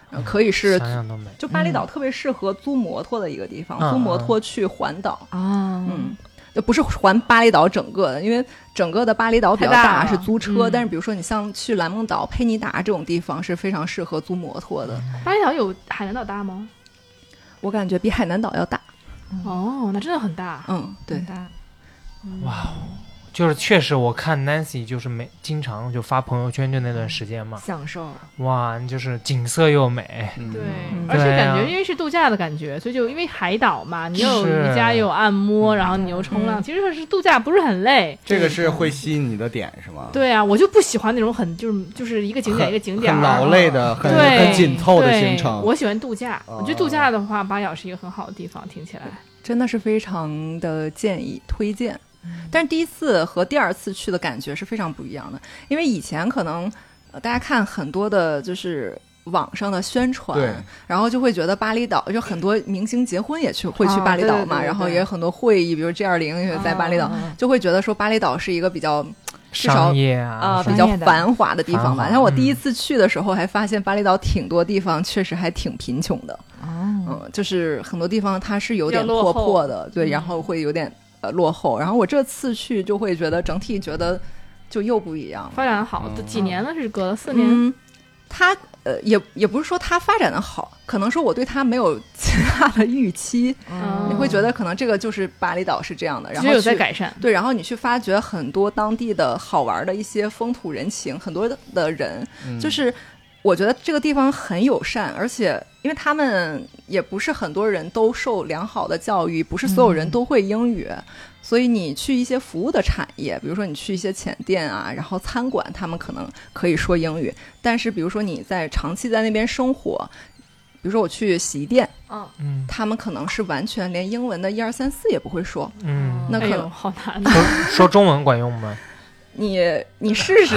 [SPEAKER 1] 然后
[SPEAKER 4] 嗯
[SPEAKER 1] 可以是
[SPEAKER 2] 想想都美。
[SPEAKER 1] 就巴厘岛特别适合租摩托的一个地方，
[SPEAKER 2] 嗯
[SPEAKER 1] 租摩托去环岛，
[SPEAKER 4] 啊，
[SPEAKER 1] 嗯。就不是环巴厘岛整个的，因为整个的巴厘岛比较
[SPEAKER 4] 太大了
[SPEAKER 1] 是租车，
[SPEAKER 4] 嗯
[SPEAKER 1] 但是比如说你像去蓝梦岛、佩尼达这种地方是非常适合租摩托的，
[SPEAKER 4] 巴厘岛有海南岛大吗？
[SPEAKER 1] 我感觉比海南岛要大。
[SPEAKER 4] 哦，那真的很大。
[SPEAKER 1] 嗯，对，
[SPEAKER 2] 哇哦，就是确实我看 Nancy 就是没经常就发朋友圈，就那段时间嘛，
[SPEAKER 6] 享受。
[SPEAKER 2] 哇，就是景色又美，
[SPEAKER 5] 嗯
[SPEAKER 4] 对
[SPEAKER 1] 嗯，
[SPEAKER 4] 而且
[SPEAKER 2] 对
[SPEAKER 4] 感
[SPEAKER 2] 啊
[SPEAKER 4] 觉因为是度假的感觉，所以就因为海岛嘛，你又有
[SPEAKER 2] 是
[SPEAKER 4] 瑜伽，又有按摩，然后你又
[SPEAKER 1] 嗯
[SPEAKER 4] 冲浪，其实是度假，不是很累。
[SPEAKER 5] 嗯这个是会吸引你的点是吗？，
[SPEAKER 4] 对啊，我就不喜欢那种很就是就是一个景点一个景点啊
[SPEAKER 5] 很
[SPEAKER 4] 儿
[SPEAKER 5] 劳累的、很
[SPEAKER 4] 对
[SPEAKER 5] 很紧凑的
[SPEAKER 4] 对
[SPEAKER 5] 行程。
[SPEAKER 4] 我喜欢度假，我觉得
[SPEAKER 5] 哦
[SPEAKER 4] 度假的话，巴咬是一个很好的地方，听起来。
[SPEAKER 1] 真的是非常的建议推荐。
[SPEAKER 6] 嗯
[SPEAKER 1] 但是第一次和第二次去的感觉是非常不一样的，因为以前可能、呃大家看很多的就是网上的宣
[SPEAKER 5] 对
[SPEAKER 1] 传，然后就会觉得巴厘岛就很多明星结婚也去会去
[SPEAKER 6] 啊
[SPEAKER 1] 巴厘岛
[SPEAKER 6] 对对
[SPEAKER 1] 嘛，
[SPEAKER 6] 对对啊
[SPEAKER 1] 然后
[SPEAKER 6] 对
[SPEAKER 1] 也有很多会议，比如 G 二零也在巴厘岛，就会觉得说巴厘岛是一个比较至少
[SPEAKER 2] 商业
[SPEAKER 1] 啊、
[SPEAKER 2] 啊，
[SPEAKER 1] 比
[SPEAKER 6] 商
[SPEAKER 1] 较
[SPEAKER 6] 业的
[SPEAKER 1] 繁华的地方吧。
[SPEAKER 2] 繁华
[SPEAKER 1] 但我
[SPEAKER 2] 嗯
[SPEAKER 1] 第一次去的时候还发现巴厘岛挺多地方确实还挺贫穷的。
[SPEAKER 6] 哦，
[SPEAKER 1] 嗯，就是很多地方它是有点
[SPEAKER 4] 比较落
[SPEAKER 1] 破
[SPEAKER 4] 后嗯
[SPEAKER 1] 破的，对，然后会有点呃落后。然后我这次去就会觉得整体觉得就又不一样了。
[SPEAKER 4] 发展得好，
[SPEAKER 5] 嗯
[SPEAKER 4] 都几年了是隔了四年，
[SPEAKER 1] 嗯，它呃也也不是说它发展的好，可能说我对它没有 其他的预期，
[SPEAKER 6] 哦
[SPEAKER 4] 嗯
[SPEAKER 1] 你会觉得可能这个就是巴厘岛是这样的，然
[SPEAKER 4] 其
[SPEAKER 1] 后
[SPEAKER 4] 实有
[SPEAKER 1] 去
[SPEAKER 4] 在改善。
[SPEAKER 1] 对，然后你去发掘很多当地的好玩的一些风土人情，很多的的人，
[SPEAKER 5] 嗯
[SPEAKER 1] 就是我觉得这个地方很友善，而且因为他们也不是很多人都受良好的教育，不是所有人都会英语。所以你去一些服务的产业，比如说你去一些浅店啊，然后餐馆，他们可能可以说英语，但是比如说你在长期在那边生活，比如说我去洗衣店，
[SPEAKER 6] 嗯，
[SPEAKER 2] 嗯
[SPEAKER 1] 他们可能是完全连英文的一二三四也不会说，
[SPEAKER 2] 嗯，
[SPEAKER 1] 那可
[SPEAKER 4] 哎
[SPEAKER 1] 能、
[SPEAKER 4] 呦，好难啊呐！
[SPEAKER 2] 说 说中文管用吗？
[SPEAKER 1] 你你试试，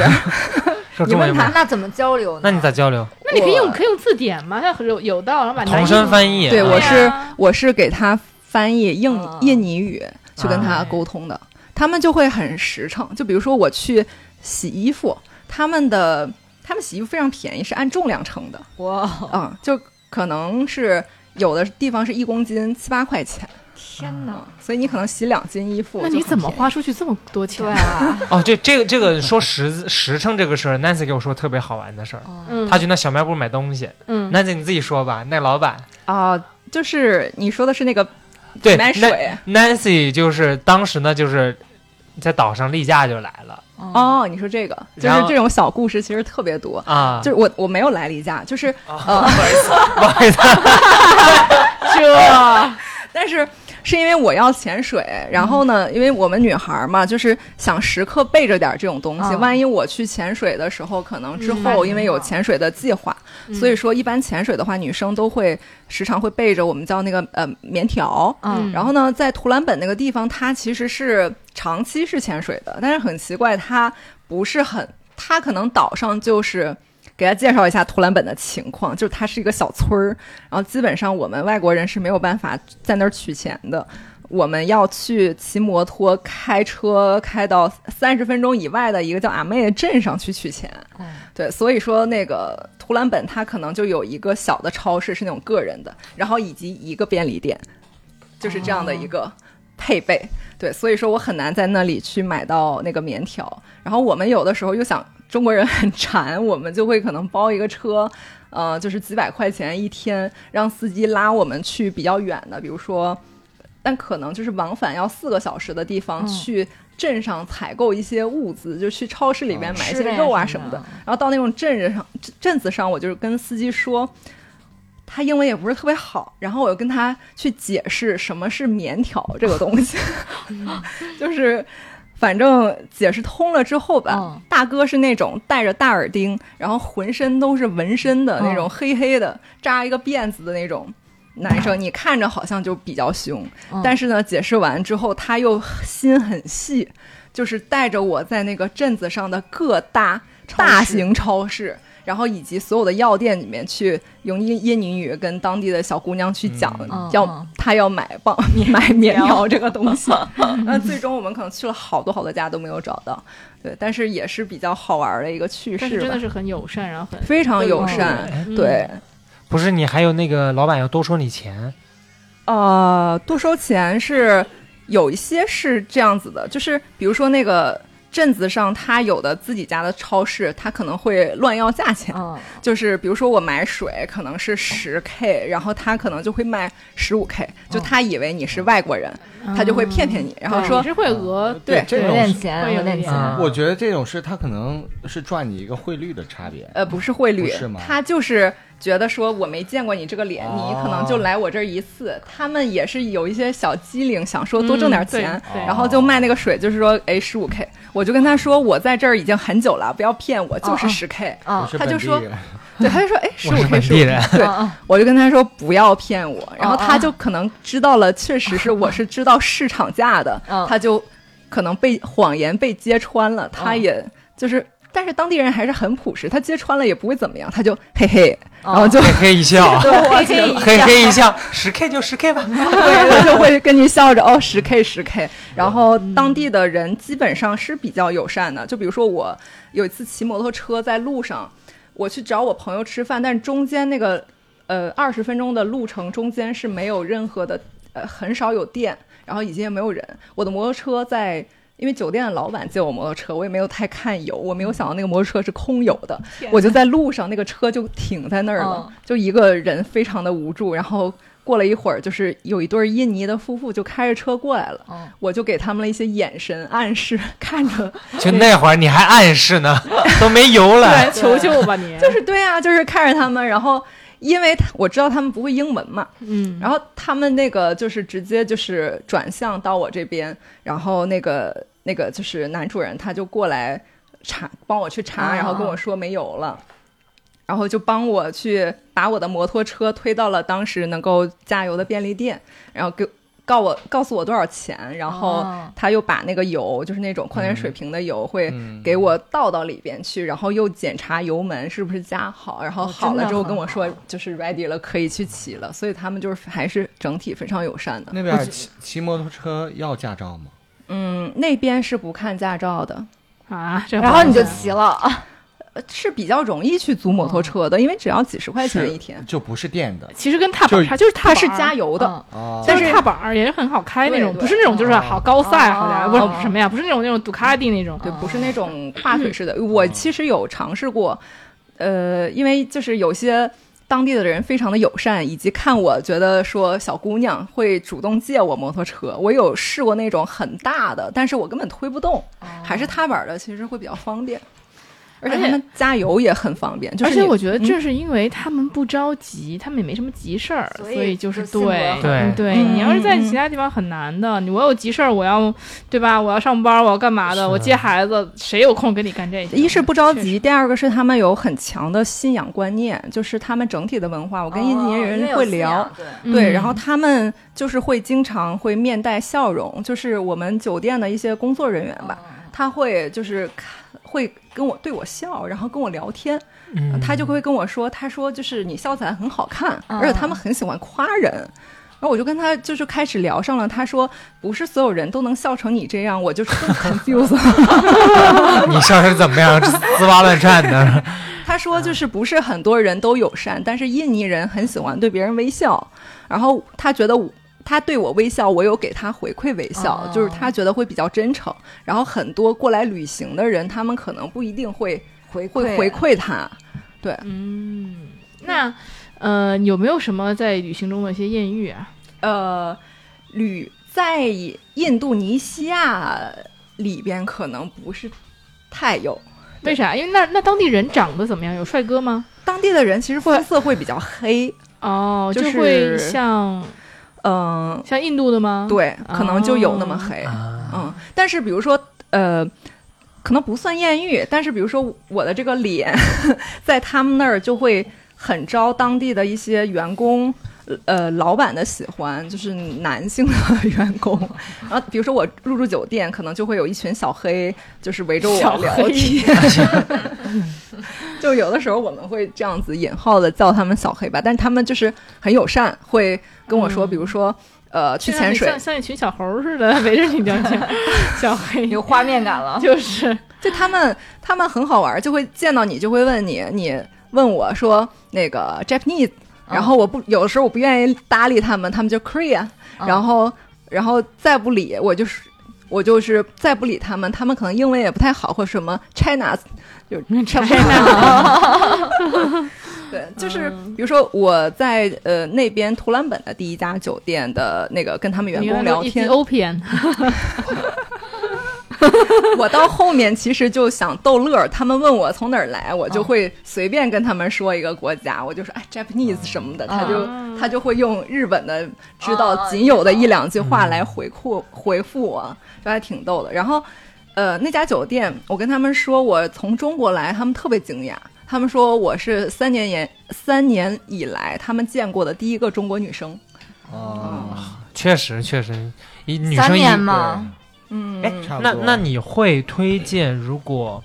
[SPEAKER 2] 说
[SPEAKER 1] 你
[SPEAKER 2] 中
[SPEAKER 1] 问
[SPEAKER 2] 文
[SPEAKER 1] 他
[SPEAKER 2] 吗？
[SPEAKER 6] 那怎么交流呢？
[SPEAKER 2] 那你咋交流？
[SPEAKER 4] 那你可以
[SPEAKER 1] 我
[SPEAKER 4] 用可以用字典嘛，像有有道，然后把
[SPEAKER 2] 同声翻译，
[SPEAKER 1] 对，
[SPEAKER 2] 啊
[SPEAKER 1] 我
[SPEAKER 4] 对
[SPEAKER 1] 是
[SPEAKER 4] 啊
[SPEAKER 1] 我是给他翻译印
[SPEAKER 6] 啊
[SPEAKER 1] 印尼语去跟他
[SPEAKER 2] 哎
[SPEAKER 1] 沟通的，他们就会很实诚。就比如说我去洗衣服，他们的他们洗衣服非常便宜，是按重量称的，
[SPEAKER 4] 哦
[SPEAKER 6] 哇，
[SPEAKER 1] 嗯，就可能是有的地方是一公斤七八块钱，啊
[SPEAKER 6] 天哪！
[SPEAKER 1] 所以你可能洗两斤衣服。
[SPEAKER 4] 哦那你怎么？花出去这么多钱
[SPEAKER 6] 对？啊，
[SPEAKER 2] 哦，这这个这个说实实诚这个事儿，Nancy 给我说特别好玩的事儿。
[SPEAKER 6] 哦
[SPEAKER 4] 嗯，
[SPEAKER 2] 他去那小卖部买东西
[SPEAKER 4] 嗯，
[SPEAKER 2] ，Nancy 你自己说吧。那老板
[SPEAKER 1] 啊、就是你说的是那个
[SPEAKER 2] 对
[SPEAKER 1] 买
[SPEAKER 2] 那
[SPEAKER 1] 水
[SPEAKER 2] Nancy 就是当时呢就是在岛上例假就来了
[SPEAKER 1] 哦，你说这个就
[SPEAKER 2] 然
[SPEAKER 1] 是
[SPEAKER 2] 后
[SPEAKER 1] 这种小故事其实特别多。
[SPEAKER 2] 啊，
[SPEAKER 1] 就是我我没有来例假，就是
[SPEAKER 2] 不好意思，
[SPEAKER 1] 但是是因为我要潜水，然后呢，因为我们女孩儿嘛，就是想时刻备着点儿这种东西，
[SPEAKER 6] 嗯
[SPEAKER 1] 万一我去潜水的时候，可能之
[SPEAKER 4] 嗯
[SPEAKER 1] 后因为有潜水的计划，
[SPEAKER 4] 嗯
[SPEAKER 1] 所以说一般潜水的话，女生都会时常会备着我们叫那个呃棉条。
[SPEAKER 6] 嗯
[SPEAKER 4] 嗯，
[SPEAKER 1] 然后呢，在图兰本那个地方，它其实是长期是潜水的，但是很奇怪，它不是很，它可能岛上就是给大家介绍一下图兰本的情况，就是它是一个小村儿，然后基本上我们外国人是没有办法在那儿取钱的，我们要去骑摩托、开车开到三十分钟以外的一个叫阿妹的镇上去取钱。对，所以说那个图兰本它可能就有一个小的超市是那种个人的，然后以及一个便利店，就是这样的
[SPEAKER 6] 哦
[SPEAKER 1] 一个配备。对，所以说我很难在那里去买到那个棉条。然后我们有的时候又想中国人很馋，我们就会可能包一个车，呃，就是几百块钱一天，让司机拉我们去比较远的，比如说，但可能就是往返要四个小时的地方
[SPEAKER 6] 嗯
[SPEAKER 1] 去镇上采购一些物资，就去超市里边买一
[SPEAKER 6] 哦吃的
[SPEAKER 1] 些
[SPEAKER 6] 呀
[SPEAKER 1] 肉啊
[SPEAKER 6] 什
[SPEAKER 1] 什
[SPEAKER 6] 么
[SPEAKER 1] 么
[SPEAKER 6] 的
[SPEAKER 1] 的。然后到那种镇子上，镇镇子上，我就是跟司机说。他英文也不是特别好，然后我又跟他去解释什么是棉条这个东 西，就是反正解释通了之后吧，
[SPEAKER 6] 嗯
[SPEAKER 1] 大哥是那种戴着大耳钉，然后浑身都是纹身的那
[SPEAKER 6] 嗯
[SPEAKER 1] 种，黑黑的，扎一个辫子的那种。男生，你看着好像就比较凶，
[SPEAKER 6] 嗯
[SPEAKER 1] 但是呢，解释完之后他又心很细，就是带着我在那个镇子上的各大
[SPEAKER 6] 超市
[SPEAKER 1] 大型超市，然后以及所有的药店里面去用印印尼语跟当地的小姑娘去讲，
[SPEAKER 6] 嗯
[SPEAKER 1] 要、
[SPEAKER 6] 嗯
[SPEAKER 1] 她要买棒 买棉条这个东西。那最终我们可能去了好多好多家都没有找到，对，但是也是比较好玩的一个趣
[SPEAKER 4] 但是
[SPEAKER 1] 事
[SPEAKER 4] 真
[SPEAKER 1] 吧
[SPEAKER 4] 的，是很友善，然后很
[SPEAKER 1] 非常友
[SPEAKER 4] 嗯
[SPEAKER 1] 善。
[SPEAKER 2] 哎
[SPEAKER 1] 对，
[SPEAKER 2] 不是你还有那个老板要多收你钱，
[SPEAKER 1] 呃，多收钱是有一些是这样子的，就是比如说那个镇子上它有的自己家的超市，它可能会乱要价钱，
[SPEAKER 6] 嗯，
[SPEAKER 1] 就是比如说我买水可能是十 k，然后他可能就会卖十五 k，就他以为你是外国人，他就会骗骗你，然后说
[SPEAKER 4] 嗯你是会讹
[SPEAKER 5] 对
[SPEAKER 1] 对
[SPEAKER 5] 这
[SPEAKER 6] 有
[SPEAKER 5] 种
[SPEAKER 6] 点
[SPEAKER 5] 是，
[SPEAKER 6] 钱，
[SPEAKER 4] 会
[SPEAKER 6] 有
[SPEAKER 4] 有
[SPEAKER 6] 点
[SPEAKER 4] 一点
[SPEAKER 6] 钱。
[SPEAKER 2] 嗯
[SPEAKER 5] 我觉得这种是他可能是赚你一个汇率的差别。
[SPEAKER 1] 呃不是汇率
[SPEAKER 5] 不是吗，
[SPEAKER 1] 他就是觉得说我没见过你这个脸，
[SPEAKER 5] 哦
[SPEAKER 1] 你可能就来我这儿一次。他们也是有一些小机灵，想说多挣点钱
[SPEAKER 4] 嗯，对对
[SPEAKER 1] 然后就卖那个水，就是说哎十五 k，我就跟他说我在这儿已经很久了，不要骗我，就是
[SPEAKER 6] 哦
[SPEAKER 1] 十 k。
[SPEAKER 5] 不
[SPEAKER 6] 啊
[SPEAKER 5] 是
[SPEAKER 1] 他就
[SPEAKER 5] 本地
[SPEAKER 1] 说
[SPEAKER 5] 人
[SPEAKER 1] 对，他就说哎十
[SPEAKER 2] 我
[SPEAKER 1] 五
[SPEAKER 2] 是
[SPEAKER 1] k
[SPEAKER 2] 本
[SPEAKER 1] 十
[SPEAKER 2] 地
[SPEAKER 1] 五
[SPEAKER 2] 人
[SPEAKER 1] k，对。
[SPEAKER 6] 啊
[SPEAKER 1] 我就跟他说不要骗我，然后
[SPEAKER 6] 哦哦
[SPEAKER 1] 他就可能知道了，确实是我是知道市场价的，
[SPEAKER 6] 嗯
[SPEAKER 1] 他就可能被谎言被揭穿了，他
[SPEAKER 6] 嗯
[SPEAKER 1] 也就是，但是当地人还是很朴实，他揭穿了也不会怎么样，他就嘿嘿，
[SPEAKER 6] 哦
[SPEAKER 1] 然后就、
[SPEAKER 2] 嘿嘿一笑，
[SPEAKER 6] 我可以
[SPEAKER 2] 嘿嘿一笑，十 K 就十 K 吧。
[SPEAKER 1] 对，他就会跟你笑着哦，十 k 十 k。然后当地的人基本上是比较友善的，就比如说我有一次骑摩托车在路上，我去找我朋友吃饭，但是中间那个呃二十分钟的路程中间是没有任何的呃很少有店，然后以及也没有人，我的摩托车在。因为酒店的老板借我摩托车，我也没有太看油，我没有想到那个摩托车是空油的，我就在路上，那个车就停在那儿了，
[SPEAKER 6] 嗯
[SPEAKER 1] 就一个人非常的无助。然后过了一会儿，就是有一对印尼的夫妇就开着车过来了，
[SPEAKER 6] 嗯
[SPEAKER 1] 我就给他们了一些眼神暗示， 看着
[SPEAKER 2] 就那会儿你还暗示呢，都没油了。
[SPEAKER 4] 对，求救吧你，
[SPEAKER 1] 就是对啊，就是看着他们，然后。因为他我知道他们不会英文嘛，
[SPEAKER 4] 嗯，
[SPEAKER 1] 然后他们那个就是直接就是转向到我这边，然后那个那个就是男主人他就过来查帮我去查，
[SPEAKER 6] 啊
[SPEAKER 1] 然后跟我说没油了，然后就帮我去把我的摩托车推到了当时能够加油的便利店，然后给告我告诉我多少钱，然后
[SPEAKER 6] 哦
[SPEAKER 1] 他又把那个油就是那种矿泉水瓶的油会
[SPEAKER 5] 嗯
[SPEAKER 1] 给我倒到里边去，然后又检查油门是不是加好，然后
[SPEAKER 6] 哦
[SPEAKER 1] 好
[SPEAKER 6] 真
[SPEAKER 1] 了
[SPEAKER 6] 的
[SPEAKER 1] 之后
[SPEAKER 6] 很
[SPEAKER 1] 跟我说
[SPEAKER 6] 好
[SPEAKER 1] 就是 ready 了，可以去骑了。所以他们就是还是整体非常友善的。
[SPEAKER 6] 嗯
[SPEAKER 5] 那边骑骑摩托车要驾照吗？
[SPEAKER 1] 嗯，那边是不看驾照的，
[SPEAKER 4] 啊，这
[SPEAKER 6] 然后你就骑了，
[SPEAKER 1] 呃是比较容易去租摩托车
[SPEAKER 6] 哦
[SPEAKER 1] 的，因为只要几十块钱
[SPEAKER 5] 是
[SPEAKER 1] 一天，
[SPEAKER 5] 就不是电的
[SPEAKER 4] 其实跟踏
[SPEAKER 5] 就
[SPEAKER 4] 板
[SPEAKER 5] 是
[SPEAKER 4] 差，就是
[SPEAKER 1] 它
[SPEAKER 4] 踏板
[SPEAKER 1] 是加油的。
[SPEAKER 6] 嗯
[SPEAKER 5] 啊
[SPEAKER 4] 但
[SPEAKER 1] 但
[SPEAKER 4] 是
[SPEAKER 1] 是
[SPEAKER 4] 踏板儿也是很好开那种，
[SPEAKER 1] 对对
[SPEAKER 4] 不是那种就是好高赛，
[SPEAKER 6] 哦
[SPEAKER 4] 好像
[SPEAKER 6] 哦
[SPEAKER 4] 不
[SPEAKER 6] 哦
[SPEAKER 4] 是什么呀，不是那种那种杜卡迪那种，
[SPEAKER 1] 对
[SPEAKER 6] 哦，
[SPEAKER 1] 不是那种跨腿式的。我其实有尝试过，呃，因为就是有些当地的人非常的友善，以及看我觉得说小姑娘会主动借我摩托车，我有试过那种很大的，但是我根本推不动，还是踏板的，其实会比较方便。而且
[SPEAKER 4] 哦而且
[SPEAKER 1] 他们加油也很方便，就是
[SPEAKER 4] 而且
[SPEAKER 1] 你
[SPEAKER 4] 我觉得
[SPEAKER 1] 嗯
[SPEAKER 4] 正是因为他们不着急，他们也没什么急事儿，
[SPEAKER 6] 所
[SPEAKER 4] 所
[SPEAKER 6] 以
[SPEAKER 4] 以就是
[SPEAKER 6] 就性格
[SPEAKER 4] 对
[SPEAKER 6] 好
[SPEAKER 2] 对
[SPEAKER 4] 对。
[SPEAKER 1] 嗯
[SPEAKER 4] 你要是在其他地方很难的，你我有急事儿，我要对吧？我要上班，我要干嘛的？我接孩子，谁有空给你干这些？
[SPEAKER 1] 一是不着
[SPEAKER 4] 确实，
[SPEAKER 1] 急，第二个是他们有很强的信仰观念，就是他们整体的文化。我
[SPEAKER 6] 我
[SPEAKER 1] 跟
[SPEAKER 4] 哦
[SPEAKER 1] 印尼
[SPEAKER 6] 哦
[SPEAKER 1] 人会聊，，
[SPEAKER 6] 对，
[SPEAKER 1] 对，
[SPEAKER 4] 嗯
[SPEAKER 1] 然后他们就是会经常会面带笑容，就是我们酒店的一些工作人员吧，他会就是看会跟我对我笑，然后跟我聊天，
[SPEAKER 2] 嗯
[SPEAKER 1] 他就会跟我说，他说就是你笑起来很好看，
[SPEAKER 6] 嗯
[SPEAKER 1] 而且他们很喜欢夸人。然后我就跟他就是开始聊上了，他说不是所有人都能笑成你这样，我就是更 confused 了。
[SPEAKER 2] 你笑成怎么样？滋哇乱颤的。
[SPEAKER 1] 他说就是不是很多人都友善，但是印尼人很喜欢对别人微笑，然后他觉得我他对我微笑，我有给他回馈微笑，
[SPEAKER 6] 哦
[SPEAKER 1] 就是他觉得会比较真诚。然后很多过来旅行的人，他们可能不一定会
[SPEAKER 6] 回
[SPEAKER 1] 会回馈他。
[SPEAKER 4] 嗯，那呃，有没有什么在旅行中的一些艳遇啊？
[SPEAKER 1] 呃，旅在印度尼西亚里边可能不是太有。对
[SPEAKER 4] 为啥？因为那那当地人长得怎么样？有帅哥吗？
[SPEAKER 1] 当地的人其实肤色会比较黑，
[SPEAKER 4] 哦，
[SPEAKER 1] 就
[SPEAKER 4] 就是会像
[SPEAKER 1] 嗯、
[SPEAKER 4] 像印度的吗？，
[SPEAKER 1] 对，可能就有那么黑。
[SPEAKER 2] 啊
[SPEAKER 1] 嗯，但是比如说，呃，可能不算艳遇，但是比如说我的这个脸， 在他们那儿就会很招当地的一些员工。呃，老板的喜欢就是男性的 员工，然后比如说我入住酒店，可能就会有一群小黑，就是围着我
[SPEAKER 4] 小
[SPEAKER 1] 聊
[SPEAKER 4] 黑
[SPEAKER 1] 天，就有的时候我们会这样子引号的叫他们小黑吧，但是他们就是很友善，会跟我说，
[SPEAKER 4] 嗯
[SPEAKER 1] 比如说呃去
[SPEAKER 4] 现在
[SPEAKER 1] 潜
[SPEAKER 4] 很
[SPEAKER 1] 水
[SPEAKER 4] 像，像一群小猴儿似的 围着你聊天，小黑
[SPEAKER 6] 有画 面感了，嗯
[SPEAKER 4] 就是。
[SPEAKER 1] 就他们他们很好玩儿，就会见到你就会问你，你问我说那个 Japanese，
[SPEAKER 6] 嗯
[SPEAKER 1] 然后我不有的时候我不愿意搭理他们，他们就 Korea，
[SPEAKER 6] 嗯
[SPEAKER 1] 然后然后再不理我就是。我就是再不理他们，他们可能英文也不太好，或什么 China 就 对，就是比如说我在呃那边图兰本的第一家酒店的那个跟他们员工聊
[SPEAKER 4] 哦
[SPEAKER 1] 天，
[SPEAKER 4] ，Opian，
[SPEAKER 1] 我到后面其实就想逗乐儿，他们问我从哪儿来，
[SPEAKER 2] 嗯
[SPEAKER 1] 我就会随便跟他们说一个国家，我就说哎 Japanese 什么
[SPEAKER 2] 嗯
[SPEAKER 1] 的，他就他就会用日本的知道仅有的一两句话来回复回复我，就还挺逗的。然后，呃，那家酒店我跟他们说我从中国来，他们特别惊讶，他们说我是三年以三年以来他们见过的第一个中国女生。
[SPEAKER 5] 哦，
[SPEAKER 2] 确实确实，一女
[SPEAKER 6] 三
[SPEAKER 2] 生一
[SPEAKER 6] 年
[SPEAKER 2] 个
[SPEAKER 6] 嘛
[SPEAKER 2] 人
[SPEAKER 1] 嗯，
[SPEAKER 2] 哎
[SPEAKER 5] 差不
[SPEAKER 2] 那
[SPEAKER 5] 多
[SPEAKER 2] 那你会推荐，如果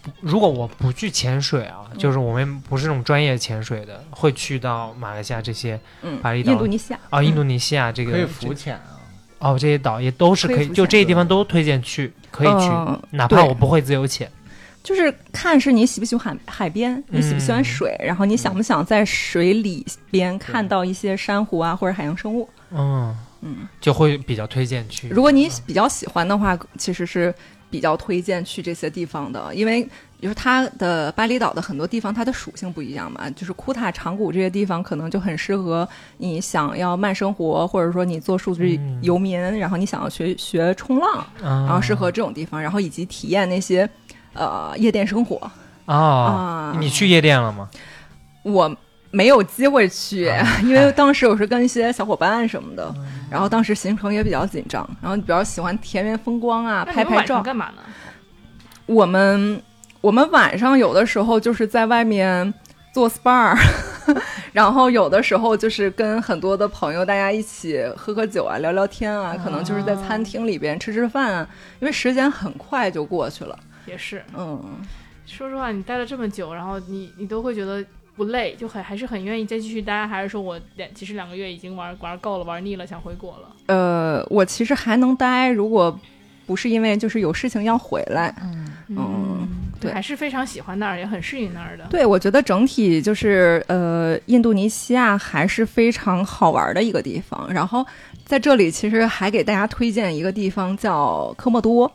[SPEAKER 2] 不如果我不去潜水啊，
[SPEAKER 1] 嗯
[SPEAKER 2] 就是我们不是那种专业潜水的，会去到马来西亚这些
[SPEAKER 1] 嗯
[SPEAKER 2] 哎巴厘岛
[SPEAKER 1] 印度尼西亚
[SPEAKER 2] 啊，印度尼西亚这个
[SPEAKER 5] 可以
[SPEAKER 2] 这
[SPEAKER 5] 浮潜啊，
[SPEAKER 2] 哦，这些岛也都是
[SPEAKER 1] 可以
[SPEAKER 2] 可以，
[SPEAKER 1] 浮
[SPEAKER 2] 就
[SPEAKER 1] 潜
[SPEAKER 2] 这些地方都推荐去，可以去，
[SPEAKER 1] 嗯
[SPEAKER 2] 哪怕
[SPEAKER 1] 对
[SPEAKER 2] 我不会自由潜。
[SPEAKER 1] 就是看是你喜不喜欢海海边，你喜不喜欢水，然后你想不想在水里边看到一些珊瑚啊或者海洋生物。
[SPEAKER 2] 嗯
[SPEAKER 1] 嗯，
[SPEAKER 2] 就会比较推荐去。
[SPEAKER 1] 如果你比较喜欢的话，其实是比较推荐去这些地方的，因为就是它的巴厘岛的很多地方，它的属性不一样嘛，就是库塔、长谷这些地方可能就很适合你想要慢生活，或者说你做数据
[SPEAKER 2] 嗯
[SPEAKER 1] 游民，然后你想要学学冲浪，
[SPEAKER 2] 嗯，
[SPEAKER 1] 然后适合这种地方，然后以及体验那些呃夜店生活
[SPEAKER 2] 哦，
[SPEAKER 1] 啊。
[SPEAKER 2] 你去夜店了吗？
[SPEAKER 1] 我没有机会去，
[SPEAKER 2] 啊
[SPEAKER 1] 因为当时我是跟一些小伙伴什么的，然后当时行程也比较紧张，然后比较喜欢田园风光啊，
[SPEAKER 4] 那
[SPEAKER 1] 拍
[SPEAKER 4] 你们
[SPEAKER 1] 拍
[SPEAKER 4] 晚上
[SPEAKER 1] 照。
[SPEAKER 4] 干嘛呢？
[SPEAKER 1] 我们我们晚上有的时候就是在外面做 SPA，然后有的时候就是跟很多的朋友大家一起喝喝酒啊，聊聊天啊，可能就是在餐厅里边吃吃饭啊，因为时间很快就过去了。
[SPEAKER 4] 也是，
[SPEAKER 1] 嗯，
[SPEAKER 4] 说实话，你待了这么久，然后你你都会觉得不累，就很还是很愿意再继续待，还是说我两其实两个月已经玩玩够了，玩腻了，想回国了？
[SPEAKER 1] 呃，我其实还能待，如果不是因为就是有事情要回来，
[SPEAKER 6] 嗯，
[SPEAKER 1] 嗯，对
[SPEAKER 4] 还是非常喜欢那儿，也很适应那儿的。
[SPEAKER 1] 对，我觉得整体就是呃，印度尼西亚还是非常好玩的一个地方。然后在这里，其实还给大家推荐一个地方叫科莫多，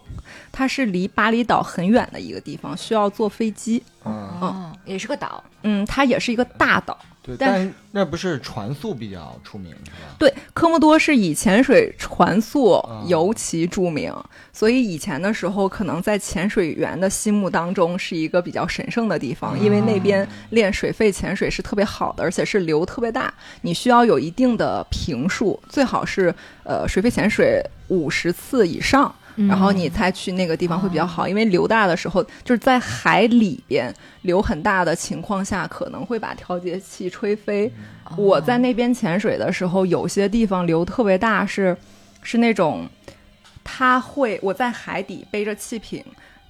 [SPEAKER 1] 它是离巴厘岛很远的一个地方，需要坐飞机。
[SPEAKER 5] 嗯，
[SPEAKER 6] 哦，也是个岛，
[SPEAKER 1] 嗯，它也是一个大岛。
[SPEAKER 5] 对，
[SPEAKER 1] 但
[SPEAKER 5] 但那不是船速比较出名是吧？
[SPEAKER 1] 对，科莫多是以潜水船速
[SPEAKER 5] 啊
[SPEAKER 1] 尤其著名，所以以前的时候，可能在潜水员的心目当中是一个比较神圣的地方，因为那边练水肺潜水是特别好的，而且是流特别大，你需要有一定的频数，最好是呃水肺潜水五十次以上，
[SPEAKER 4] 嗯
[SPEAKER 1] 然后你才去那个地方会比较好，因为流大的时候，就是在海里边流很大的情况下，可能会把调节器吹飞。
[SPEAKER 6] 哦
[SPEAKER 1] 我在那边潜水的时候，有些地方流特别大是，是那种，它会我在海底背着气瓶。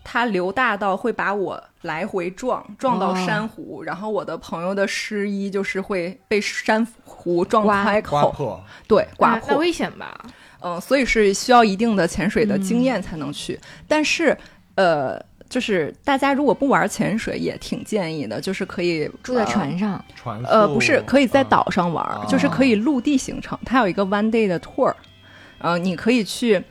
[SPEAKER 1] 它流大到会把我来回撞，撞到珊瑚，然后我的朋友的湿衣就是会被珊瑚撞
[SPEAKER 6] 刮
[SPEAKER 1] 开
[SPEAKER 5] 刮
[SPEAKER 1] 口，
[SPEAKER 5] 破，
[SPEAKER 1] 对，刮
[SPEAKER 4] 哎那
[SPEAKER 1] 破。
[SPEAKER 4] 那危险吧？
[SPEAKER 1] 嗯，所以是需要一定的潜水的经验才能去。但是，呃，就是大家如果不玩潜水，也挺建议的，就是可以
[SPEAKER 6] 住在船上，
[SPEAKER 5] 船
[SPEAKER 1] 呃。呃，不是，可以在岛上玩，
[SPEAKER 5] 哦
[SPEAKER 1] 就是可以陆地行程。它有一个 one day 的 tour，呃，你可以去，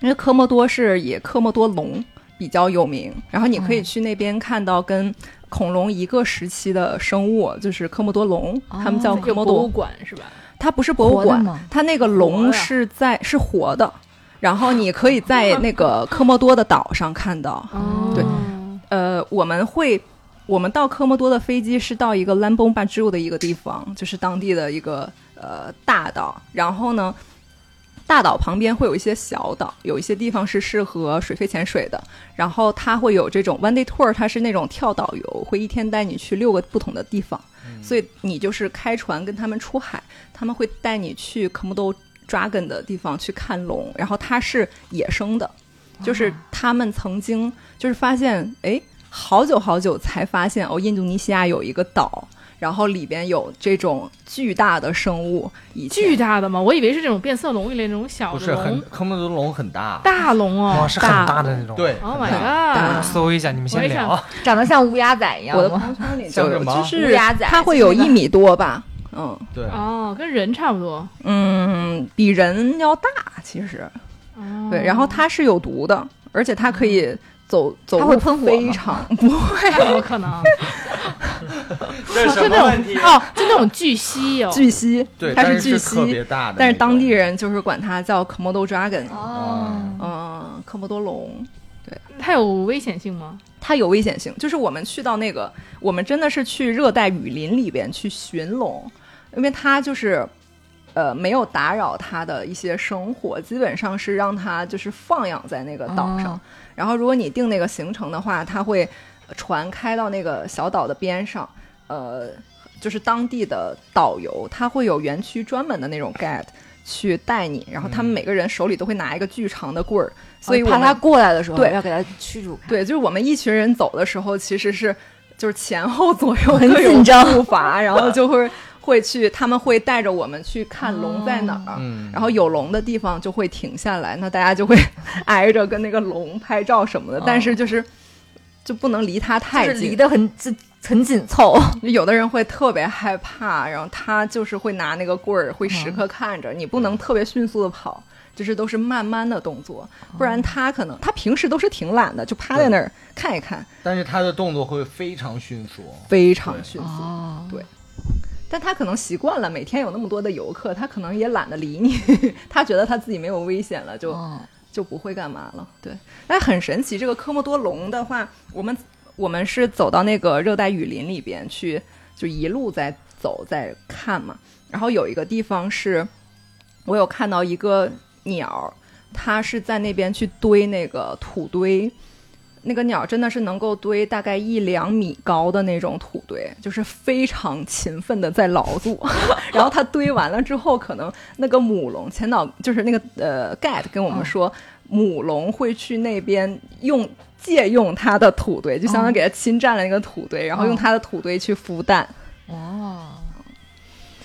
[SPEAKER 1] 因为科莫多是以科莫多龙比较有名，然后你可以去那边看到跟恐龙一个时期的生物，就是科莫多龙，他们叫
[SPEAKER 6] 哦
[SPEAKER 1] 科
[SPEAKER 4] 有
[SPEAKER 1] 莫
[SPEAKER 4] 博
[SPEAKER 1] 多
[SPEAKER 4] 物馆是吧？
[SPEAKER 1] 它不是博物
[SPEAKER 6] 活的
[SPEAKER 1] 馆
[SPEAKER 6] 吗，
[SPEAKER 1] 它那个
[SPEAKER 4] 活
[SPEAKER 1] 龙
[SPEAKER 4] 的
[SPEAKER 1] 是在是活的，然后你可以在那个科莫多的岛上看到。
[SPEAKER 4] 哦
[SPEAKER 1] 对呃，我们会，我们到科莫多的飞机是到一个 l a m b o n b a j u 的一个地方，就是当地的一个呃大岛。然后呢，大岛旁边会有一些小岛，有一些地方是适合水肺潜水的。然后它会有这种 one day tour，它是那种跳岛游，会一天带你去六个不同的地方。所以你就是开船跟他们出海，他们会带你去科莫多 dragon 的地方去看龙，然后它是野生的。就是他们曾经就是发现，哎，好久好久才发现哦，印度尼西亚有一个岛，然后里边有这种巨大的生物，以前
[SPEAKER 4] 巨大的吗？我以为是这种变色龙一类那种小
[SPEAKER 5] 不
[SPEAKER 4] 的
[SPEAKER 5] 是很
[SPEAKER 4] 龙，
[SPEAKER 5] 科莫多龙很大，
[SPEAKER 4] 大龙
[SPEAKER 2] 哇，
[SPEAKER 4] 哦。
[SPEAKER 2] 是很
[SPEAKER 1] 大
[SPEAKER 2] 大的那种。
[SPEAKER 5] 对，
[SPEAKER 4] Oh
[SPEAKER 5] 很
[SPEAKER 4] my
[SPEAKER 5] 大
[SPEAKER 4] god！
[SPEAKER 2] 搜一下，你们
[SPEAKER 4] 我
[SPEAKER 2] 先
[SPEAKER 4] 也想
[SPEAKER 2] 聊。
[SPEAKER 6] 长得像乌鸦仔一样
[SPEAKER 1] 我的朋
[SPEAKER 6] 吗？
[SPEAKER 1] 友圈里
[SPEAKER 5] 像
[SPEAKER 1] 就
[SPEAKER 5] 什
[SPEAKER 1] 有，
[SPEAKER 5] 么
[SPEAKER 1] 就是
[SPEAKER 6] 乌鸦仔
[SPEAKER 1] 它会
[SPEAKER 6] 就是
[SPEAKER 1] 有一
[SPEAKER 6] 那个
[SPEAKER 1] 米多 吧，嗯
[SPEAKER 5] 对，
[SPEAKER 4] 哦哦，跟人差不多。
[SPEAKER 1] 嗯，比人要大，其实
[SPEAKER 4] 哦
[SPEAKER 1] 对，然后它是有毒的，而且它可以走走
[SPEAKER 6] 嗯它会
[SPEAKER 1] 路
[SPEAKER 6] 喷火
[SPEAKER 1] 非
[SPEAKER 6] 吗
[SPEAKER 1] 常 不会
[SPEAKER 4] 怎么 可能？
[SPEAKER 5] 这 是什么问题？
[SPEAKER 4] 哦，就那种巨蜥哦，
[SPEAKER 1] 巨蜥，
[SPEAKER 5] 对，
[SPEAKER 1] 它
[SPEAKER 5] 但是
[SPEAKER 1] 巨
[SPEAKER 5] 特别
[SPEAKER 1] 蜥，
[SPEAKER 5] 大的那种，啊
[SPEAKER 1] 但是当地人就是管它叫 Komodo dragon，
[SPEAKER 6] 哦，
[SPEAKER 1] 嗯，科莫多龙。
[SPEAKER 4] 它有危险性吗？
[SPEAKER 1] 它有危险性，就是我们去到那个，我们真的是去热带雨林里边去寻龙，因为它就是，呃，没有打扰它的一些生活，基本上是让它就是放养在那个岛上。
[SPEAKER 6] 哦
[SPEAKER 1] 然后，如果你定那个行程的话，它会呃船开到那个小岛的边上，呃，就是当地的导游，他会有园区专门的那种 guide 去带你，然后他们每个人手里都会拿一个巨长的棍儿，所以我
[SPEAKER 6] 嗯哦怕
[SPEAKER 1] 们
[SPEAKER 6] 它过来的时候
[SPEAKER 1] 对
[SPEAKER 6] 要给它驱逐开。
[SPEAKER 1] 对，就是我们一群人走的时候，其实是就是前后左 右很
[SPEAKER 6] 紧张
[SPEAKER 1] 步伐，然后就会会去，他们会带着我们去看
[SPEAKER 6] 哦
[SPEAKER 1] 龙在哪儿。
[SPEAKER 5] 嗯，
[SPEAKER 1] 然后有龙的地方就会停下来，那大家就会 挨着跟那个龙拍照什么的，但是就是就不能离它太
[SPEAKER 6] 哦就是
[SPEAKER 1] 近，
[SPEAKER 6] 离得很就很紧凑，
[SPEAKER 1] 有的人会特别害怕，然后他就是会拿那个棍儿，会时
[SPEAKER 6] 哦
[SPEAKER 1] 刻看着、你，不能特别迅速的跑，就是都是慢慢的动作，不
[SPEAKER 6] 哦
[SPEAKER 1] 然他可能他平时都是挺懒的，就趴在那儿看一看，
[SPEAKER 5] 但是他的动作会非常迅速。
[SPEAKER 1] 非常迅速。
[SPEAKER 6] 哦
[SPEAKER 1] 对但他可能习惯了每天有那么多的游客，他可能也懒得理你， 他觉得他自己没有危险了，就、
[SPEAKER 6] 哦
[SPEAKER 1] 就不会干嘛了。对，但很神奇，这个科莫多龙的话，我们我们是走到那个热带雨林里边去，就一路在走在看嘛。然后有一个地方是，我有看到一个鸟，它是在那边去堆那个土堆。那个鸟真的是能够堆大概一两米高的那种土堆，就是非常勤奋的在劳作。 然后它堆完了之后，可能那个母龙前导就是那个呃 get 跟我们说，母龙会去那边用借用它的土堆，就相当于给它侵占了那个土堆，然后用它的土堆去孵蛋。
[SPEAKER 6] 哦，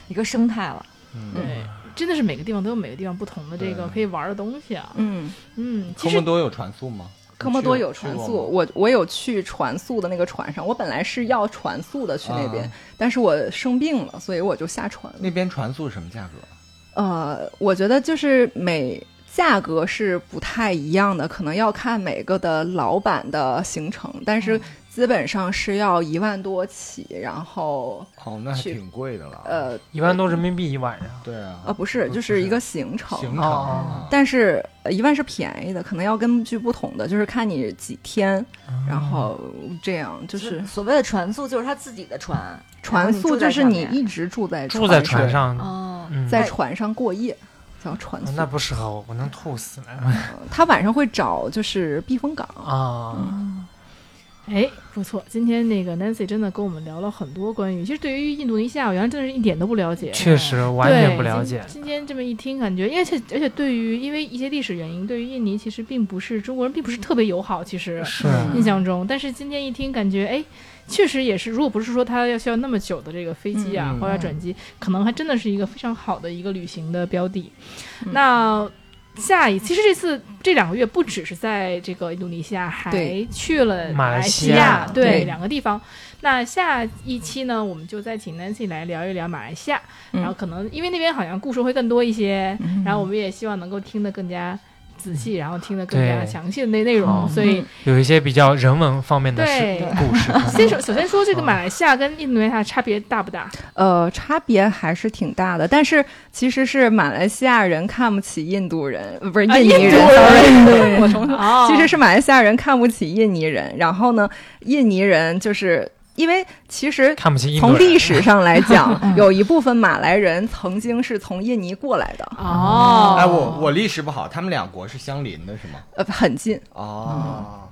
[SPEAKER 6] 一个生态了。
[SPEAKER 5] 嗯
[SPEAKER 1] 嗯
[SPEAKER 2] 嗯
[SPEAKER 4] 对，真的是每个地方都有每个地方不同的这个
[SPEAKER 5] 对
[SPEAKER 4] 可以玩的东西啊。
[SPEAKER 1] 嗯，
[SPEAKER 4] 嗯，其
[SPEAKER 5] 科莫
[SPEAKER 4] 实
[SPEAKER 5] 多有船速吗？
[SPEAKER 1] 科莫多
[SPEAKER 5] 去
[SPEAKER 1] 有船
[SPEAKER 5] 去过
[SPEAKER 1] 速，
[SPEAKER 5] 吗
[SPEAKER 1] 我我有去船速的那个船上，我本来是要船速的去那边，
[SPEAKER 5] 啊
[SPEAKER 1] 但是我生病了，所以我就下船了。
[SPEAKER 5] 那边船速什么价格？
[SPEAKER 1] 呃，我觉得就是每价格是不太一样的，可能要看每个的老板的行程，但
[SPEAKER 5] 嗯
[SPEAKER 1] 是基本上是要一万多起，然后
[SPEAKER 5] 哦，那还
[SPEAKER 1] 去
[SPEAKER 5] 挺贵的了。，
[SPEAKER 1] 呃
[SPEAKER 2] 一万多人民币一晚上。
[SPEAKER 5] 对啊
[SPEAKER 1] 呃，不是，
[SPEAKER 5] 不
[SPEAKER 1] 就是
[SPEAKER 5] 是
[SPEAKER 1] 一个行程。
[SPEAKER 5] 行
[SPEAKER 2] 哦
[SPEAKER 5] 程啊
[SPEAKER 1] 但是呃一万是便宜的，可能要根据不同的，就是看你几天，
[SPEAKER 5] 嗯
[SPEAKER 1] 然后这样就
[SPEAKER 6] 就是所谓的船宿，就是他自己的船，
[SPEAKER 1] 船
[SPEAKER 6] 然后
[SPEAKER 1] 宿，
[SPEAKER 6] 住在
[SPEAKER 1] 就是
[SPEAKER 6] 上
[SPEAKER 1] 你
[SPEAKER 6] 面
[SPEAKER 1] 一直住在
[SPEAKER 2] 住在
[SPEAKER 1] 船
[SPEAKER 2] 船
[SPEAKER 1] 上，
[SPEAKER 2] 上，
[SPEAKER 6] 哦，
[SPEAKER 2] 嗯，
[SPEAKER 1] 在船上过夜叫船宿。
[SPEAKER 2] 哦那不适合我，我能吐死
[SPEAKER 4] 嗯
[SPEAKER 2] 了
[SPEAKER 1] 他晚上会找就是避风港，
[SPEAKER 4] 嗯
[SPEAKER 2] 啊！
[SPEAKER 4] 哎，不错，今天那个 Nancy 真的跟我们聊了很多关于，其实对于印度尼西亚，我原来真的是一点都不了解。
[SPEAKER 2] 确实完
[SPEAKER 4] 对
[SPEAKER 2] 全不了解。
[SPEAKER 4] 今。今天这么一听，感觉，因为且而且对于因为一些历史原因，对于印尼其实并不是中国人并不是特别友好，其实
[SPEAKER 2] 是
[SPEAKER 4] 印象中。但是今天一听，感觉哎，确实也是，如果不是说他要需要那么久的这个飞机啊，
[SPEAKER 5] 嗯
[SPEAKER 4] 或者转机，可能还真的是一个非常好的一个旅行的标的。那下一，其实这次这两个月不只是在这个印度尼西亚，还
[SPEAKER 1] 对
[SPEAKER 4] 去了
[SPEAKER 2] 马来
[SPEAKER 4] 来
[SPEAKER 2] 西
[SPEAKER 4] 西
[SPEAKER 2] 亚
[SPEAKER 4] 对
[SPEAKER 1] 对
[SPEAKER 4] 两个地方。那下一期呢，我们就再请 Nancy 来聊一聊马来西亚，
[SPEAKER 1] 嗯
[SPEAKER 4] 然后可能因为那边好像故事会更多一些，
[SPEAKER 1] 嗯
[SPEAKER 4] 然后我们也希望能够听得更加仔细，然后听得更加
[SPEAKER 2] 对
[SPEAKER 4] 详细的内内容，
[SPEAKER 2] 好
[SPEAKER 4] 所以。
[SPEAKER 2] 有一些比较人文方面的事
[SPEAKER 4] 对
[SPEAKER 2] 故事。
[SPEAKER 4] 先说，首先说这
[SPEAKER 2] 哦
[SPEAKER 4] 个马来西亚跟印度尼西亚差别大不大？
[SPEAKER 1] 呃，差别还是挺大的。但是其实是马来西亚人看不起印度人，呃不是
[SPEAKER 4] 啊
[SPEAKER 1] 印尼
[SPEAKER 4] 印
[SPEAKER 1] 人
[SPEAKER 4] 度
[SPEAKER 1] ，sorry，
[SPEAKER 4] 人
[SPEAKER 1] 对我重说，
[SPEAKER 4] 哦
[SPEAKER 1] 其实是马来西亚人看不起印尼人。然后呢，印尼人就是因为其实。
[SPEAKER 2] 看不起印度
[SPEAKER 1] 从
[SPEAKER 2] 人，
[SPEAKER 1] 历史上来讲，有一部分马来人曾经是从印尼过来的，
[SPEAKER 4] 哦，
[SPEAKER 5] 哎，我我历史不好，他们两国是相邻的，是吗？
[SPEAKER 1] 呃，很近。
[SPEAKER 5] 哦，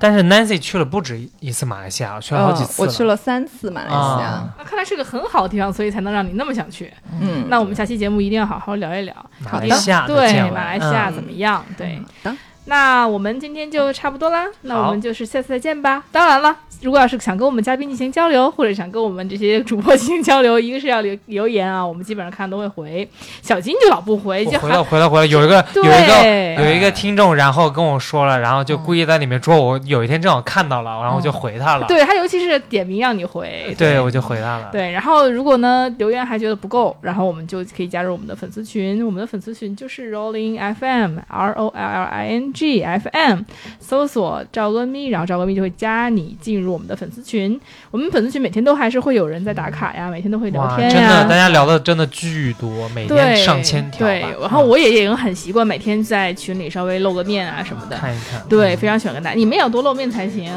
[SPEAKER 2] 但是 Nancy 去了不止一次马来西亚，我去了好
[SPEAKER 4] 哦
[SPEAKER 2] 几次
[SPEAKER 1] 呃我去
[SPEAKER 2] 了
[SPEAKER 1] 了三次马来西亚
[SPEAKER 2] 啊。
[SPEAKER 4] 那看来是个很好的地方，所以才能让你那么想去。
[SPEAKER 1] 嗯，
[SPEAKER 4] 那我们下期节目一定要好好聊一聊
[SPEAKER 2] 马来西亚的
[SPEAKER 4] 对
[SPEAKER 2] 见闻
[SPEAKER 4] 马来西亚
[SPEAKER 1] 嗯
[SPEAKER 4] 怎么样？对，
[SPEAKER 1] 当
[SPEAKER 4] 那我们今天就差不多啦，那我们就是下次再见吧。当然了，如果要是想跟我们嘉宾进行交流，或者想跟我们这些 主播进行交流，一个是要留留言啊，我们基本上看都会回。小金就老不回，就
[SPEAKER 2] 我回
[SPEAKER 4] 还
[SPEAKER 2] 来回来回来，有一个有一个
[SPEAKER 4] 对。嗯
[SPEAKER 2] 有一个听众，然后跟我说了，然后就故意在里面捉我。有一天正好看到了，然后我就回他了。
[SPEAKER 4] 对他，尤其是点名让你回，
[SPEAKER 2] 对，我就回他了。
[SPEAKER 4] 对，然后如果呢留言还觉得不够，然后我们就可以加入我们的粉丝群。我们的粉丝群就是 Rolling FM R O L L I N G F M，搜索赵阿咪，然后赵阿咪就会加你进入我们的粉丝群。我们粉丝群每天都还是会有人在打卡呀，每天都会聊
[SPEAKER 2] 哇，
[SPEAKER 4] 天
[SPEAKER 2] 真
[SPEAKER 4] 呀
[SPEAKER 2] 的，大。家聊的真的巨多，每
[SPEAKER 4] 对，
[SPEAKER 2] 天上千条吧。嗯
[SPEAKER 4] 对，然后我也已经很习惯每天在群里稍微露个面啊什么的
[SPEAKER 2] 嗯。看一看。
[SPEAKER 4] 对，非常喜欢跟大家，你们也要多露面才行。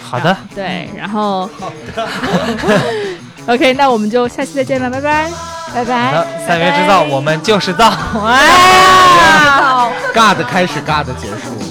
[SPEAKER 2] 好的，
[SPEAKER 4] 对，然后 OK，那我们就下期再见了，拜拜。
[SPEAKER 6] 拜
[SPEAKER 2] 好
[SPEAKER 6] 拜。
[SPEAKER 2] 的，三元制造，我们就是造。
[SPEAKER 5] 尬的开始，尬的结束。
[SPEAKER 7] 「